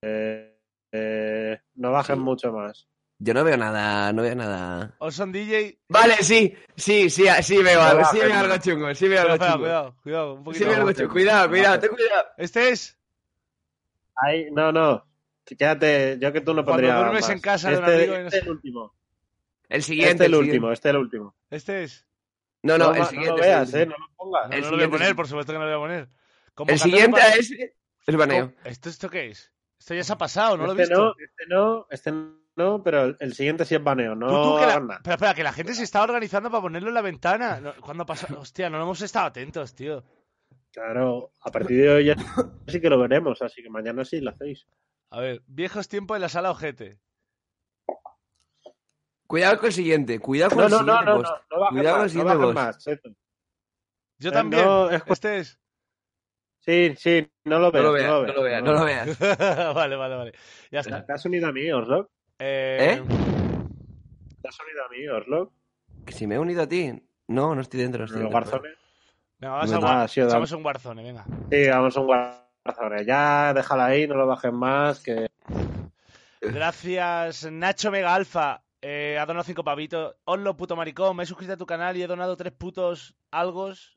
Speaker 1: Eh, eh, no bajen
Speaker 3: Sí.
Speaker 1: mucho más.
Speaker 3: Yo no veo nada, no veo nada.
Speaker 2: O son DJ.
Speaker 3: Vale, sí, sí, sí, sí veo algo, sí veo algo chungo, sí veo
Speaker 2: Cuidado,
Speaker 3: algo
Speaker 2: cuidado,
Speaker 3: chungo.
Speaker 2: cuidado, cuidado, un
Speaker 3: Sí
Speaker 2: poquito.
Speaker 3: veo algo chungo, cuidado, cuidado, ten cuidado.
Speaker 2: Este es.
Speaker 1: Ahí, no, no. Quédate, yo que tú no
Speaker 2: Cuando
Speaker 1: pondría.
Speaker 2: duermes
Speaker 1: más.
Speaker 2: en casa de un
Speaker 1: este,
Speaker 2: amigo y no
Speaker 1: este
Speaker 2: sé-
Speaker 1: el último.
Speaker 3: El siguiente.
Speaker 1: Este el
Speaker 3: siguiente.
Speaker 1: último, este el último.
Speaker 2: Este es.
Speaker 3: No, no,
Speaker 1: ma-
Speaker 3: el siguiente.
Speaker 1: lo
Speaker 3: es el
Speaker 1: veas,
Speaker 3: último.
Speaker 1: eh, no lo pongas.
Speaker 2: No, no lo voy
Speaker 3: El
Speaker 2: a
Speaker 3: siguiente
Speaker 2: poner,
Speaker 3: es-
Speaker 2: por supuesto que no lo voy a poner.
Speaker 3: El
Speaker 2: Convocatoria
Speaker 3: siguiente
Speaker 2: para-
Speaker 3: es el baneo.
Speaker 2: ¿Esto, ¿Esto qué es? Esto ya se ha pasado, no lo he
Speaker 1: este
Speaker 2: visto.
Speaker 1: no, este no, este no, pero el- el siguiente sí es baneo, no
Speaker 2: Tú, tú, que la...
Speaker 1: hagas nada.
Speaker 2: Pero espera, que la gente se está organizando para ponerlo en la ventana. No, ¿Cuándo pasa? Hostia, no hemos estado atentos, tío.
Speaker 1: Claro, a partir de hoy ya sí que lo veremos, así que mañana sí lo hacéis.
Speaker 2: A ver, viejos tiempos en la sala ojete.
Speaker 3: Cuidado con el siguiente, cuidado con
Speaker 1: No, no,
Speaker 3: el
Speaker 1: no,
Speaker 3: siguiente
Speaker 1: no, no,
Speaker 3: post.
Speaker 1: no bajes
Speaker 3: Cuidado con el
Speaker 1: más, no
Speaker 3: siguiente
Speaker 1: bajes
Speaker 3: boss.
Speaker 1: más, Seto.
Speaker 2: Yo
Speaker 1: Eh,
Speaker 2: también.
Speaker 1: no, es cu-
Speaker 2: Este es.
Speaker 1: Sí, sí, no lo
Speaker 3: No
Speaker 1: veas.
Speaker 3: lo veas, no lo veas, no lo veas.
Speaker 2: vale, vale, vale. Ya está.
Speaker 1: ¿Te has unido a mí, Orlok?
Speaker 2: Eh,
Speaker 1: ¿Te has unido a mí, Orlok?
Speaker 3: Que Si me he unido a ti. No, no estoy dentro. no estoy
Speaker 1: Los
Speaker 3: dentro.
Speaker 1: Warzones.
Speaker 2: pues, no, vamos
Speaker 3: Pues
Speaker 2: a
Speaker 1: Venga,
Speaker 2: War-
Speaker 1: sí, dale.
Speaker 2: echamos un Warzone, venga.
Speaker 1: Sí, vamos a un Warzone. Ya, déjala ahí, no lo bajes más. Que...
Speaker 2: Gracias, Nacho Mega Alfa. Eh, ha donado cinco pavitos. Oslo, puto maricón. Me he suscrito a tu canal y he donado tres putos algos.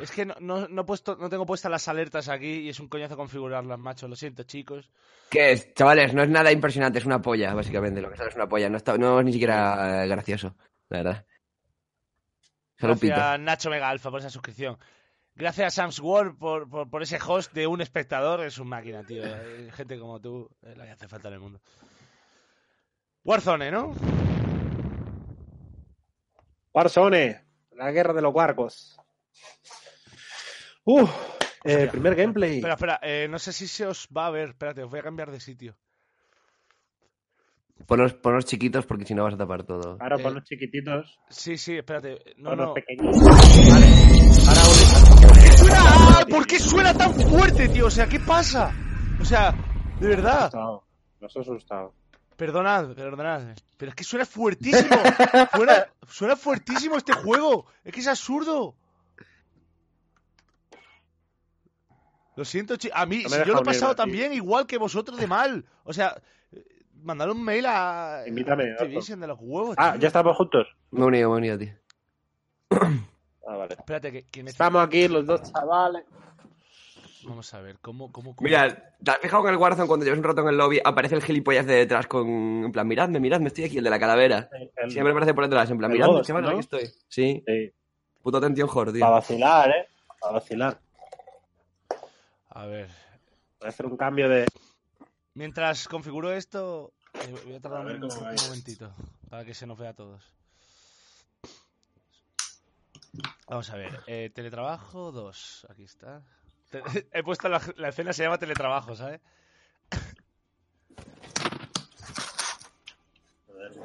Speaker 2: Es que no, no, no he puesto, no tengo puestas las alertas aquí y es un coñazo configurarlas, macho. Lo siento, chicos.
Speaker 3: ¿Qué es? Chavales, no es nada impresionante, es una polla, básicamente. Lo que sale es una polla. No, está- no es ni siquiera eh, gracioso, la verdad. Solo un pito.
Speaker 2: Gracias, Nacho Mega Alfa, por esa suscripción. Gracias a Sam's World por, por, por ese host de un espectador. Es un máquina, tío. Eh, Gente como tú, eh, la que hace falta en el mundo. Warzone, ¿no?
Speaker 1: Warzone, la guerra de los Wargos. Uf, eh,
Speaker 2: Hostia.
Speaker 1: primer gameplay.
Speaker 2: Espera, espera. eh, no sé si se os va a ver. Espérate, os voy a cambiar de sitio.
Speaker 3: Ponlos, ponlos chiquitos porque si no vas a tapar todo.
Speaker 1: Claro,
Speaker 2: eh,
Speaker 1: con los chiquititos,
Speaker 2: Sí, sí, espérate. No,
Speaker 1: con los
Speaker 2: no.
Speaker 1: pequeñitos.
Speaker 2: ¡Ah! ¿Por qué suena tan fuerte, tío? O sea, ¿qué pasa? O sea, de verdad.
Speaker 1: Asustado. Nos ha asustado.
Speaker 2: Perdonad, perdonad. Pero es que suena fuertísimo. Suena, suena fuertísimo este juego. Es que es absurdo. Lo siento, chi- a mí,
Speaker 1: No me
Speaker 2: si
Speaker 1: deja
Speaker 2: yo lo he
Speaker 1: unirme
Speaker 2: pasado
Speaker 1: a ti.
Speaker 2: también igual que vosotros de mal. O sea, eh, mandad un mail a
Speaker 1: Invítame,
Speaker 2: a Activision de los huevos.
Speaker 1: Ah,
Speaker 2: tío.
Speaker 1: ya estamos juntos.
Speaker 3: Me he unido, me he unido a ti.
Speaker 1: Ah, vale.
Speaker 2: Espérate, que, que necesito-
Speaker 1: Estamos aquí los dos chavales.
Speaker 2: Vamos a ver, ¿cómo, cómo, cómo?
Speaker 3: Mira, ¿te has fijado que en el Warzone cuando llevas un rato en el lobby aparece el gilipollas de detrás con... En plan, miradme, miradme, estoy aquí, el de la calavera.
Speaker 1: El- el-
Speaker 3: Siempre aparece por detrás, en plan,
Speaker 1: el
Speaker 3: miradme,
Speaker 1: boss,
Speaker 3: chaval,
Speaker 1: ¿no?
Speaker 3: aquí estoy. Sí,
Speaker 1: Sí,
Speaker 3: puto atención, Jor, tío.
Speaker 1: para vacilar, ¿eh? Para vacilar.
Speaker 2: A ver.
Speaker 1: Voy a hacer un cambio de...
Speaker 2: Mientras configuro esto, eh, voy a tardar
Speaker 1: A ver
Speaker 2: un,
Speaker 1: cómo
Speaker 2: un
Speaker 1: vais.
Speaker 2: momentito para que se nos vea a todos. Vamos a ver, eh, teletrabajo 2, aquí está. Te- He puesto la, la escena, se llama teletrabajo, ¿sabes?
Speaker 1: A ver, un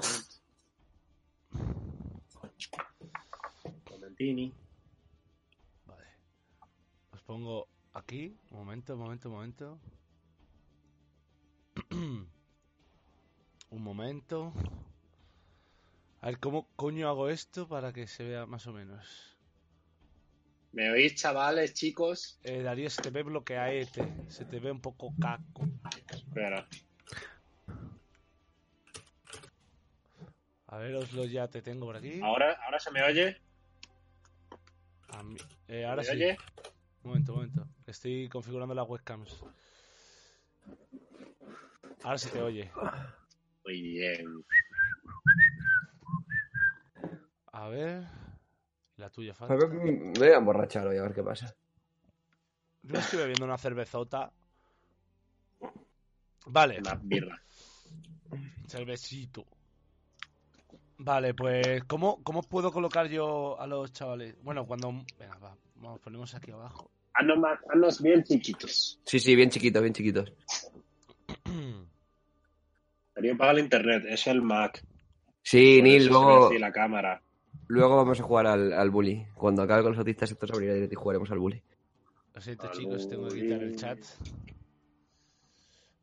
Speaker 1: momento. Momentini.
Speaker 2: Vale. Os pongo aquí, un momento, un momento, un momento. un momento. A ver, ¿cómo coño hago esto para que se vea más o menos?
Speaker 5: ¿Me oís, chavales, chicos?
Speaker 2: Eh, Darío, se te ve bloqueaete. Se te ve un poco caco.
Speaker 1: Espera.
Speaker 2: A ver, Oslo, ya te tengo por aquí.
Speaker 1: ¿Ahora, ¿Ahora se me oye?
Speaker 2: A mí- eh, ahora
Speaker 1: ¿Se
Speaker 2: sí.
Speaker 1: me oye?
Speaker 2: Un momento, un momento. Estoy configurando las webcams. Ahora sí te oye.
Speaker 1: Muy bien.
Speaker 2: A ver. La tuya
Speaker 3: Me
Speaker 2: falta.
Speaker 3: voy a emborrachar hoy, a ver qué pasa.
Speaker 2: Yo me estoy bebiendo una cervezota. Vale,
Speaker 1: La mierda.
Speaker 2: cervecito. Vale, pues, ¿cómo, ¿cómo puedo colocar yo a los chavales? Bueno, cuando. Venga, va, nos ponemos aquí abajo.
Speaker 1: Haznos más- haznos ah, bien chiquitos.
Speaker 3: Sí, sí, bien chiquitos, bien chiquitos.
Speaker 1: Darío paga el internet, es el Mac.
Speaker 3: Sí,
Speaker 1: Por
Speaker 3: Neil,
Speaker 1: eso se ve
Speaker 3: luego,
Speaker 1: así la cámara.
Speaker 3: luego vamos a jugar al, al bully. Cuando acabe con los autistas estos abrirá directo y jugaremos al bully.
Speaker 2: Lo siento, chicos, tengo que quitar el chat.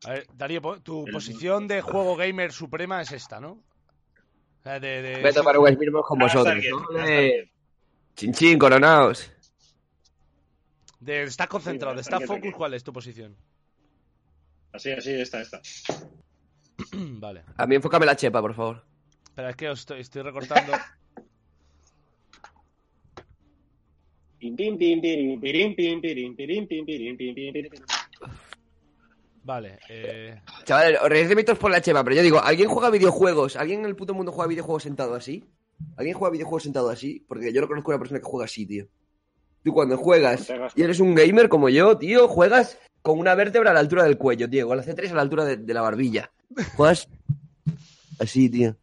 Speaker 2: A ver, Darío, po- tu
Speaker 1: El-
Speaker 2: posición de juego gamer suprema es esta, ¿no? O sea, de- de-
Speaker 3: Voy a tapar West Mirror con
Speaker 1: Ahora está
Speaker 3: vosotros.
Speaker 1: bien,
Speaker 3: ¿no?
Speaker 1: ahora está
Speaker 3: Eh, Chin chin, coronaos.
Speaker 2: de- estás concentrado,
Speaker 1: Sí,
Speaker 2: de estás
Speaker 1: tranqui,
Speaker 2: focus,
Speaker 1: tranqui.
Speaker 2: ¿cuál es tu posición?
Speaker 1: Así, así, esta, esta.
Speaker 2: vale.
Speaker 3: A mí enfócame la chepa, por favor.
Speaker 2: Espera, es que os estoy, estoy recortando.
Speaker 1: Pim, pim, pim, pirim, pirim, pim, pirim, pirim, pim, pirim, pim, pim, pirim, pirim.
Speaker 2: Vale, eh,
Speaker 3: Chavales, os reís de mitos por la chepa, pero yo digo, ¿alguien juega videojuegos? ¿Alguien en el puto mundo juega videojuegos sentado así? ¿Alguien juega videojuegos sentado así? Porque yo no conozco a una persona que juega así, tío. Tú cuando juegas
Speaker 1: Ortega.
Speaker 3: y eres un gamer como yo, tío, juegas con una vértebra a la altura del cuello, tío, con la C3 a la altura de, de la barbilla. Juegas así, tío.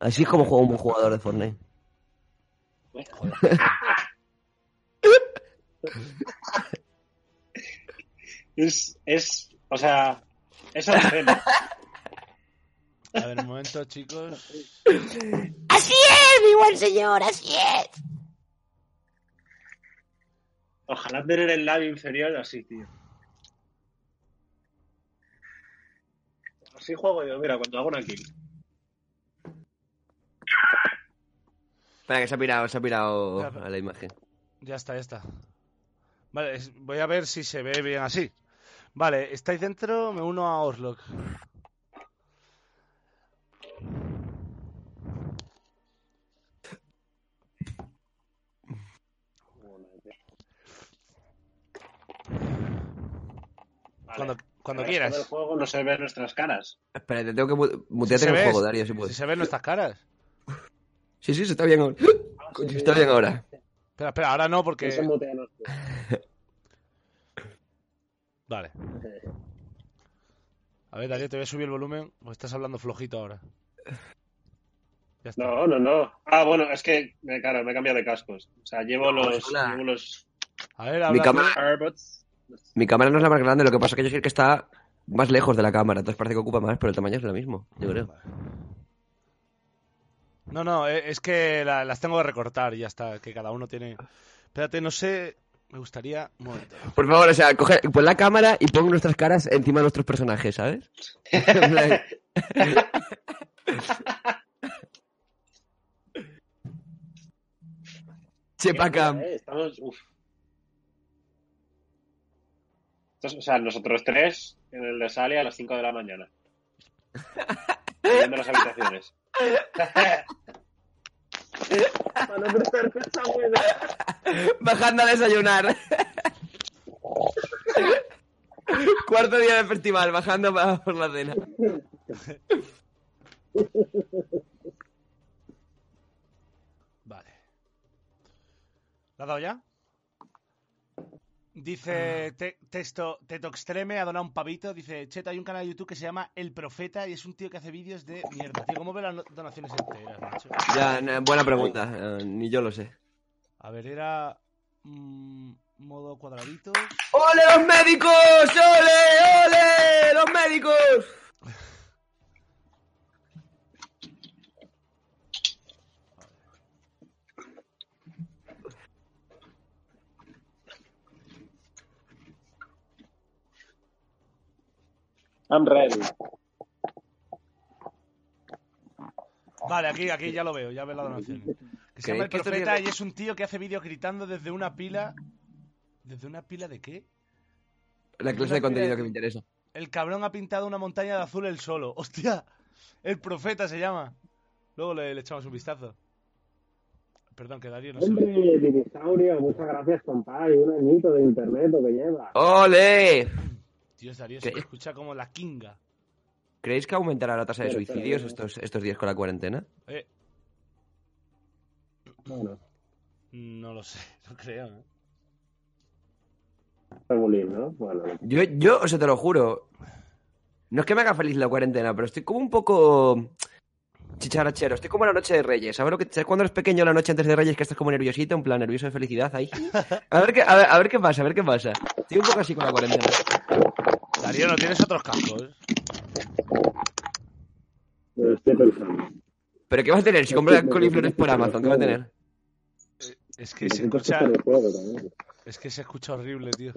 Speaker 3: Así es como juega un buen jugador de Fortnite.
Speaker 1: Es, es, o sea, es obsceno.
Speaker 2: A ver, un momento, chicos.
Speaker 6: Así es, mi buen señor, así es.
Speaker 5: Ojalá tener el labio inferior así, tío. Así juego yo, mira, cuando hago una kill.
Speaker 3: Espera, que se ha pirado, se ha pirado
Speaker 2: Claro.
Speaker 3: a la imagen.
Speaker 2: Ya está, ya está. Vale, es- voy a ver si se ve bien así. Vale, estáis dentro, me uno a Orlok.
Speaker 5: Vale.
Speaker 2: Cuando, cuando
Speaker 5: El resto del
Speaker 2: quieras.
Speaker 5: juego no se ven nuestras caras.
Speaker 3: Espera, te tengo que mu-
Speaker 2: Si
Speaker 3: mutearte
Speaker 2: se
Speaker 3: en el
Speaker 2: ve,
Speaker 3: juego, Darío, si
Speaker 2: si
Speaker 3: puedes.
Speaker 2: se ven nuestras caras.
Speaker 3: Sí, sí, se está bien ahora. Coño, está bien ahora.
Speaker 2: Espera, espera, ahora no
Speaker 5: Que
Speaker 2: porque...
Speaker 5: se mutean los dos.
Speaker 2: Vale. A ver, Darío, te voy a subir el volumen, porque estás hablando flojito ahora. Ya está.
Speaker 5: No, no, no. Ah, bueno, es que, eh, claro, me he cambiado de cascos. O sea, llevo los,
Speaker 3: hola.
Speaker 5: llevo los
Speaker 2: A ver,
Speaker 3: Mi
Speaker 2: habla tú.
Speaker 3: cámara,
Speaker 5: AirPods.
Speaker 3: mi cámara no es la más grande, lo que pasa es que yo sé que está más lejos de la cámara, entonces parece que ocupa más, pero el tamaño es lo mismo, yo creo.
Speaker 2: No, no, eh, es que la- las tengo que recortar y ya está, que cada uno tiene... Espérate, no sé... Me gustaría... Un momento.
Speaker 3: Por favor, o sea, coge, pon la cámara y pon nuestras caras encima de nuestros personajes, ¿sabes? En plan, Chepa Cam.
Speaker 5: Eh, Estamos, uf. Entonces, o sea, nosotros tres en el de Sale a las 5 de la mañana. Viendo las habitaciones.
Speaker 3: Bajando a desayunar. Cuarto día del festival, bajando pa- por la cena.
Speaker 2: Vale. ¿La has dado ya? Dice te- texto Teto Extreme, ha donado un pavito. Dice, Cheta, hay un canal de YouTube que se llama El Profeta y es un tío que hace vídeos de mierda. Tío, ¿cómo ve las no- donaciones enteras, macho?
Speaker 3: Ya, na- buena pregunta, eh, ni yo lo sé.
Speaker 2: A ver, era mm, modo cuadradito.
Speaker 3: ¡Ole los médicos! ¡Ole! ¡Ole! ¡Los médicos!
Speaker 5: I'm ready.
Speaker 2: Vale, aquí, aquí ya lo veo, ya ves la donación. Que se llama El
Speaker 3: ¿Creéis que esto
Speaker 2: Profeta
Speaker 3: tiene-
Speaker 2: y es un tío que hace vídeos gritando desde una pila. ¿Desde una pila de qué?
Speaker 3: La clase de contenido que me interesa.
Speaker 2: El cabrón ha pintado una montaña de azul él solo. ¡Hostia! El profeta se llama. Luego le, le echamos un vistazo. Perdón, que Darío no se ve.
Speaker 5: dinosaurio, muchas gracias, compadre. Un añito de internet que lleva.
Speaker 3: ¡Ole!
Speaker 2: Dios, Darío, se
Speaker 3: ¿Qué?
Speaker 2: escucha como la kinga.
Speaker 3: ¿Creéis que aumentará la tasa de
Speaker 5: Espera, espera,
Speaker 3: suicidios
Speaker 5: espera.
Speaker 3: estos, estos días con la cuarentena?
Speaker 2: Eh,
Speaker 5: Bueno,
Speaker 2: no lo sé, no creo. ¿eh?
Speaker 5: Regulín, ¿no? Bueno,
Speaker 3: Yo, yo, o sea, te lo juro. No es que me haga feliz la cuarentena, pero estoy como un poco chicharachero. Estoy como la noche de Reyes. ¿Sabes, lo que, ¿sabes cuando eres pequeño la noche antes de Reyes que estás como nerviosito, en plan nervioso de felicidad ahí? A ver qué, a ver, a ver qué pasa, a ver qué pasa. Estoy un poco así con la cuarentena.
Speaker 2: Darío, ¿no tienes otros cascos?
Speaker 5: lo estoy pensando.
Speaker 3: ¿Pero qué vas a tener? Si compras coliflores por Amazon, ¿qué vas a tener?
Speaker 2: Es que se escucha, es que se escucha horrible, tío.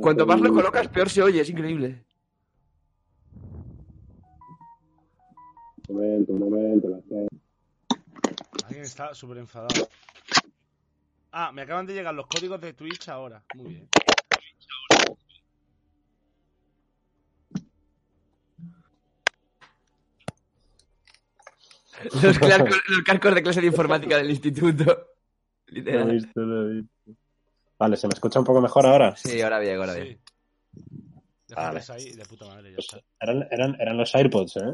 Speaker 3: Cuanto más lo colocas, peor se oye. Es increíble.
Speaker 5: Un momento, un momento.
Speaker 2: Alguien está súper enfadado. Ah, me acaban de llegar los códigos de Twitch ahora. Muy bien.
Speaker 3: Los, clarcos- los cascos de clase de informática del instituto. Literal.
Speaker 1: Vale, ¿se me escucha un poco mejor ahora?
Speaker 3: Sí, ahora bien, ahora
Speaker 1: Eh,
Speaker 3: bien.
Speaker 2: Sí. Déjales
Speaker 1: Vale.
Speaker 2: ahí de puta madre, ya
Speaker 1: Pues
Speaker 2: está.
Speaker 1: eran, eran, eran los AirPods, ¿eh?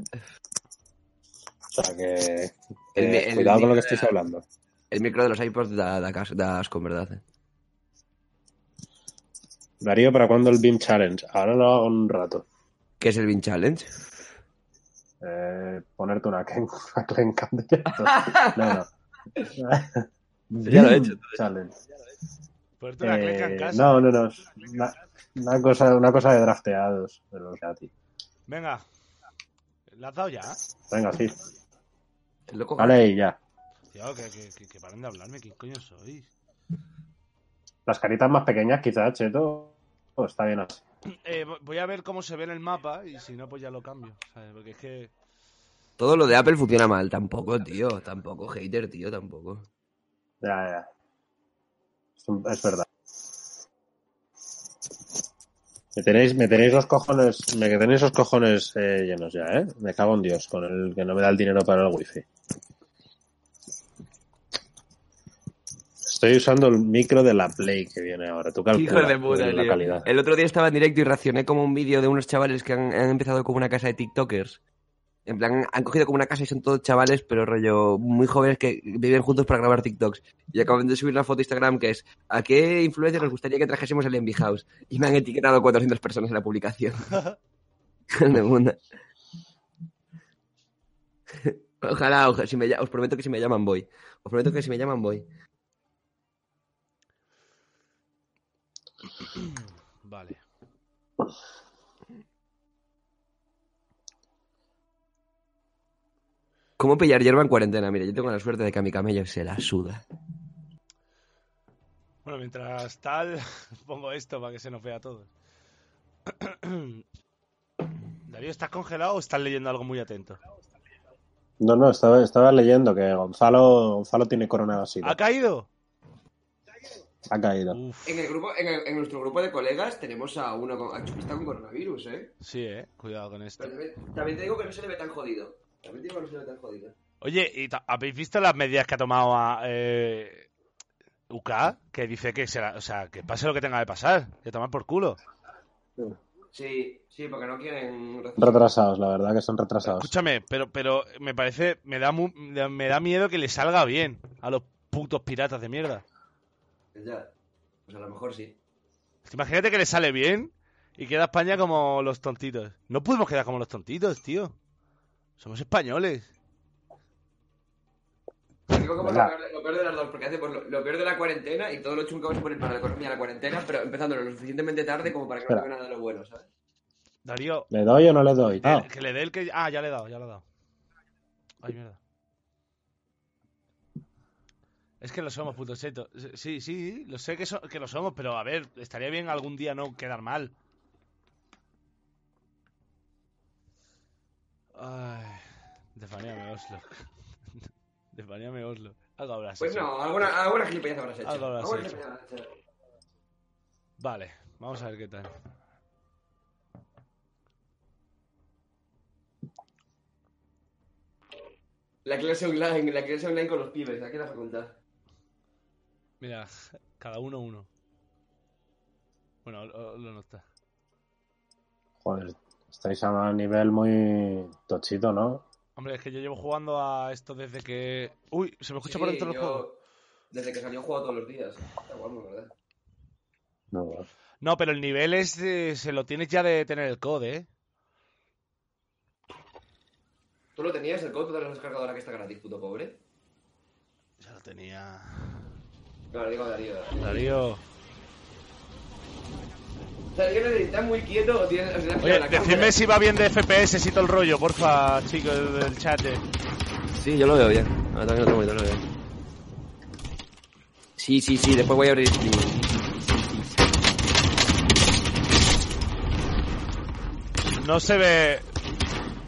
Speaker 1: O sea que. que
Speaker 3: El- el-
Speaker 1: cuidado con lo que estáis hablando.
Speaker 3: El micro de los iPods da, da, cas- da asco, en verdad. eh.
Speaker 1: Darío, ¿para cuándo el Beam Challenge? Ahora lo hago en un rato.
Speaker 3: ¿Qué es el Bin Challenge?
Speaker 1: Eh, ponerte una Ken, una Ken Cam de esto. No, no.
Speaker 3: Ya lo he hecho,
Speaker 1: Beam Challenge.
Speaker 2: Ponerte una cleca en
Speaker 1: Eh,
Speaker 2: casa.
Speaker 1: no, no, no. Una, una cosa, una cosa de drafteados. De los gratis.
Speaker 2: Venga. ¿La has dado ya?
Speaker 1: Venga, sí.
Speaker 3: El loco.
Speaker 1: Vale, y ya.
Speaker 2: Tío, que, que, que, que paren de hablarme. ¿Quién coño sois?
Speaker 1: Las caritas más pequeñas, quizás, Cheto. Oh, está bien así.
Speaker 2: Eh, vo- voy a ver cómo se ve en el mapa y si no, pues ya lo cambio. ¿sabes? Porque es que...
Speaker 3: Todo lo de Apple funciona mal. Tampoco, tío. Tampoco, hater, tío. Tampoco.
Speaker 1: Ya, ya. Es, un- es verdad. Me tenéis, me tenéis los cojones, me tenéis los cojones eh, llenos ya, ¿eh? Me cago en Dios con el que no me da el dinero para el wifi. Estoy usando el micro de la Play que viene ahora. Tú calcula
Speaker 3: Hijo de puta,
Speaker 1: la
Speaker 3: tío.
Speaker 1: calidad.
Speaker 3: El otro día estaba en directo y reaccioné como un vídeo de unos chavales que han, han empezado como una casa de TikTokers. En plan, han cogido como una casa y son todos chavales, pero rollo, muy jóvenes que viven juntos para grabar TikToks. Y acaban de subir una foto a Instagram que es ¿A qué influencer nos gustaría que trajésemos el Envy House? Y me han etiquetado 400 personas en la publicación. de mundo. Ojalá, oja- si me lla- os prometo que si me llaman voy. Os prometo que si me llaman voy.
Speaker 2: Vale.
Speaker 3: ¿Cómo pillar hierba en cuarentena? Mira, yo tengo la suerte de que a mi camello se la suda.
Speaker 2: Bueno, mientras tal, pongo esto para que se nos vea a todos. Darío, ¿estás congelado o estás leyendo algo muy atento?
Speaker 1: No, no, estaba, estaba leyendo que Gonzalo, Gonzalo tiene coronavirus.
Speaker 3: Ah,
Speaker 2: ¿Ha caído?
Speaker 1: Ha caído.
Speaker 2: Uf,
Speaker 3: En, el grupo, en, el- en nuestro grupo de colegas tenemos a uno con, a chupista con coronavirus, ¿eh?
Speaker 2: sí, eh. Cuidado con esto.
Speaker 3: Pero también, también te digo que no se le ve tan jodido. También te digo que no se le ve tan jodido.
Speaker 2: Oye, ¿y ta- ¿habéis visto las medidas que ha tomado a, eh, UK? Que dice que será, o sea, que pase lo que tenga que pasar, que tomar por culo.
Speaker 3: Sí, sí, porque no quieren...
Speaker 1: Retrasados, la verdad que son retrasados.
Speaker 2: Escúchame, pero, pero me parece, me da, mu- me da miedo que le salga bien a los putos piratas de mierda.
Speaker 3: Ya. Pues a lo mejor sí.
Speaker 2: Imagínate que le sale bien y queda España como los tontitos. No pudimos quedar como los tontitos, tío. Somos españoles.
Speaker 3: Digo como
Speaker 1: Venga.
Speaker 3: lo, peor, lo peor de las dos, porque hace pues, lo, lo peor de la cuarentena y todo lo chungo que vamos a poner para la economía de la cuarentena, pero empezándolo lo suficientemente tarde como para que
Speaker 1: Espera.
Speaker 3: no tenga nada de lo bueno, ¿sabes?
Speaker 2: Darío,
Speaker 1: ¿Le doy o no le doy?
Speaker 3: Eh,
Speaker 1: No.
Speaker 2: el- que le dé el que... Ah, ya le he dado, ya le he dado. Ay, mierda. Es que lo somos, puto seto. Sí, sí, lo sé que, so- que lo somos, pero a ver, estaría bien algún día no quedar mal. Ay, desvaneame Oslo. desvaneame Oslo. Algo habrás
Speaker 3: Pues
Speaker 2: hecho.
Speaker 3: no, alguna, alguna gilipollas habrás hecho.
Speaker 2: Algo habrás
Speaker 3: Alguna
Speaker 2: hecho.
Speaker 3: gilipollas habrás hecho.
Speaker 2: Vale, vamos a ver qué tal.
Speaker 3: La clase online, la clase online con los pibes, aquí en la facultad.
Speaker 2: Mira, cada uno uno. Bueno, lo, lo no está.
Speaker 1: Joder, estáis a un nivel muy tochito, ¿no?
Speaker 2: Hombre, es que yo llevo jugando a esto desde que... Uy, se me escucha por
Speaker 3: Sí,
Speaker 2: dentro los
Speaker 3: yo,
Speaker 2: juegos.
Speaker 3: Desde que salió he jugado todos los días. Está guapo, ¿verdad?
Speaker 1: No, no.
Speaker 2: No, pero el nivel es de- se lo tienes ya de tener el code, ¿eh?
Speaker 3: ¿Tú lo tenías el code? ¿Tú te lo has descargado ahora que está gratis, puto pobre?
Speaker 2: Ya lo tenía.
Speaker 3: Claro, digo a Darío.
Speaker 2: Darío.
Speaker 3: Darío, ¿no ¿estás muy quieto o tienes... o sea,
Speaker 2: Oye,
Speaker 3: la cámara?
Speaker 2: decidme si va bien de FPS y todo el rollo, porfa, chicos del chat. eh.
Speaker 3: Sí, yo lo veo bien. Ahora también otro monitor lo veo. Sí, sí, sí, después voy a abrir streaming.
Speaker 2: No se ve...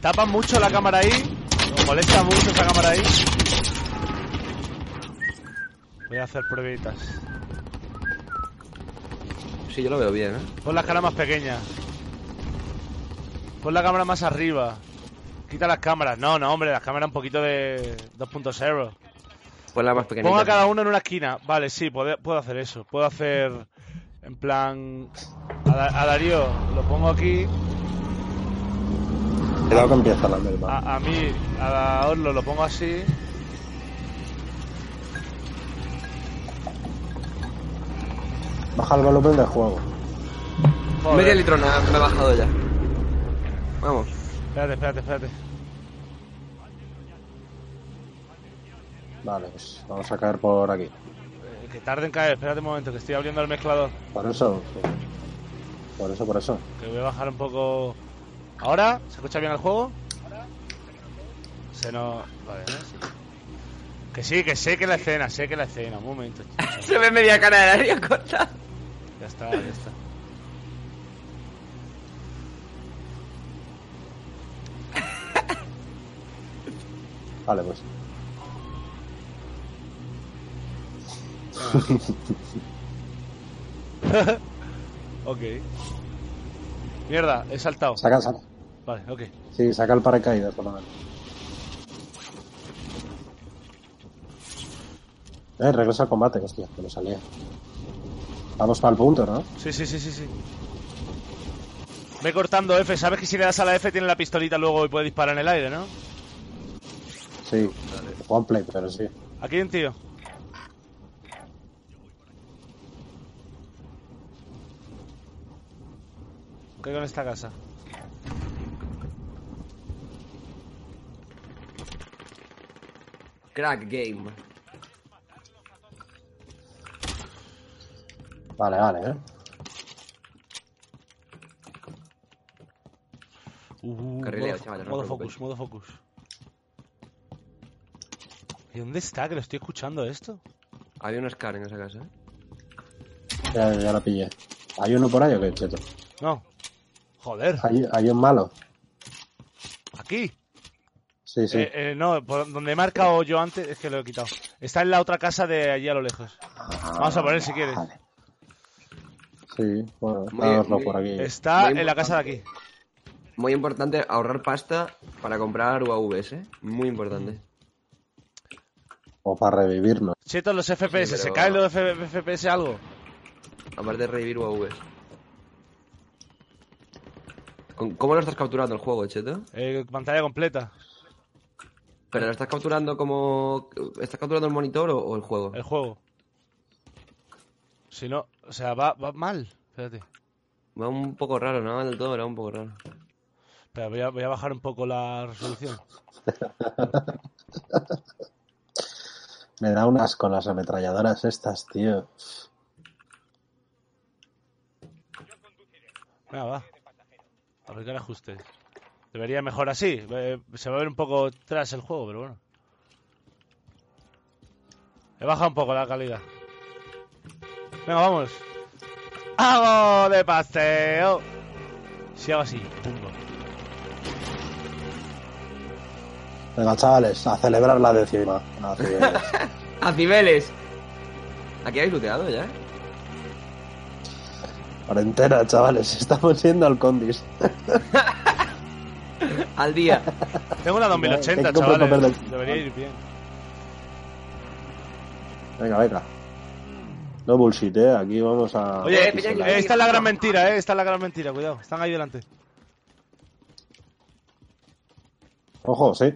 Speaker 2: Tapan mucho la cámara ahí. Nos molesta mucho esa cámara ahí. Voy a hacer pruebitas.
Speaker 3: Sí, yo lo veo bien, ¿eh?
Speaker 2: Pon la cara más pequeña. Pon la cámara más arriba. Quita las cámaras. No, no, hombre, las cámaras un poquito de 2.0.
Speaker 3: Pon Pues la más pequeña.
Speaker 2: Ponga cada uno en una esquina. Vale, sí, puedo, puedo hacer eso. Puedo hacer. En plan. A, Da- a Darío lo pongo aquí.
Speaker 1: Cuidado que empieza la merma.
Speaker 2: A, a mí, a Orlo lo pongo así.
Speaker 1: Baja el volumen del juego.
Speaker 2: Joder.
Speaker 3: Medio litro nada, me he bajado ya. Vamos.
Speaker 2: Espérate, espérate, espérate.
Speaker 1: Vale, pues vamos a caer por aquí.
Speaker 2: Eh, Que tarde en caer. Espérate un momento, que estoy abriendo el mezclador.
Speaker 1: Por eso. Por eso, por eso.
Speaker 2: Que voy a bajar un poco ¿Ahora? ¿Se escucha bien el juego? Se nos... Vale, ¿no? Sí. Que sí, que sé que la escena, sé que la escena. Un momento, chico.
Speaker 3: Se ve media cara de área corta.
Speaker 2: Ya está, ya está.
Speaker 7: Vale, pues.
Speaker 2: Ok. Mierda, he saltado.
Speaker 7: Saca, saca.
Speaker 2: Vale, ok.
Speaker 7: Sí, saca el paracaídas, por lo menos. Eh, regresa al combate, hostia, que lo salía. Vamos para el punto, ¿no?
Speaker 2: Sí, sí, sí, sí, sí. Ve cortando F. Sabes que si le das a la F tiene la pistolita luego y puede disparar en el aire, ¿no?
Speaker 7: Sí. Juan Play, pero sí.
Speaker 2: Aquí hay un tío. ¿Qué hay con esta casa?
Speaker 3: Crack game.
Speaker 7: Vale, vale, eh.
Speaker 2: Uh,
Speaker 3: Carrileo,
Speaker 2: modo,
Speaker 3: chavales, no
Speaker 2: modo
Speaker 3: os
Speaker 2: focus,
Speaker 3: preocupéis.
Speaker 2: modo focus. ¿Y dónde está? Que lo estoy escuchando esto.
Speaker 3: Había un Scar en esa casa. ¿eh?
Speaker 7: Ya, ya la pillé. ¿Hay uno por ahí o qué, cheto?
Speaker 2: No. Joder,
Speaker 7: ¿Hay, hay un malo?
Speaker 2: aquí.
Speaker 7: Sí, sí.
Speaker 2: Eh, eh, no, por donde he marcado yo antes es que lo he quitado. Está en la otra casa de allí a lo lejos. Vamos a poner si quieres.
Speaker 7: Ah, Vale. Sí, bueno,
Speaker 3: Muy
Speaker 7: dánoslo
Speaker 3: bien, muy
Speaker 7: por aquí.
Speaker 2: Está
Speaker 3: Muy
Speaker 2: en la casa de aquí.
Speaker 3: Muy importante ahorrar pasta para comprar UAVs, ¿eh? Muy importante.
Speaker 7: O para revivirnos.
Speaker 2: Chetos, los FPS, ¿se
Speaker 3: pero-
Speaker 2: caen los F- FPS algo?
Speaker 3: Aparte de revivir UAVs. ¿Con- ¿Cómo lo estás capturando el juego, Cheto?
Speaker 2: Eh, pantalla completa.
Speaker 3: ¿Pero lo estás capturando como... ¿Estás capturando el monitor o, o el juego?
Speaker 2: El juego. Si no, o sea, va, va mal. Espérate.
Speaker 3: Va un poco raro, no del todo, pero va un poco raro.
Speaker 2: Espera, voy, a, voy a bajar un poco la resolución.
Speaker 7: Me da unas con las ametralladoras estas, tío.
Speaker 2: Venga, va. Aplicar ajuste. Debería mejor así. eh, se va a ver un poco tras el juego, pero bueno. He bajado un poco la calidad. Venga, vamos. ¡Hago de paseo! Si hago así, pumba.
Speaker 7: Venga, chavales, a celebrar la décima. A celebrar.
Speaker 3: ¡A Cibeles! ¿Aquí habéis looteado ya? ¿eh?
Speaker 7: Cuarentena, chavales, estamos yendo al Condis.
Speaker 3: Al día.
Speaker 2: Tengo una
Speaker 7: Tengo
Speaker 2: 2080,
Speaker 7: que comprar papel
Speaker 2: chavales.
Speaker 7: de-
Speaker 2: Debería ir bien.
Speaker 7: Venga, venga. No bullshit, eh. Aquí vamos a.
Speaker 2: Oye,
Speaker 3: eh, Peña,
Speaker 7: Aquí se la-
Speaker 2: eh, esta es la gran mentira, eh. Esta es la gran mentira, cuidado. Están ahí delante.
Speaker 7: Ojo, sí.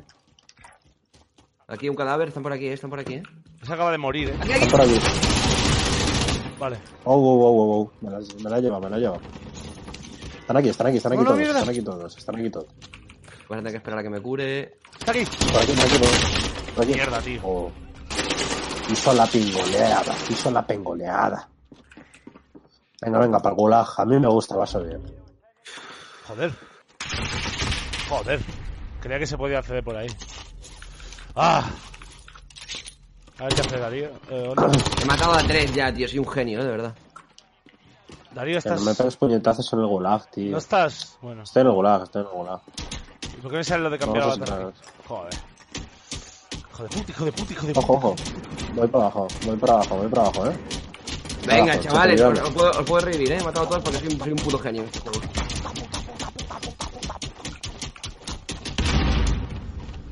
Speaker 3: Aquí un cadáver, están por aquí, eh, están por aquí. eh.
Speaker 2: Se acaba de morir, eh.
Speaker 7: está Por aquí.
Speaker 2: Vale.
Speaker 7: Oh, wow, wow, wow, wow. Me la, me la lleva, me la lleva. Están aquí, están aquí, están aquí
Speaker 2: No, no,
Speaker 7: todos.
Speaker 2: mierda.
Speaker 7: Están aquí todos, están aquí todos.
Speaker 3: Voy a tener que esperar a que me cure.
Speaker 2: Está aquí.
Speaker 7: Por aquí, por aquí, por aquí. Por aquí.
Speaker 2: Mierda, tío.
Speaker 7: Oh. Hizo la pingoleada, hizo la pengoleada. Venga, venga, para el gulag. A mí me gusta, va a ser bien.
Speaker 2: Joder. Joder. Creía que se podía acceder por ahí. ¡Ah! A ver qué hace Darío. Eh, hola.
Speaker 3: He matado a tres ya, tío, soy un genio, eh, de verdad.
Speaker 2: Darío,
Speaker 7: Que no me Este-
Speaker 2: ¿estás?
Speaker 7: pegues puñetazos en el gulag, tío.
Speaker 2: ¿No estás? Bueno.
Speaker 7: Estoy en el gulag, estoy en el gulag.
Speaker 2: ¿y ¿Por qué me sale lo de cambiar
Speaker 7: Vamos a
Speaker 2: avatar?
Speaker 7: entrar.
Speaker 2: Joder. Hijo de puta, hijo de puta, hijo de puta.
Speaker 7: Ojo, ojo. Voy para abajo, voy para abajo, voy para abajo, eh.
Speaker 3: Venga,
Speaker 7: Abajo,
Speaker 3: chavales,
Speaker 7: chato,
Speaker 3: os, os puedo, os puedo revivir, eh. He matado a todos porque soy un, soy un puto genio. este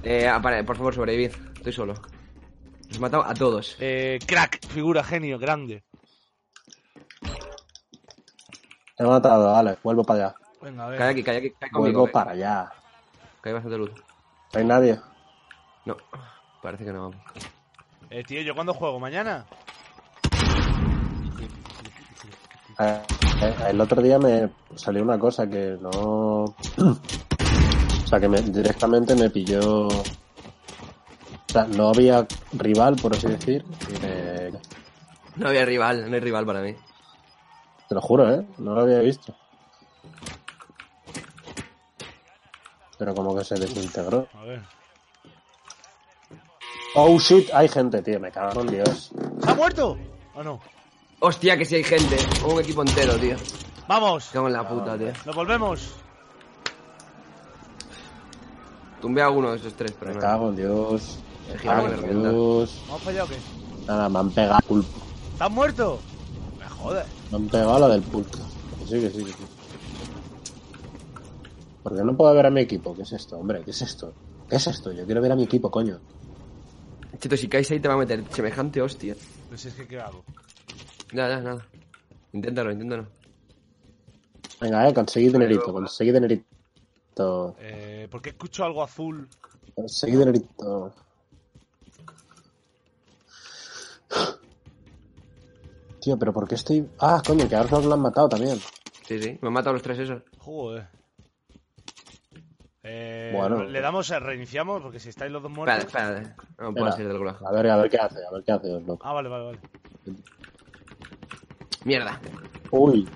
Speaker 3: Eh, ah, para, por favor, sobrevivir. Estoy solo. Los he matado a todos.
Speaker 2: Eh, crack, figura, genio, grande.
Speaker 7: Te he matado, vale, vuelvo para allá.
Speaker 2: Venga, a
Speaker 3: Cae
Speaker 2: ver.
Speaker 3: aquí, cae aquí, cae
Speaker 7: Vuelvo
Speaker 3: conmigo. eh.
Speaker 7: para allá.
Speaker 3: Que hay bastante luz.
Speaker 7: No hay nadie.
Speaker 3: No, parece que no. vamos.
Speaker 2: Eh, tío, ¿yo cuándo juego? ¿Mañana?
Speaker 7: Eh, eh, el otro día me salió una cosa que no. o sea, que me- directamente me pilló. O sea, no había rival, por así decir. y me-
Speaker 3: No había rival, no hay rival para mí.
Speaker 7: te lo juro, ¿eh? No lo había visto. Pero como que se desintegró.
Speaker 2: A ver.
Speaker 7: Oh shit, hay gente, tío, me cago en Dios.
Speaker 2: ¿Se ha muerto? ¿O no?
Speaker 3: Hostia, que si hay gente. Un equipo entero, tío.
Speaker 2: Vamos,
Speaker 3: Cago en la puta, tío.
Speaker 2: nos volvemos.
Speaker 3: Tumbé a uno de esos tres, pero
Speaker 7: Me
Speaker 3: no.
Speaker 7: cago en Dios. Me
Speaker 3: Se gira
Speaker 7: cago
Speaker 3: la
Speaker 7: en
Speaker 3: herramienta.
Speaker 7: Dios.
Speaker 2: ¿Hemos fallado o qué?
Speaker 7: Nada, me han pegado pulpo.
Speaker 2: ¿Estás muerto? Me jodas.
Speaker 7: Me han pegado la del pulpo. Que sí, que sí, que sí. ¿Por qué no puedo ver a mi equipo? ¿Qué es esto, hombre? ¿Qué es esto? ¿Qué es esto? Yo quiero ver a mi equipo, coño.
Speaker 3: Chito, si caes ahí te va a meter semejante hostia.
Speaker 2: Pues es que, ¿qué hago?
Speaker 3: Nada, nada, nada. Inténtalo, inténtalo.
Speaker 7: Venga, eh, conseguí dinerito, conseguí dinerito.
Speaker 2: Eh, ¿Por qué escucho algo azul?
Speaker 7: Conseguí dinerito. Tío, pero ¿por qué estoy...? Ah, coño, que a Arnold lo han matado también.
Speaker 3: Sí, sí. Me han matado los tres esos.
Speaker 2: Joder. Eh,
Speaker 7: Bueno.
Speaker 2: le damos, a- reiniciamos, porque si estáis los dos
Speaker 3: Espera,
Speaker 2: muertos.
Speaker 3: espera. eh. No puedo
Speaker 7: Espera.
Speaker 3: salir del gulag.
Speaker 7: A ver, a ver qué hace, a ver qué hace, os loco.
Speaker 2: Ah, vale, vale, vale.
Speaker 3: Mierda.
Speaker 7: Uy,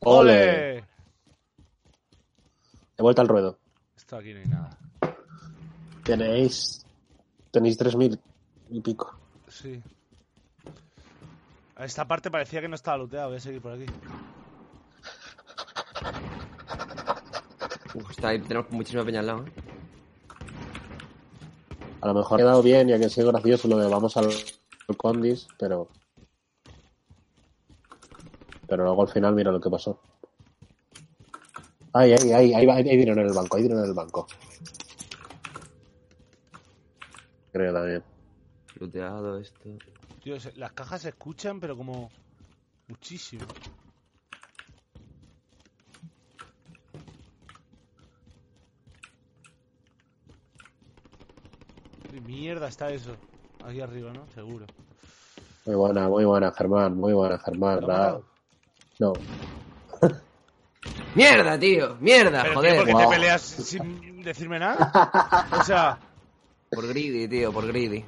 Speaker 7: Ole.
Speaker 2: ¡Ole!
Speaker 7: de vuelta al ruedo.
Speaker 2: Esto aquí no hay nada.
Speaker 7: Tenéis. Tenéis 3.000 y pico.
Speaker 2: Sí. Esta parte parecía que no estaba looteada, voy a seguir por aquí.
Speaker 3: Uf, está ahí. Tenemos muchísima peña al lado, ¿eh?
Speaker 7: A lo mejor ha quedado bien y ha que sido gracioso lo de vamos al, al Condis, pero. Pero luego al final mira lo que pasó. Ay, ay, ay, ahí va- hay, dinero en el banco, hay dinero en el banco. Creo también.
Speaker 3: Looteado esto.
Speaker 2: Tío, se- las cajas se escuchan, pero como. Muchísimo. ¿Qué mierda está eso? Aquí arriba, ¿no? Seguro.
Speaker 7: Muy buena, muy buena, Germán, muy buena, Germán.
Speaker 2: ¿Lo han
Speaker 7: nada.
Speaker 2: matado?
Speaker 7: No,
Speaker 3: ¡Mierda, tío! ¡Mierda!
Speaker 2: Pero, tío,
Speaker 3: Ah, joder.
Speaker 2: ¿por qué
Speaker 7: guau.
Speaker 2: te peleas sin decirme nada? O sea,
Speaker 3: Por greedy, tío, por greedy.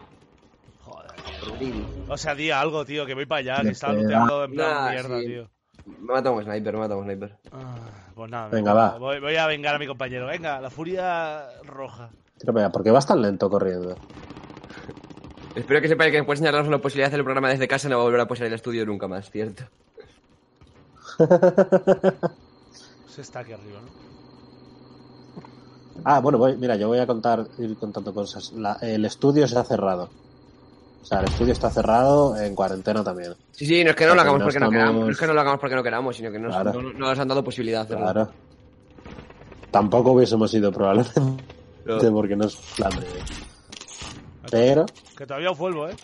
Speaker 2: joder.
Speaker 3: Por greedy.
Speaker 2: O sea, di algo, tío, que voy para allá, que
Speaker 7: Me
Speaker 2: está
Speaker 7: pega.
Speaker 2: looteando en plan
Speaker 3: Nah,
Speaker 2: mierda,
Speaker 3: sí.
Speaker 2: tío.
Speaker 3: Me mata un sniper, me mata un sniper.
Speaker 2: Ah, pues nada, me
Speaker 7: Venga,
Speaker 2: voy.
Speaker 7: va.
Speaker 2: Voy, voy a vengar a mi compañero. Venga, la furia roja.
Speaker 7: tira para allá. ¿Por qué vas tan lento corriendo?
Speaker 3: Espero que sepáis que después de enseñarnos la posibilidad de hacer el programa desde casa no va a volver a posar el estudio nunca más, ¿cierto?
Speaker 2: Se está aquí arriba, ¿no?
Speaker 7: Ah, bueno, voy, mira, yo voy a contar, ir contando cosas. La- el estudio se ha cerrado. O sea, el estudio está cerrado, en cuarentena también.
Speaker 3: Sí, sí, no es que no lo
Speaker 7: Porque
Speaker 3: hagamos
Speaker 7: no
Speaker 3: porque no
Speaker 7: estamos-
Speaker 3: queramos, no es que no lo hagamos porque no queramos, sino que nos-
Speaker 7: Claro.
Speaker 3: no, no nos han dado posibilidad de hacerlo.
Speaker 7: Claro. Tampoco hubiésemos ido probablemente
Speaker 3: Pero-
Speaker 7: porque no es plan de... Pero,
Speaker 2: Que todavía os vuelvo, ¿eh?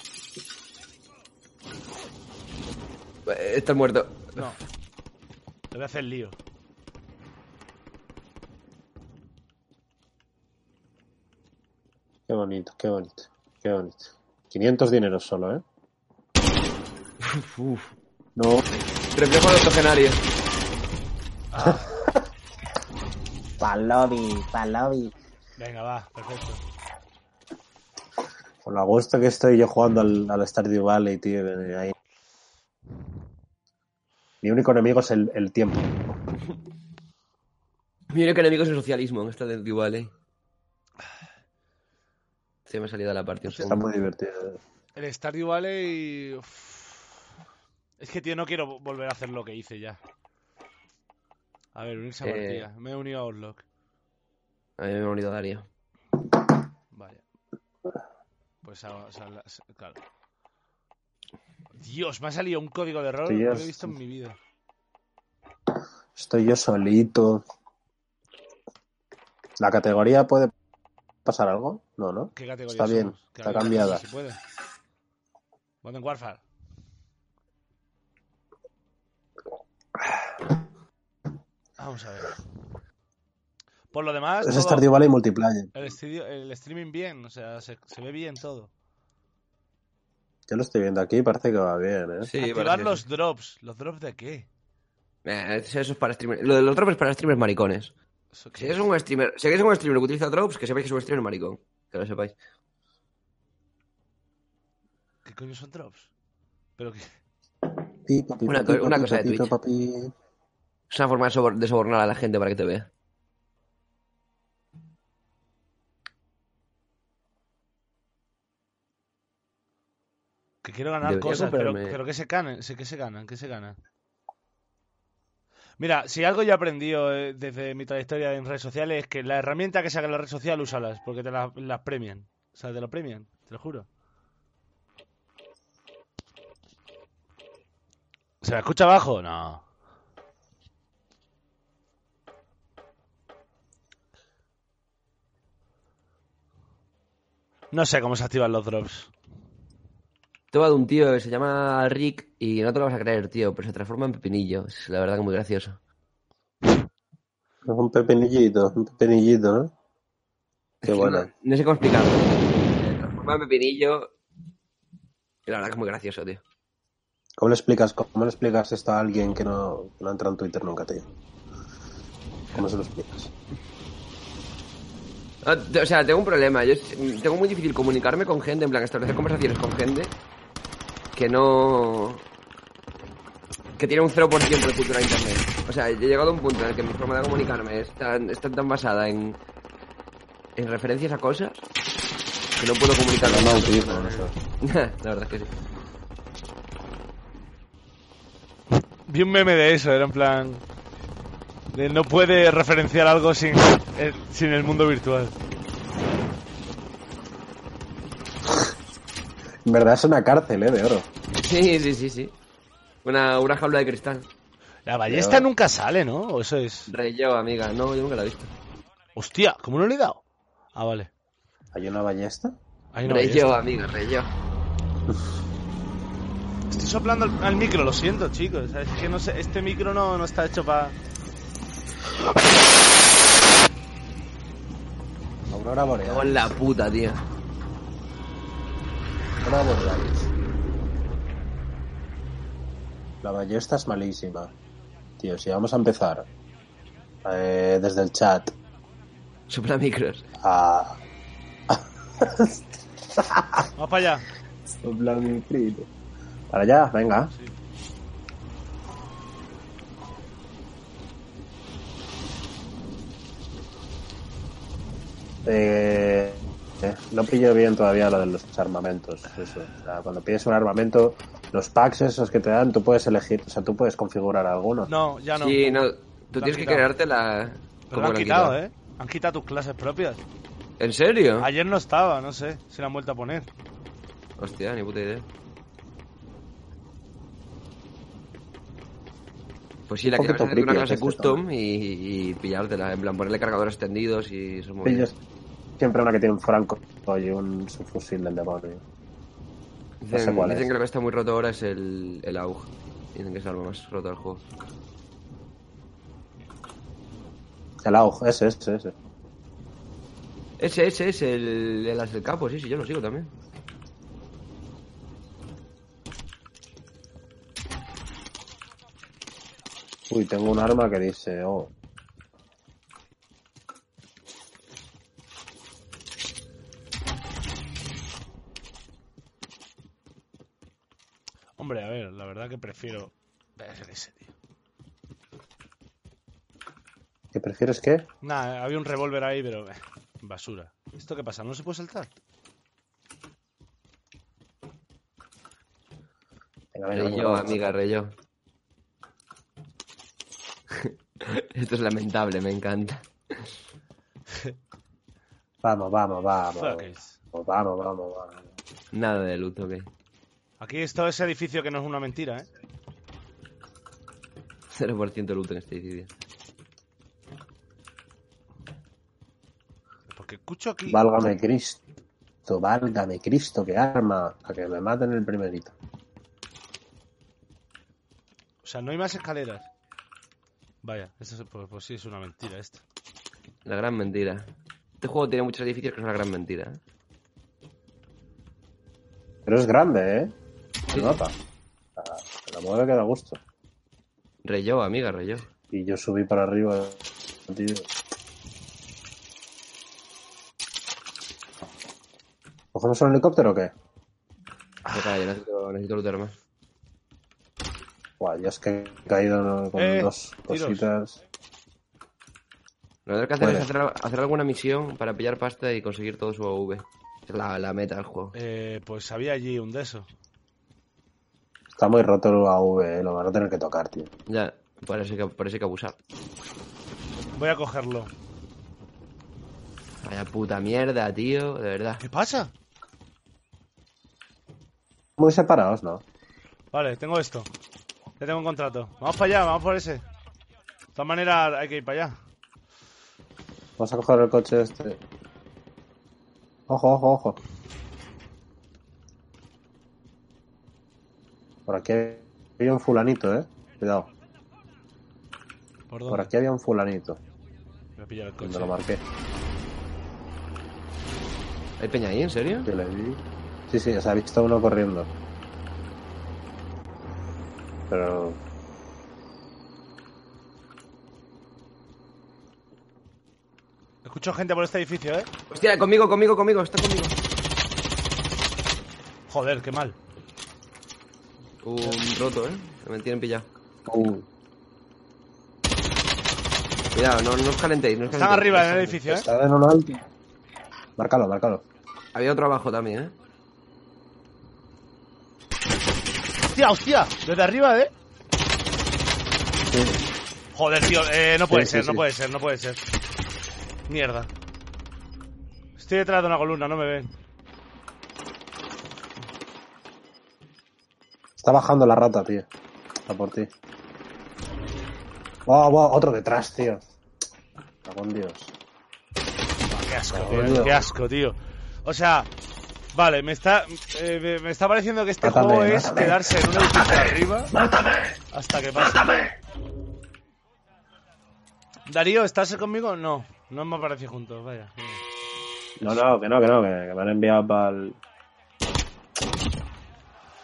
Speaker 3: Eh, Estás muerto.
Speaker 2: No. Te voy a hacer lío.
Speaker 7: qué bonito, qué bonito, qué bonito. 500 dineros solo, ¿eh? No,
Speaker 3: Reflejo de octogenario.
Speaker 8: Pa'l lobby, pa'l lobby.
Speaker 2: Venga, va, perfecto.
Speaker 7: con lo a gusto que estoy yo jugando al, al Stardew Valley, tío. eh, ahí. Mi único enemigo es el- el tiempo.
Speaker 3: Mi único enemigo es el socialismo en esta de Duval, eh. Se me ha salido la parte un
Speaker 7: Está
Speaker 3: segundo.
Speaker 7: muy divertido.
Speaker 2: El Stardew Valley... uf. Es que, tío, no quiero vo- volver a hacer lo que hice ya. A ver, unirse a
Speaker 3: Eh.
Speaker 2: partida. Me he unido a Outlook.
Speaker 3: A mí me ha unido Darío.
Speaker 2: Vaya. Pues ahora... o sea, la- se- claro. Dios, me ha salido un código de error que no lo he
Speaker 7: Dios.
Speaker 2: visto en mi vida.
Speaker 7: Estoy yo solito. ¿La categoría puede pasar algo? No, ¿no?
Speaker 2: ¿Qué categoría
Speaker 7: Está bien,
Speaker 2: somos? Que
Speaker 7: está
Speaker 2: alguien
Speaker 7: cambiada.
Speaker 2: pase, Si puede. Modern Warfare. Vamos a ver. Por lo demás,
Speaker 3: Pues
Speaker 7: Es
Speaker 2: todo-
Speaker 7: Stardew Valley multiplayer.
Speaker 2: el, estudio- el streaming bien, o sea, se, se ve bien todo.
Speaker 7: Yo lo estoy viendo aquí, parece que va bien, ¿eh?
Speaker 3: Sí,
Speaker 2: Activar
Speaker 3: parece-
Speaker 2: los drops. ¿Los drops de qué?
Speaker 3: Eh, eso es para streamers. Lo de los drops es para streamers maricones.
Speaker 2: ¿Eso
Speaker 3: Si
Speaker 2: qué
Speaker 3: eres
Speaker 2: es?
Speaker 3: un streamer, si eres un streamer que utiliza drops, que sepáis que es un streamer maricón. Que lo sepáis.
Speaker 2: ¿Qué coño son drops? Pero que...
Speaker 7: Pi, papi,
Speaker 3: Una
Speaker 7: papi,
Speaker 3: co- una
Speaker 7: papi,
Speaker 3: cosa de
Speaker 7: papito,
Speaker 3: Twitch.
Speaker 7: papi.
Speaker 3: Es una forma de, sobor- de sobornar a la gente para que te vea.
Speaker 2: Que quiero ganar
Speaker 3: Debería
Speaker 2: cosas, pero,
Speaker 3: comprarme-
Speaker 2: pero que se ganan, sé que se ganan, que se ganan. Mira, si algo yo he aprendido eh, desde mi trayectoria en redes sociales es que la herramienta que saca la red social, úsalas, porque te la- las premian. O sea, te lo premian, te lo juro. ¿Se la escucha abajo? No. No sé cómo se activan los drops.
Speaker 3: Tengo de un tío que se llama Rick y no te lo vas a creer, tío, pero se transforma en pepinillo. Es la verdad que muy gracioso.
Speaker 7: Es un pepinillito, un pepinillito, ¿no?
Speaker 3: Es que
Speaker 7: Qué bueno.
Speaker 3: No, no sé cómo explicarlo. Se transforma en pepinillo. Y la verdad que es muy gracioso, tío.
Speaker 7: ¿Cómo le explicas, cómo le explicas esto a alguien que no, que no entra en Twitter nunca, tío? ¿Cómo se lo explicas?
Speaker 3: Ah, t- O sea, tengo un problema. Yo s- mm, tengo muy difícil comunicarme con gente, en plan, establecer conversaciones con gente que no. que tiene un 0% de cultura de internet. O sea, yo he llegado a un punto en el que mi forma de comunicarme es tan, es tan, tan basada en. en referencias a cosas que no puedo comunicarme.
Speaker 7: No, no,
Speaker 3: con
Speaker 7: utilizo,
Speaker 3: otra
Speaker 7: no sé.
Speaker 3: persona. La verdad es que sí.
Speaker 2: Vi un meme de eso, era en plan. de no puede referenciar algo sin el, sin el mundo virtual.
Speaker 7: En verdad es una cárcel, ¿eh? De oro.
Speaker 3: Sí, sí, sí, sí. Una, una jaula de cristal.
Speaker 2: La ballesta
Speaker 7: Pero-
Speaker 2: nunca sale, ¿no? O eso es.
Speaker 3: Rey yo, amiga. No, yo nunca la he visto.
Speaker 2: ¡Hostia! ¿Cómo no le he dado? Ah, vale.
Speaker 7: ¿Hay una ballesta?
Speaker 2: Ahí no.
Speaker 3: Rey yo, amiga, rey yo.
Speaker 2: Estoy soplando al, al micro, lo siento, chicos. O sea, Es que no sé, este micro no, no está hecho para.
Speaker 7: Aurora boreal.
Speaker 3: Cago en la puta, tío.
Speaker 7: Aurora borealis. La ballesta es malísima. Tío, si vamos a empezar eh, desde el chat
Speaker 3: Sopla micros.
Speaker 7: a...
Speaker 2: Vamos para allá.
Speaker 7: Para allá, venga. Eh, eh, no pillo bien todavía lo de los armamentos. Eso. O sea, cuando pides un armamento, los packs esos que te dan, tú puedes elegir, o sea, tú puedes configurar alguno.
Speaker 2: No, ya no.
Speaker 3: Sí, no.
Speaker 2: Lo
Speaker 3: Tú
Speaker 2: han
Speaker 3: tienes que
Speaker 2: quitado.
Speaker 3: crearte la.
Speaker 2: Pero lo han
Speaker 3: lo
Speaker 2: quitado, ¿eh? Han quitado tus clases propias.
Speaker 3: ¿En serio?
Speaker 2: Ayer no estaba, no sé si la han vuelto a poner.
Speaker 3: Hostia, ni puta idea. Pues sí, la
Speaker 7: Un
Speaker 3: que vas a
Speaker 7: poquito
Speaker 3: hacer una
Speaker 7: creepy
Speaker 3: clase
Speaker 7: este
Speaker 3: custom y, y pillártela, en plan ponerle cargadores extendidos y esos
Speaker 7: Pillo
Speaker 3: movidas.
Speaker 7: Pues siempre una que tiene un franco y un subfusil del demonio.
Speaker 3: Dicen,
Speaker 7: sé cuál
Speaker 3: dicen
Speaker 7: es.
Speaker 3: que lo que está muy roto ahora es el, el AUG. Dicen que es algo más roto del juego.
Speaker 7: El AUG, ese, ese, ese.
Speaker 3: Ese, ese es el, el as del capo, sí, sí, yo lo sigo también.
Speaker 7: Uy, tengo un arma que dice, oh,
Speaker 2: Hombre, a ver, la verdad que prefiero. Es ese, tío.
Speaker 7: ¿qué prefieres qué?
Speaker 2: Nada, había un revólver ahí, pero. eh, Basura. ¿Esto qué pasa? ¿No se puede saltar?
Speaker 7: Venga, venga,
Speaker 3: Rey
Speaker 7: venga,
Speaker 3: yo,
Speaker 7: vamos.
Speaker 3: amiga, rey yo. Esto es lamentable, me encanta.
Speaker 7: Vamos, vamos, vamos.
Speaker 2: Fuck it.
Speaker 7: Vamos, vamos, vamos. vamos.
Speaker 3: Nada de luto, ok.
Speaker 2: Aquí está ese edificio que no es una mentira, ¿eh?
Speaker 3: 0% luto en este edificio.
Speaker 2: Porque escucho aquí.
Speaker 7: Válgame Cristo, válgame Cristo, que arma. A que me maten el primerito.
Speaker 2: O sea, no hay más escaleras. Vaya, eso es- pues, pues sí es una mentira esto.
Speaker 3: La gran mentira. Este juego tiene muchos edificios que son la gran mentira. ¿eh?
Speaker 7: Pero es grande, ¿eh? Se
Speaker 3: Sí.
Speaker 7: nota. Ah, se la mueve que da gusto.
Speaker 3: Rey yo, amiga, rey yo.
Speaker 7: Y yo subí para arriba. tío. ¿Cogemos un helicóptero o qué?
Speaker 3: Yo, cara, yo necesito, necesito lootear más.
Speaker 7: Buah, yo es que he caído con
Speaker 2: Eh,
Speaker 7: dos
Speaker 2: tiros.
Speaker 7: cositas.
Speaker 3: Lo que tendré que hacer
Speaker 7: Bueno.
Speaker 3: es hacer, hacer alguna misión para pillar pasta y conseguir todo su AV. Es la, la meta del juego.
Speaker 2: Eh, pues había allí un de esos.
Speaker 7: Está muy roto el AV, eh, lo van a tener que tocar, tío.
Speaker 3: Ya, por eso hay que, por eso hay que abusar.
Speaker 2: Voy a cogerlo.
Speaker 3: Vaya puta mierda, tío, de verdad.
Speaker 2: ¿Qué pasa?
Speaker 7: Muy separados, ¿no?
Speaker 2: Vale, tengo esto. Ya tengo un contrato. Vamos para allá, vamos por ese. De todas maneras, hay que ir para allá.
Speaker 7: Vamos a coger el coche este. Ojo, ojo, ojo. Por aquí había un fulanito, eh. Cuidado.
Speaker 2: ¿Por dónde?
Speaker 7: Por aquí había un fulanito.
Speaker 2: Voy a pillar el coche.
Speaker 7: Cuando lo marqué.
Speaker 3: ¿Hay peña ahí, en serio?
Speaker 7: Yo le vi. Sí, sí, o sea, he visto uno corriendo. Pero.
Speaker 2: Escucho gente por este edificio, ¿eh?
Speaker 3: Hostia, conmigo, conmigo, conmigo, está conmigo.
Speaker 2: Joder, qué mal.
Speaker 3: Un roto, eh. Me tienen pillado.
Speaker 7: Uh,
Speaker 3: Cuidado, no, no os calentéis, no os
Speaker 2: Están
Speaker 3: calentéis.
Speaker 2: arriba en el edificio, ¿eh?
Speaker 7: está en uno alto. Márcalo, márcalo.
Speaker 3: Había otro abajo también, eh.
Speaker 2: ¡Hostia, hostia! Desde arriba, ¿eh?
Speaker 7: Sí.
Speaker 2: Joder, tío, eh, no puede
Speaker 7: Sí, sí,
Speaker 2: ser, no
Speaker 7: sí.
Speaker 2: puede ser, no puede ser. Mierda. Estoy detrás de una columna, no me ven.
Speaker 7: Está bajando la rata, tío. Está por ti. Wow, wow, otro detrás, tío. Con Dios.
Speaker 2: Qué asco,
Speaker 7: Joder,
Speaker 2: tío,
Speaker 7: tío.
Speaker 2: qué asco, tío. O sea, vale, me está, eh, me- me está pareciendo que este
Speaker 7: Mátame,
Speaker 2: juego es
Speaker 7: mátame.
Speaker 2: quedarse en un edificio arriba hasta que pase. Darío, ¿estás conmigo? No, no me aparecido juntos, vaya.
Speaker 7: No, no, que no, que no, que, que me han enviado para el...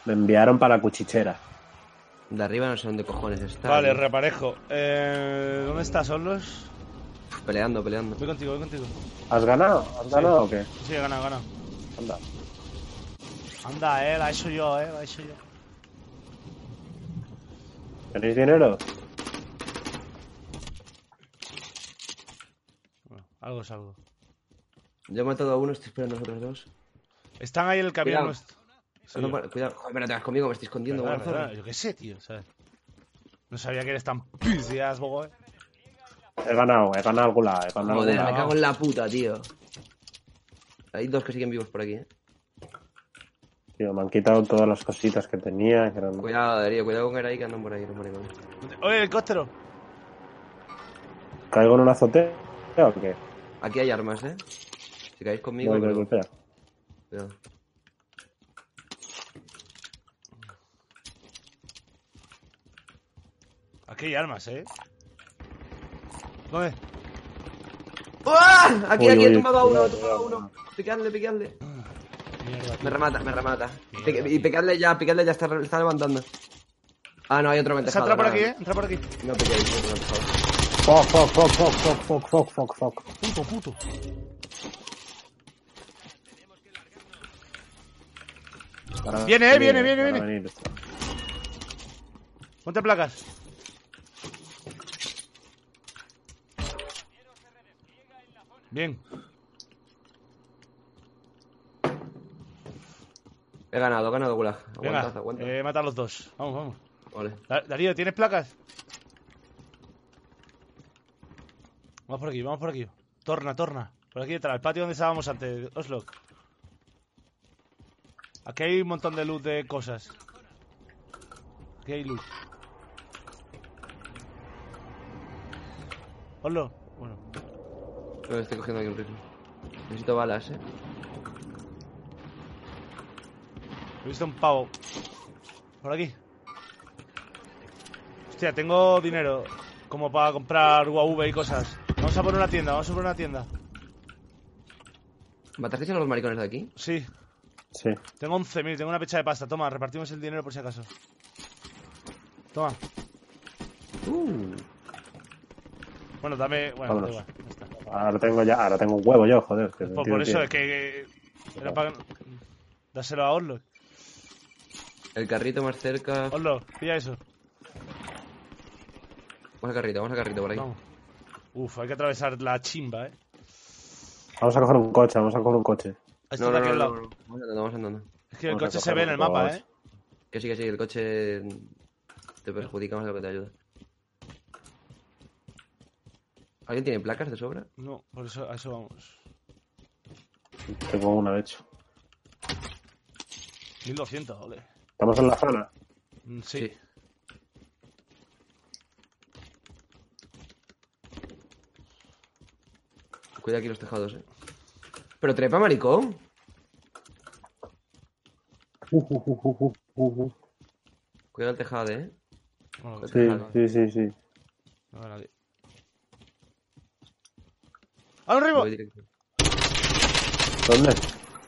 Speaker 7: Me enviaron para la cuchichera.
Speaker 3: De arriba no sé dónde cojones está.
Speaker 2: Vale,
Speaker 3: tío.
Speaker 2: reparejo. Eh, ¿Dónde estás, Orlos?
Speaker 3: Peleando, peleando.
Speaker 2: Voy contigo, voy contigo.
Speaker 7: ¿Has ganado? ¿Has ganado o qué?
Speaker 2: Sí, he ganado, he ganado.
Speaker 7: Anda.
Speaker 2: Anda, eh, la he hecho yo, eh, la he hecho yo.
Speaker 7: ¿Tenéis dinero?
Speaker 2: Bueno, algo es algo.
Speaker 3: Yo he matado a uno, estoy esperando a los otros dos.
Speaker 2: Están ahí en el camión
Speaker 3: Cuidado.
Speaker 2: nuestro. Sí,
Speaker 3: No,
Speaker 2: yo.
Speaker 3: bueno, cuidado, joder, pero te vas conmigo, me estoy escondiendo,
Speaker 2: Verdad,
Speaker 3: guarda.
Speaker 2: verdad, Yo qué sé, tío, ¿sabes? No sabía que eres tan piscias, bobo. eh.
Speaker 7: He ganado, he ganado alguna, he ganado
Speaker 3: Joder,
Speaker 7: alguna.
Speaker 3: me cago en la puta, tío. Hay dos que siguen vivos por aquí, eh.
Speaker 7: Tío, me han quitado todas las cositas que tenía. que eran-
Speaker 3: Cuidado, Darío, cuidado con Geray que andan por ahí, los maricones.
Speaker 2: Oye, el helicóptero.
Speaker 7: ¿Caigo en una azotea o qué?
Speaker 3: Aquí hay armas, eh. Si caéis conmigo,
Speaker 7: Voy, voy,
Speaker 3: pero-
Speaker 7: voy, espera.
Speaker 3: cuidado.
Speaker 2: Aquí hay armas, eh. ¿Dónde?
Speaker 3: ¡Uah! Aquí,
Speaker 7: Uy,
Speaker 3: aquí, he
Speaker 7: uy,
Speaker 3: tumbado a uno, he
Speaker 7: cuidado,
Speaker 3: tumbado a
Speaker 7: cuidado.
Speaker 3: uno. Picadle, picadle.
Speaker 2: Mierda, tío.
Speaker 3: Me remata, me remata.
Speaker 2: Mierda,
Speaker 3: Pic- y
Speaker 2: tío.
Speaker 3: picadle ya, picadle ya, está, re- está levantando. Ah, no, hay otro
Speaker 2: Se
Speaker 3: ventejado.
Speaker 2: entra por
Speaker 3: no,
Speaker 2: aquí, eh. Entra por aquí.
Speaker 3: No picáis, no, no, por favor.
Speaker 7: Fuck, fuck, fuck, fuck, fuck, fuck, fuck, fuck, fuck.
Speaker 2: Puto, puto.
Speaker 7: Para
Speaker 2: Viene, eh, viene,
Speaker 7: venir,
Speaker 2: viene,
Speaker 7: para
Speaker 2: viene.
Speaker 7: venir.
Speaker 2: Ponte placas. Bien.
Speaker 3: He ganado, he ganado, Gulag.
Speaker 2: Venga,
Speaker 3: Aguantad, aguantad.
Speaker 2: eh, mata a los dos. Vamos, vamos.
Speaker 3: Vale.
Speaker 2: Da- Darío, ¿tienes placas? Vamos por aquí, vamos por aquí. Torna, torna. Por aquí detrás, el patio donde estábamos antes, Oslo. Aquí hay un montón de luz de cosas. Aquí hay luz. Oslo, bueno.
Speaker 3: No, estoy cogiendo aquí un rifle. Necesito balas, eh.
Speaker 2: He visto un pavo. Por aquí. Hostia, tengo dinero como para comprar UAV y cosas. Vamos a por una tienda, vamos a por una tienda.
Speaker 3: ¿Matasteis a los maricones de aquí?
Speaker 2: Sí,
Speaker 7: Sí.
Speaker 2: tengo 11.000, tengo una pecha de pasta. Toma, repartimos el dinero por si acaso. Toma. Bueno, dame... Bueno, da
Speaker 7: Vámonos.
Speaker 2: igual, ya está. Pues
Speaker 7: Ahora tengo ya, ahora tengo un huevo yo, joder.
Speaker 2: Por,
Speaker 7: que sentido
Speaker 2: por eso
Speaker 7: tiene.
Speaker 2: es que... que- era para- Dáselo a Orlok.
Speaker 3: El carrito más cerca.
Speaker 2: Oslo, pilla eso.
Speaker 3: Vamos al carrito, vamos al carrito por ahí.
Speaker 2: Vamos. Uf, hay que atravesar la chimba, ¿eh?
Speaker 7: Vamos a coger un coche, vamos a coger un coche.
Speaker 2: Esto
Speaker 3: No,
Speaker 2: de
Speaker 3: no, no,
Speaker 2: aquel
Speaker 3: no,
Speaker 2: lado.
Speaker 3: no, no. Vamos andando, vamos andando.
Speaker 2: Es que el
Speaker 7: Vamos a
Speaker 2: coche se
Speaker 7: coger
Speaker 2: ve en el mapa,
Speaker 7: dos.
Speaker 2: ¿eh?
Speaker 3: Que sí, que sí, el coche te perjudica más de lo que te ayuda. ¿Alguien tiene placas de sobra?
Speaker 2: No, por eso a eso vamos.
Speaker 7: Tengo una, de hecho.
Speaker 2: 1200, ole.
Speaker 7: Estamos en la zona.
Speaker 2: Mm, Sí.
Speaker 3: Sí. Cuida aquí los tejados, eh. Pero trepa, maricón.
Speaker 7: Uh, uh, uh, uh, uh, uh.
Speaker 3: Cuida el tejado, eh.
Speaker 2: Bueno,
Speaker 3: Joder.
Speaker 7: Sí, sí, sí, sí.
Speaker 2: no veo a nadie. ¡Ah, arriba!
Speaker 3: Voy directo.
Speaker 7: ¿Dónde?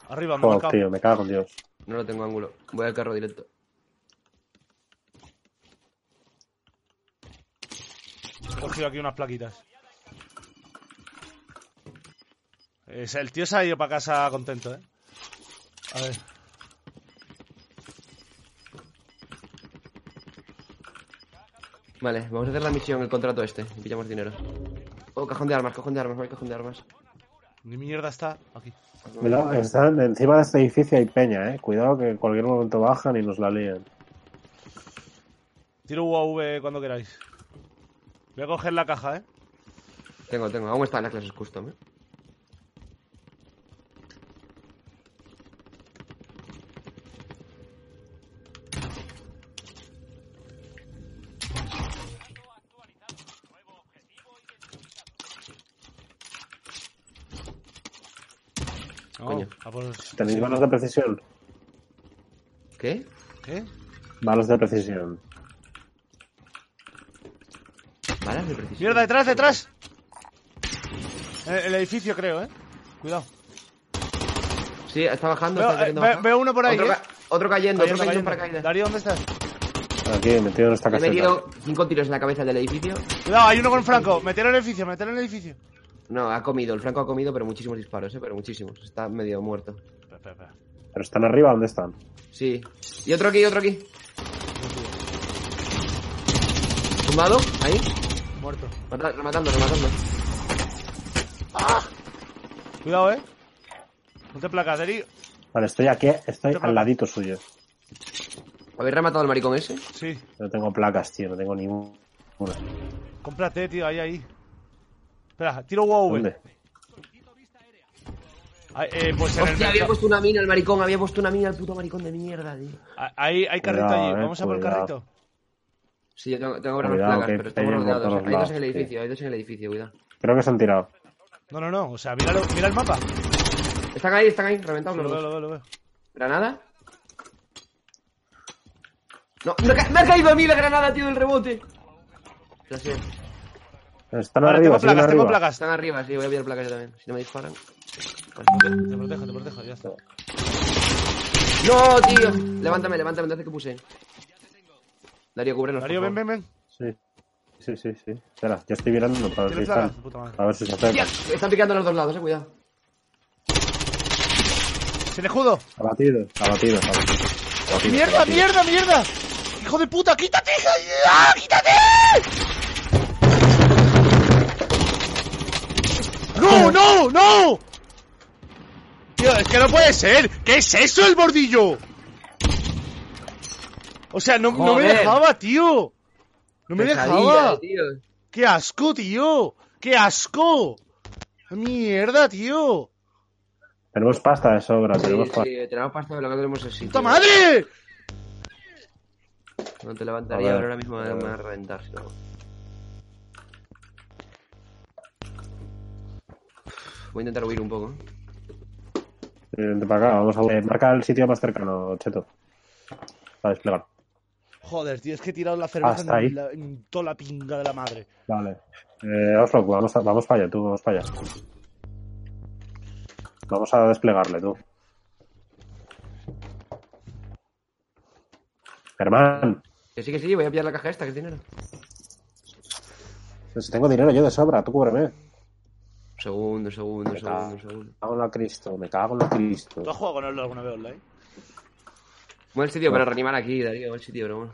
Speaker 2: Arriba, me he
Speaker 7: Oh,
Speaker 2: marcado.
Speaker 7: tío, me cago en Dios.
Speaker 3: No lo tengo ángulo. Voy al carro directo.
Speaker 2: He cogido aquí unas plaquitas. Es- el tío se ha ido para casa contento, ¿eh? A ver.
Speaker 3: Vale, vamos a hacer la misión, el contrato este. Y pillamos dinero. Oh, cajón de armas, cajón de armas, voy al cajón de armas.
Speaker 2: Ni mierda está aquí.
Speaker 7: Mira, están encima de este edificio hay peña, eh. Cuidado que en cualquier momento bajan y nos la lían.
Speaker 2: Tiro UAV cuando queráis. Voy a coger la caja, ¿eh?
Speaker 3: Tengo, tengo. Aún están las clases custom, eh.
Speaker 2: No,
Speaker 3: Coño.
Speaker 2: a por-
Speaker 7: ¿Tenéis balas de precisión?
Speaker 3: ¿Qué?
Speaker 2: ¿Qué?
Speaker 7: Balas de precisión.
Speaker 3: Balas de precisión.
Speaker 2: ¡Mierda, detrás, detrás! El, el edificio, creo, ¿eh? Cuidado.
Speaker 3: Sí, está bajando,
Speaker 2: Veo,
Speaker 3: está cayendo.
Speaker 2: eh, ve-
Speaker 3: baja.
Speaker 2: veo uno por ahí,
Speaker 3: Otro,
Speaker 2: ¿eh?
Speaker 3: ca- otro cayendo,
Speaker 2: Cayendo,
Speaker 3: otro cayendo en
Speaker 2: cayendo.
Speaker 3: paracaídas.
Speaker 2: Darío, ¿dónde estás?
Speaker 7: Aquí, metido en esta
Speaker 3: Le he
Speaker 7: caseta.
Speaker 3: metido cinco tiros en la cabeza del edificio.
Speaker 2: Cuidado, hay uno con Franco. Metelo en el edificio, metelo en el edificio.
Speaker 3: No, ha comido, el Franco ha comido, pero muchísimos disparos, ¿eh? Pero muchísimos. Está medio muerto.
Speaker 2: Espera, espera, espera.
Speaker 7: ¿Pero están arriba? ¿Dónde están?
Speaker 3: Sí. Y otro aquí, otro aquí. Tumbado, ahí.
Speaker 2: Muerto.
Speaker 3: Mata- rematando, rematando.
Speaker 2: Cuidado, ¿eh? No te placas, Darío.
Speaker 7: Vale, estoy aquí, estoy
Speaker 2: Te
Speaker 7: al ladito suyo.
Speaker 3: ¿Habéis rematado al maricón ese?
Speaker 2: Sí.
Speaker 7: No tengo placas, tío, no tengo ninguna.
Speaker 2: Cómprate, tío, ahí, ahí. Espera, tiro UAV.
Speaker 7: ¿Dónde?
Speaker 2: Ahí, eh, pues en el
Speaker 3: Hostia, había
Speaker 2: mercado.
Speaker 3: puesto una mina al maricón, había puesto una mina al puto maricón de mierda, tío.
Speaker 2: Ahí hay carrito
Speaker 7: Cuidado,
Speaker 2: allí.
Speaker 7: eh,
Speaker 2: Vamos a por el
Speaker 7: cuidado.
Speaker 2: carrito.
Speaker 3: Sí, yo tengo, tengo que
Speaker 7: Cuidado,
Speaker 3: las placas,
Speaker 7: que
Speaker 3: pero estamos
Speaker 7: hay por
Speaker 3: rodeados.
Speaker 7: todos
Speaker 3: Hay dos
Speaker 7: lados,
Speaker 3: en el
Speaker 7: sí.
Speaker 3: edificio, hay dos en el edificio, cuidado.
Speaker 7: Creo que se han tirado.
Speaker 2: No, no, no. O sea, míralo, mira el mapa.
Speaker 3: Están ahí, están ahí, reventados
Speaker 2: Lo
Speaker 3: los
Speaker 2: veo,
Speaker 3: dos.
Speaker 2: lo veo, lo veo.
Speaker 3: ¿Granada? No, me ha, ca- me ha caído a mí la granada, tío, del rebote. Lo siento.
Speaker 7: Están
Speaker 2: Vale,
Speaker 7: arriba,
Speaker 2: tengo placas,
Speaker 7: siguen
Speaker 2: tengo
Speaker 7: arriba.
Speaker 2: placas.
Speaker 3: Están arriba, sí, voy a pillar placas yo también. Si no me disparan.
Speaker 2: Te protejo, te protejo, ya está.
Speaker 3: ¡No, tío! Levántame, levántame, ¿dónde que puse? Darío, cúbrenos. por
Speaker 2: Darío, ven,
Speaker 3: favor.
Speaker 2: ven, ven.
Speaker 7: Sí, sí, sí, sí. Espera, yo estoy mirando para ver si
Speaker 2: Tienes placas,
Speaker 7: están.
Speaker 2: puta madre.
Speaker 7: A ver si se acercan.
Speaker 3: Hostia, están picando a los dos lados, eh, cuidado.
Speaker 2: Sin escudo.
Speaker 7: Abatidos, abatidos, abatidos. Abatidos,
Speaker 2: ¡Mierda,
Speaker 7: abatidos.
Speaker 2: mierda, mierda! ¡Hijo de puta, quítate! hija de- ¡Ah, quítate! ¡No, no, no! Tío, es que no puede ser. ¿Qué es eso, el bordillo? O sea, no, no me
Speaker 3: Joder.
Speaker 2: dejaba, tío. No me
Speaker 3: Pesadilla, eh,
Speaker 2: dejaba.
Speaker 3: tío.
Speaker 2: ¡Qué asco, tío! ¡Qué asco! ¡Mierda, tío!
Speaker 7: Tenemos pasta de sobra, tenemos
Speaker 3: Sí,
Speaker 7: pasta.
Speaker 3: sí, tenemos pasta de lo que tenemos así.
Speaker 2: ¡Puta
Speaker 3: tío.
Speaker 2: madre!
Speaker 3: No te
Speaker 7: A
Speaker 3: levantaría,
Speaker 7: ver,
Speaker 3: pero ahora mismo
Speaker 7: a
Speaker 3: me
Speaker 7: ver.
Speaker 3: van a reventar. si lo hago. Voy a intentar huir un poco.
Speaker 7: Eh, Vente para acá, vamos a eh, marca el sitio más cercano, Cheto. Para desplegar.
Speaker 2: Joder, tío, es que he tirado la cerveza
Speaker 7: Hasta ahí.
Speaker 2: en, la- en toda la pinga de la madre.
Speaker 7: Vale. Eh, Oslo, vamos, a- vamos para allá, tú, vamos para allá. Vamos a desplegarle, tú. Germán,
Speaker 3: Que sí, que sí, voy a pillar la caja esta, que es dinero.
Speaker 7: si tengo dinero yo de sobra, tú cúbreme.
Speaker 3: Segundo, segundo,
Speaker 7: Me
Speaker 3: segundo,
Speaker 7: cago.
Speaker 3: segundo.
Speaker 7: Me cago en la Cristo, me cago en la Cristo.
Speaker 2: ¿Tú has jugado con él alguna vez online?
Speaker 3: Buen sitio para reanimar aquí, Darío. Buen sitio, pero bueno.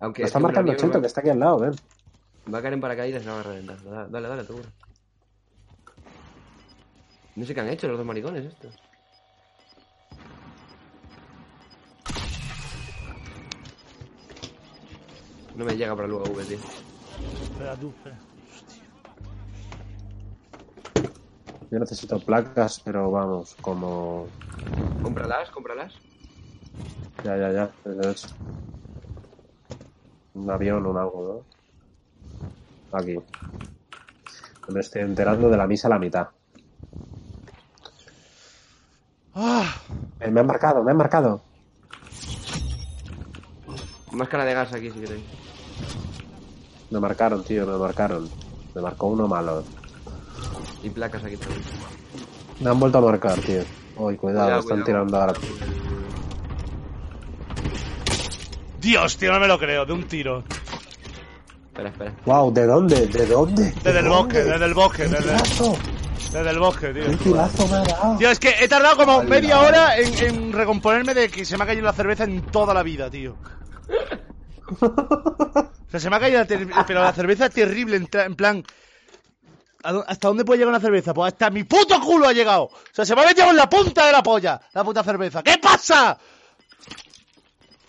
Speaker 3: Aunque
Speaker 7: Lo
Speaker 3: es
Speaker 7: está
Speaker 3: que, bueno,
Speaker 7: marcando
Speaker 3: tío,
Speaker 7: Chento,
Speaker 3: va-
Speaker 7: que está aquí al lado, ven.
Speaker 3: Va a caer en paracaídas, no va a reventar. Da- Dale, dale, tú. No sé qué han hecho los dos maricones estos. No me llega para luego, V, tío.
Speaker 9: Espera tú, espera.
Speaker 7: Yo necesito placas, pero vamos, como.
Speaker 3: Cómpralas, cómpralas.
Speaker 7: Ya, ya, ya. eso es. Un avión, un algo, ¿no? Aquí. Me estoy enterando de la misa a la mitad.
Speaker 2: Ah,
Speaker 7: Eh, me han marcado, me han marcado.
Speaker 3: Máscara de gas aquí, si queréis.
Speaker 7: Me marcaron, tío, me marcaron. Me marcó uno malo.
Speaker 3: Y placas aquí también.
Speaker 7: Me han vuelto a marcar, tío. Uy, cuidado, me están tirando ahora.
Speaker 2: Dios, tío, no me lo creo, de un tiro.
Speaker 3: Espera, espera.
Speaker 7: Wow, ¿de dónde? ¿De dónde?
Speaker 2: Desde el bosque, desde el bosque,
Speaker 7: ¡Qué
Speaker 2: desde,
Speaker 7: tirazo!
Speaker 2: desde el bosque, tío.
Speaker 7: ¡Qué tirazo me ha dado!
Speaker 2: Tío, es que he tardado como media hora en, en recomponerme de que se me ha caído la cerveza en toda la vida, tío. O sea, se me ha caído la ter- pero la cerveza terrible, en, tra- en plan... ¿a dó- ¿Hasta dónde puede llegar una cerveza? Pues hasta mi puto culo ha llegado. O sea, se me ha metido en la punta de la polla, la puta cerveza. ¿Qué pasa?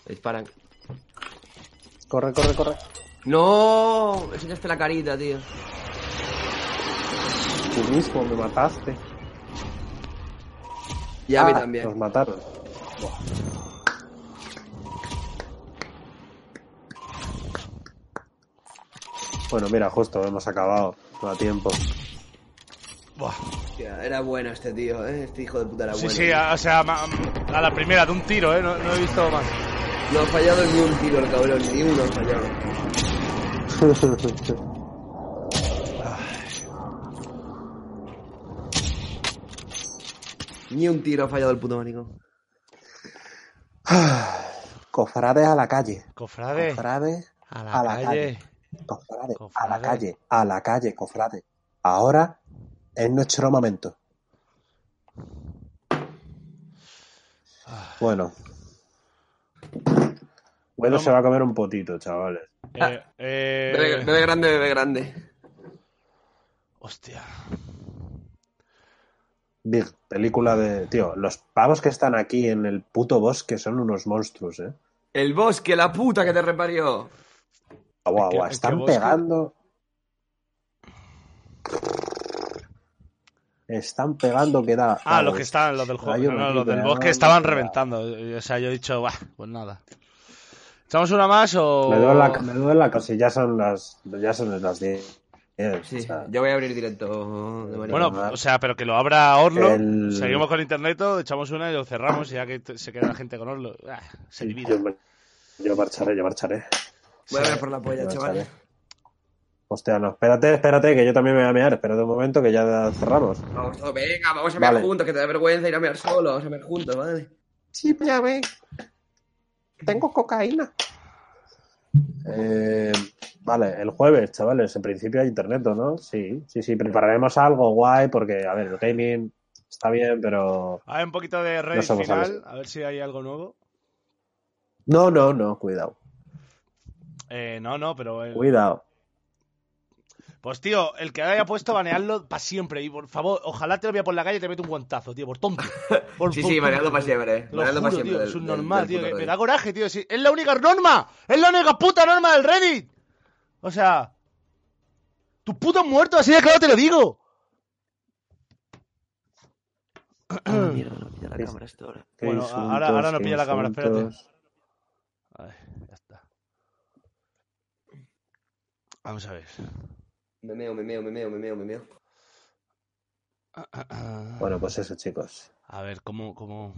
Speaker 3: Disparan.
Speaker 7: Corre, corre, corre.
Speaker 3: ¡No! Enseñaste la carita, tío.
Speaker 7: Tú mismo me mataste.
Speaker 3: Y a mí
Speaker 7: Ah,
Speaker 3: también.
Speaker 7: Nos mataron. Bueno, mira, justo hemos acabado. No da tiempo.
Speaker 2: Buah.
Speaker 3: Hostia, era bueno este tío, ¿eh? Este hijo de puta era
Speaker 2: Sí,
Speaker 3: bueno.
Speaker 2: sí, a- o sea, ma- a la primera, de un tiro, ¿eh? No, no he visto más.
Speaker 3: No ha fallado ni un tiro el cabrón, ni uno ha fallado. Ni un tiro ha fallado el puto marico.
Speaker 7: Cofrades a la calle.
Speaker 2: Cofrade,
Speaker 7: Cofrades
Speaker 2: a
Speaker 7: la
Speaker 2: la,
Speaker 7: a la
Speaker 2: calle.
Speaker 7: calle. calle. Cofrade, a la
Speaker 2: Cofrade.
Speaker 7: calle, a la calle, cofrade. Ahora es nuestro momento. Bueno. Bueno, se va a comer un potito, chavales.
Speaker 2: Eh,
Speaker 7: Ah.
Speaker 2: eh,
Speaker 3: Bebe, bebe grande, bebe grande.
Speaker 2: Hostia.
Speaker 7: Big, película de... Tío, los pavos que están aquí en el puto bosque son unos monstruos, ¿eh?
Speaker 3: El bosque, la puta que te reparió.
Speaker 7: Agua,
Speaker 2: ¿En qué-
Speaker 7: agua,
Speaker 2: en qué
Speaker 7: están
Speaker 2: bosque?
Speaker 7: pegando... Están pegando que da...
Speaker 2: Ah,
Speaker 7: vamos,
Speaker 2: los que estaban, los del juego.
Speaker 7: rayo
Speaker 2: No, no, los
Speaker 7: metido,
Speaker 2: del
Speaker 7: ¿eh?
Speaker 2: bosque
Speaker 7: Vamos,
Speaker 2: estaban
Speaker 7: que da.
Speaker 2: reventando. O sea, yo he dicho, bah, pues nada. ¿Echamos una más o.?
Speaker 7: Me duele la, me duele la cosa, ya son las, ya son las 10.
Speaker 3: Sí,
Speaker 7: o sea,
Speaker 3: yo voy a abrir directo de manera-
Speaker 2: Bueno, o sea, pero que lo abra Orlo.
Speaker 7: El-
Speaker 2: Seguimos con internet, echamos una y lo cerramos. Y ya que t- se queda la gente con Orlo, ah, se divide.
Speaker 7: yo, yo marcharé, yo marcharé.
Speaker 3: voy a ver por la polla,
Speaker 7: yo
Speaker 3: chavales.
Speaker 7: Hostia, no. Espérate, espérate, que yo también me voy a mear. Espérate un momento que ya cerramos.
Speaker 3: Vamos todos, venga, vamos a ver
Speaker 7: Vale.
Speaker 3: juntos, que te da vergüenza ir a mirar solo, vamos a ver juntos, ¿vale?
Speaker 7: Sí, ya ve. Tengo cocaína. Eh, vale, el jueves, chavales. En principio hay internet, ¿o ¿no? Sí, sí, sí. Prepararemos algo guay porque, a ver, el gaming está bien, pero.
Speaker 2: A ver, un poquito de Reddit
Speaker 7: somos
Speaker 2: final, a ver si hay algo nuevo.
Speaker 7: No, no, no, cuidado.
Speaker 2: Eh, no, no, pero. eh,
Speaker 7: Cuidado.
Speaker 2: Pues tío, el que haya puesto, banearlo para siempre. Y por favor, ojalá te lo vea por la calle y te mete un guantazo, tío, por tonto. Por-
Speaker 3: Sí,
Speaker 2: por
Speaker 3: sí,
Speaker 2: tonto.
Speaker 3: mareando para siempre.
Speaker 2: Lo
Speaker 3: Mareando
Speaker 2: juro,
Speaker 3: para siempre.
Speaker 2: tío,
Speaker 3: del-
Speaker 2: es un
Speaker 3: del-
Speaker 2: normal,
Speaker 3: del
Speaker 2: tío, que
Speaker 3: puto Ah,
Speaker 2: me da
Speaker 3: Reddit.
Speaker 2: coraje, tío. sí, es la única norma, es la única puta norma del Reddit. O sea, tus putos muertos, así de claro te lo digo.
Speaker 3: Ah, mierda, no pilla la
Speaker 7: Es-
Speaker 3: cámara esto ahora.
Speaker 7: Qué
Speaker 2: Bueno, ahora- ahora no
Speaker 7: qué
Speaker 2: pilla la cámara, espérate.
Speaker 7: insultos.
Speaker 2: A ver, ya está. Vamos a ver.
Speaker 3: Me meo, me meo, me meo, me meo, me meo.
Speaker 7: Bueno, pues eso, chicos.
Speaker 2: A ver, ¿cómo, cómo?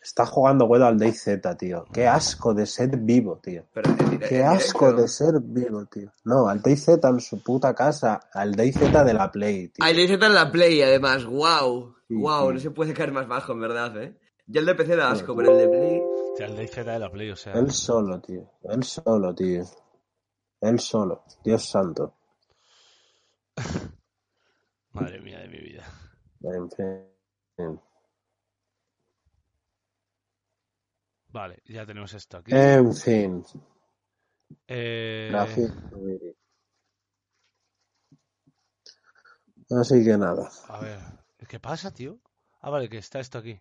Speaker 7: Está jugando Guedo al DayZ, tío. Qué asco de ser vivo, tío.
Speaker 3: Pero eh, en direct- en
Speaker 7: Qué
Speaker 3: directo.
Speaker 7: asco de ser vivo, tío. No, al DayZ en su puta casa. Al DayZ de la Play, tío.
Speaker 3: Ahí le insertan la play, además, wow.
Speaker 7: Sí,
Speaker 3: wow,
Speaker 7: sí.
Speaker 3: no se puede caer más bajo, en verdad, eh. Ya el de PC da asco, pero el de play.
Speaker 2: Hostia, el DayZ de la Play, o sea.
Speaker 7: Él solo, tío. Él solo, tío. Él solo. Dios santo.
Speaker 2: Madre mía de mi vida.
Speaker 7: En fin.
Speaker 2: Vale, ya tenemos esto aquí.
Speaker 7: En fin.
Speaker 2: Eh,
Speaker 7: Gracias. Así que nada.
Speaker 2: a ver, ¿qué pasa, tío? Ah, vale, que está esto aquí.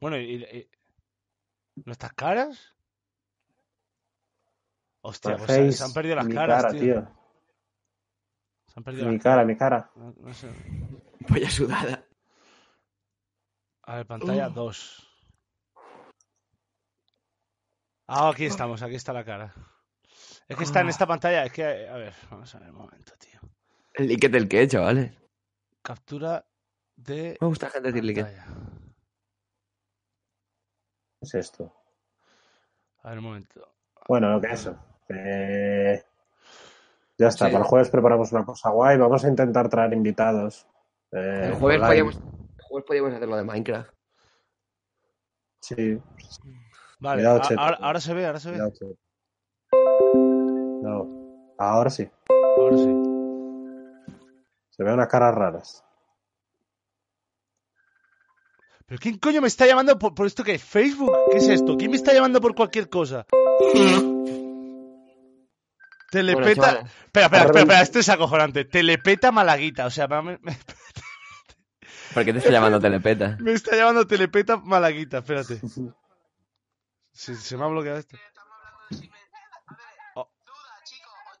Speaker 2: Bueno, y, y- ¿nuestras caras? Hostia, pues se-
Speaker 7: Face,
Speaker 2: se han perdido las
Speaker 7: mi
Speaker 2: caras,
Speaker 7: cara,
Speaker 2: tío. Se han
Speaker 7: tío.
Speaker 2: perdido
Speaker 7: Mi
Speaker 2: las
Speaker 7: cara, mi cara.
Speaker 2: no- no sé.
Speaker 3: Polla sudada.
Speaker 2: A ver, pantalla 2. Ah, aquí estamos, aquí está la cara. Es que
Speaker 7: Ah.
Speaker 2: está en esta pantalla, es que, a ver, vamos a ver un momento, tío.
Speaker 3: El liquet del que, chavales.
Speaker 2: Captura de
Speaker 3: Me gusta la gente decir liquet.
Speaker 2: pantalla.
Speaker 7: ¿Qué es esto?
Speaker 2: A ver, un momento.
Speaker 7: Bueno, lo que eso. Eh, Ya está,
Speaker 3: Sí.
Speaker 7: para el jueves preparamos una cosa guay. Vamos a intentar traer invitados. eh,
Speaker 3: El jueves
Speaker 7: online.
Speaker 3: podíamos, el jueves podíamos hacer lo de Minecraft.
Speaker 7: Sí,
Speaker 2: Vale,
Speaker 7: Cuidado,
Speaker 2: a-
Speaker 7: Cheto.
Speaker 2: ahora, ahora se ve, ahora se ve.
Speaker 7: ya sé. No, ahora sí.
Speaker 2: Ahora sí.
Speaker 7: Se ven unas caras raras.
Speaker 2: ¿Pero quién coño me está llamando por, por esto que es Facebook? ¿Qué es esto? ¿Quién me está llamando por cualquier cosa?
Speaker 3: Bueno,
Speaker 2: Telepeta.
Speaker 3: chavales,
Speaker 2: espera, espera, espera, espera, esto es acojonante. Telepeta Malaguita, o sea, me, me-
Speaker 3: ¿Por qué te está llamando Telepeta?
Speaker 2: me está llamando Telepeta Malaguita, espérate. Se, se me ha bloqueado esto.
Speaker 10: Eh,
Speaker 2: Oh.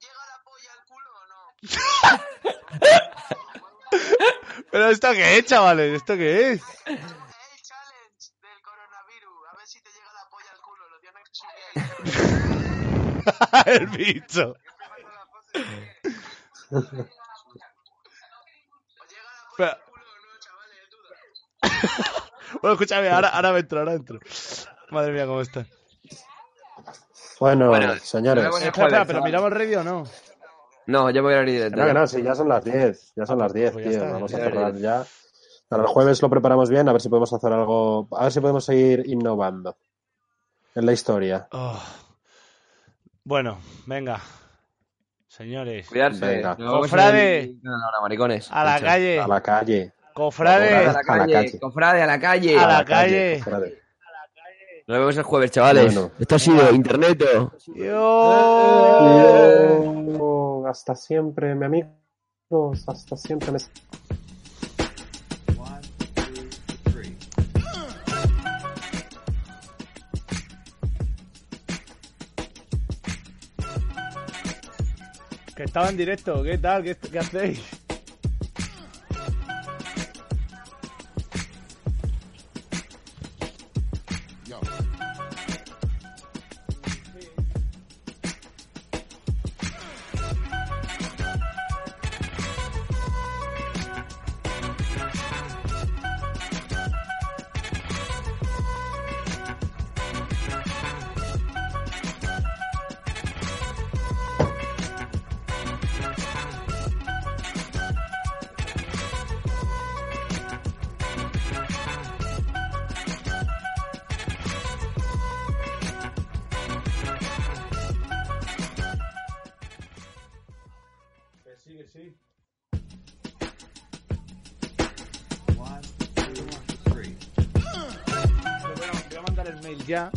Speaker 2: ¿Pero esto qué es, chavales? ¿Esto qué es?
Speaker 10: el Eh, challenge del coronavirus. A ver si te llega la polla al culo. Lo tienes que subir ahí.
Speaker 2: El bicho. Espera. bueno, escúchame, ahora, ahora me entro, ahora entro. Madre mía, cómo está.
Speaker 7: Bueno,
Speaker 3: Bueno,
Speaker 7: señores.
Speaker 3: luego ya-
Speaker 2: Espera, espera,
Speaker 3: Joder,
Speaker 2: pero
Speaker 3: chaval.
Speaker 2: miramos el radio o no.
Speaker 3: No, yo me voy a abrir de
Speaker 7: No, que no, sí, ya son las 10. Ya son
Speaker 2: Ah,
Speaker 7: las 10,
Speaker 2: pues ya
Speaker 7: tío.
Speaker 2: está,
Speaker 7: Vamos
Speaker 3: ya
Speaker 7: a
Speaker 3: está.
Speaker 7: cerrar ya. Para el jueves lo preparamos bien, a ver si podemos hacer algo. A ver si podemos seguir innovando en la historia.
Speaker 2: Oh. Bueno, venga. Señores,
Speaker 3: Cuidarse.
Speaker 7: Venga.
Speaker 3: Nos vamos
Speaker 2: Cofrade.
Speaker 3: a ir- Ahora, maricones.
Speaker 2: a la
Speaker 3: Chao.
Speaker 2: calle,
Speaker 7: A la calle.
Speaker 3: A
Speaker 2: cofrades,
Speaker 3: la
Speaker 7: A la
Speaker 3: calle,
Speaker 7: calle.
Speaker 3: cofrade, a la calle.
Speaker 2: a la calle.
Speaker 7: Espérate.
Speaker 3: Nos vemos el jueves, chavales.
Speaker 7: Bueno.
Speaker 3: Esto ha sido Interneto.
Speaker 2: Yo. ¡Oh!
Speaker 7: Yo- Hasta siempre, mi amigo. Hasta siempre. me-
Speaker 2: Que estaba en directo, ¿qué tal? ¿Qué, qué hacéis? Voy a, voy a mandar el mail ya.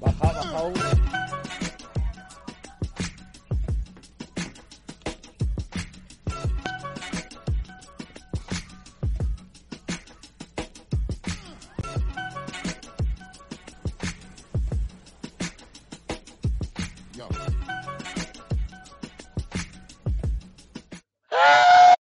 Speaker 2: Baja, baja uno.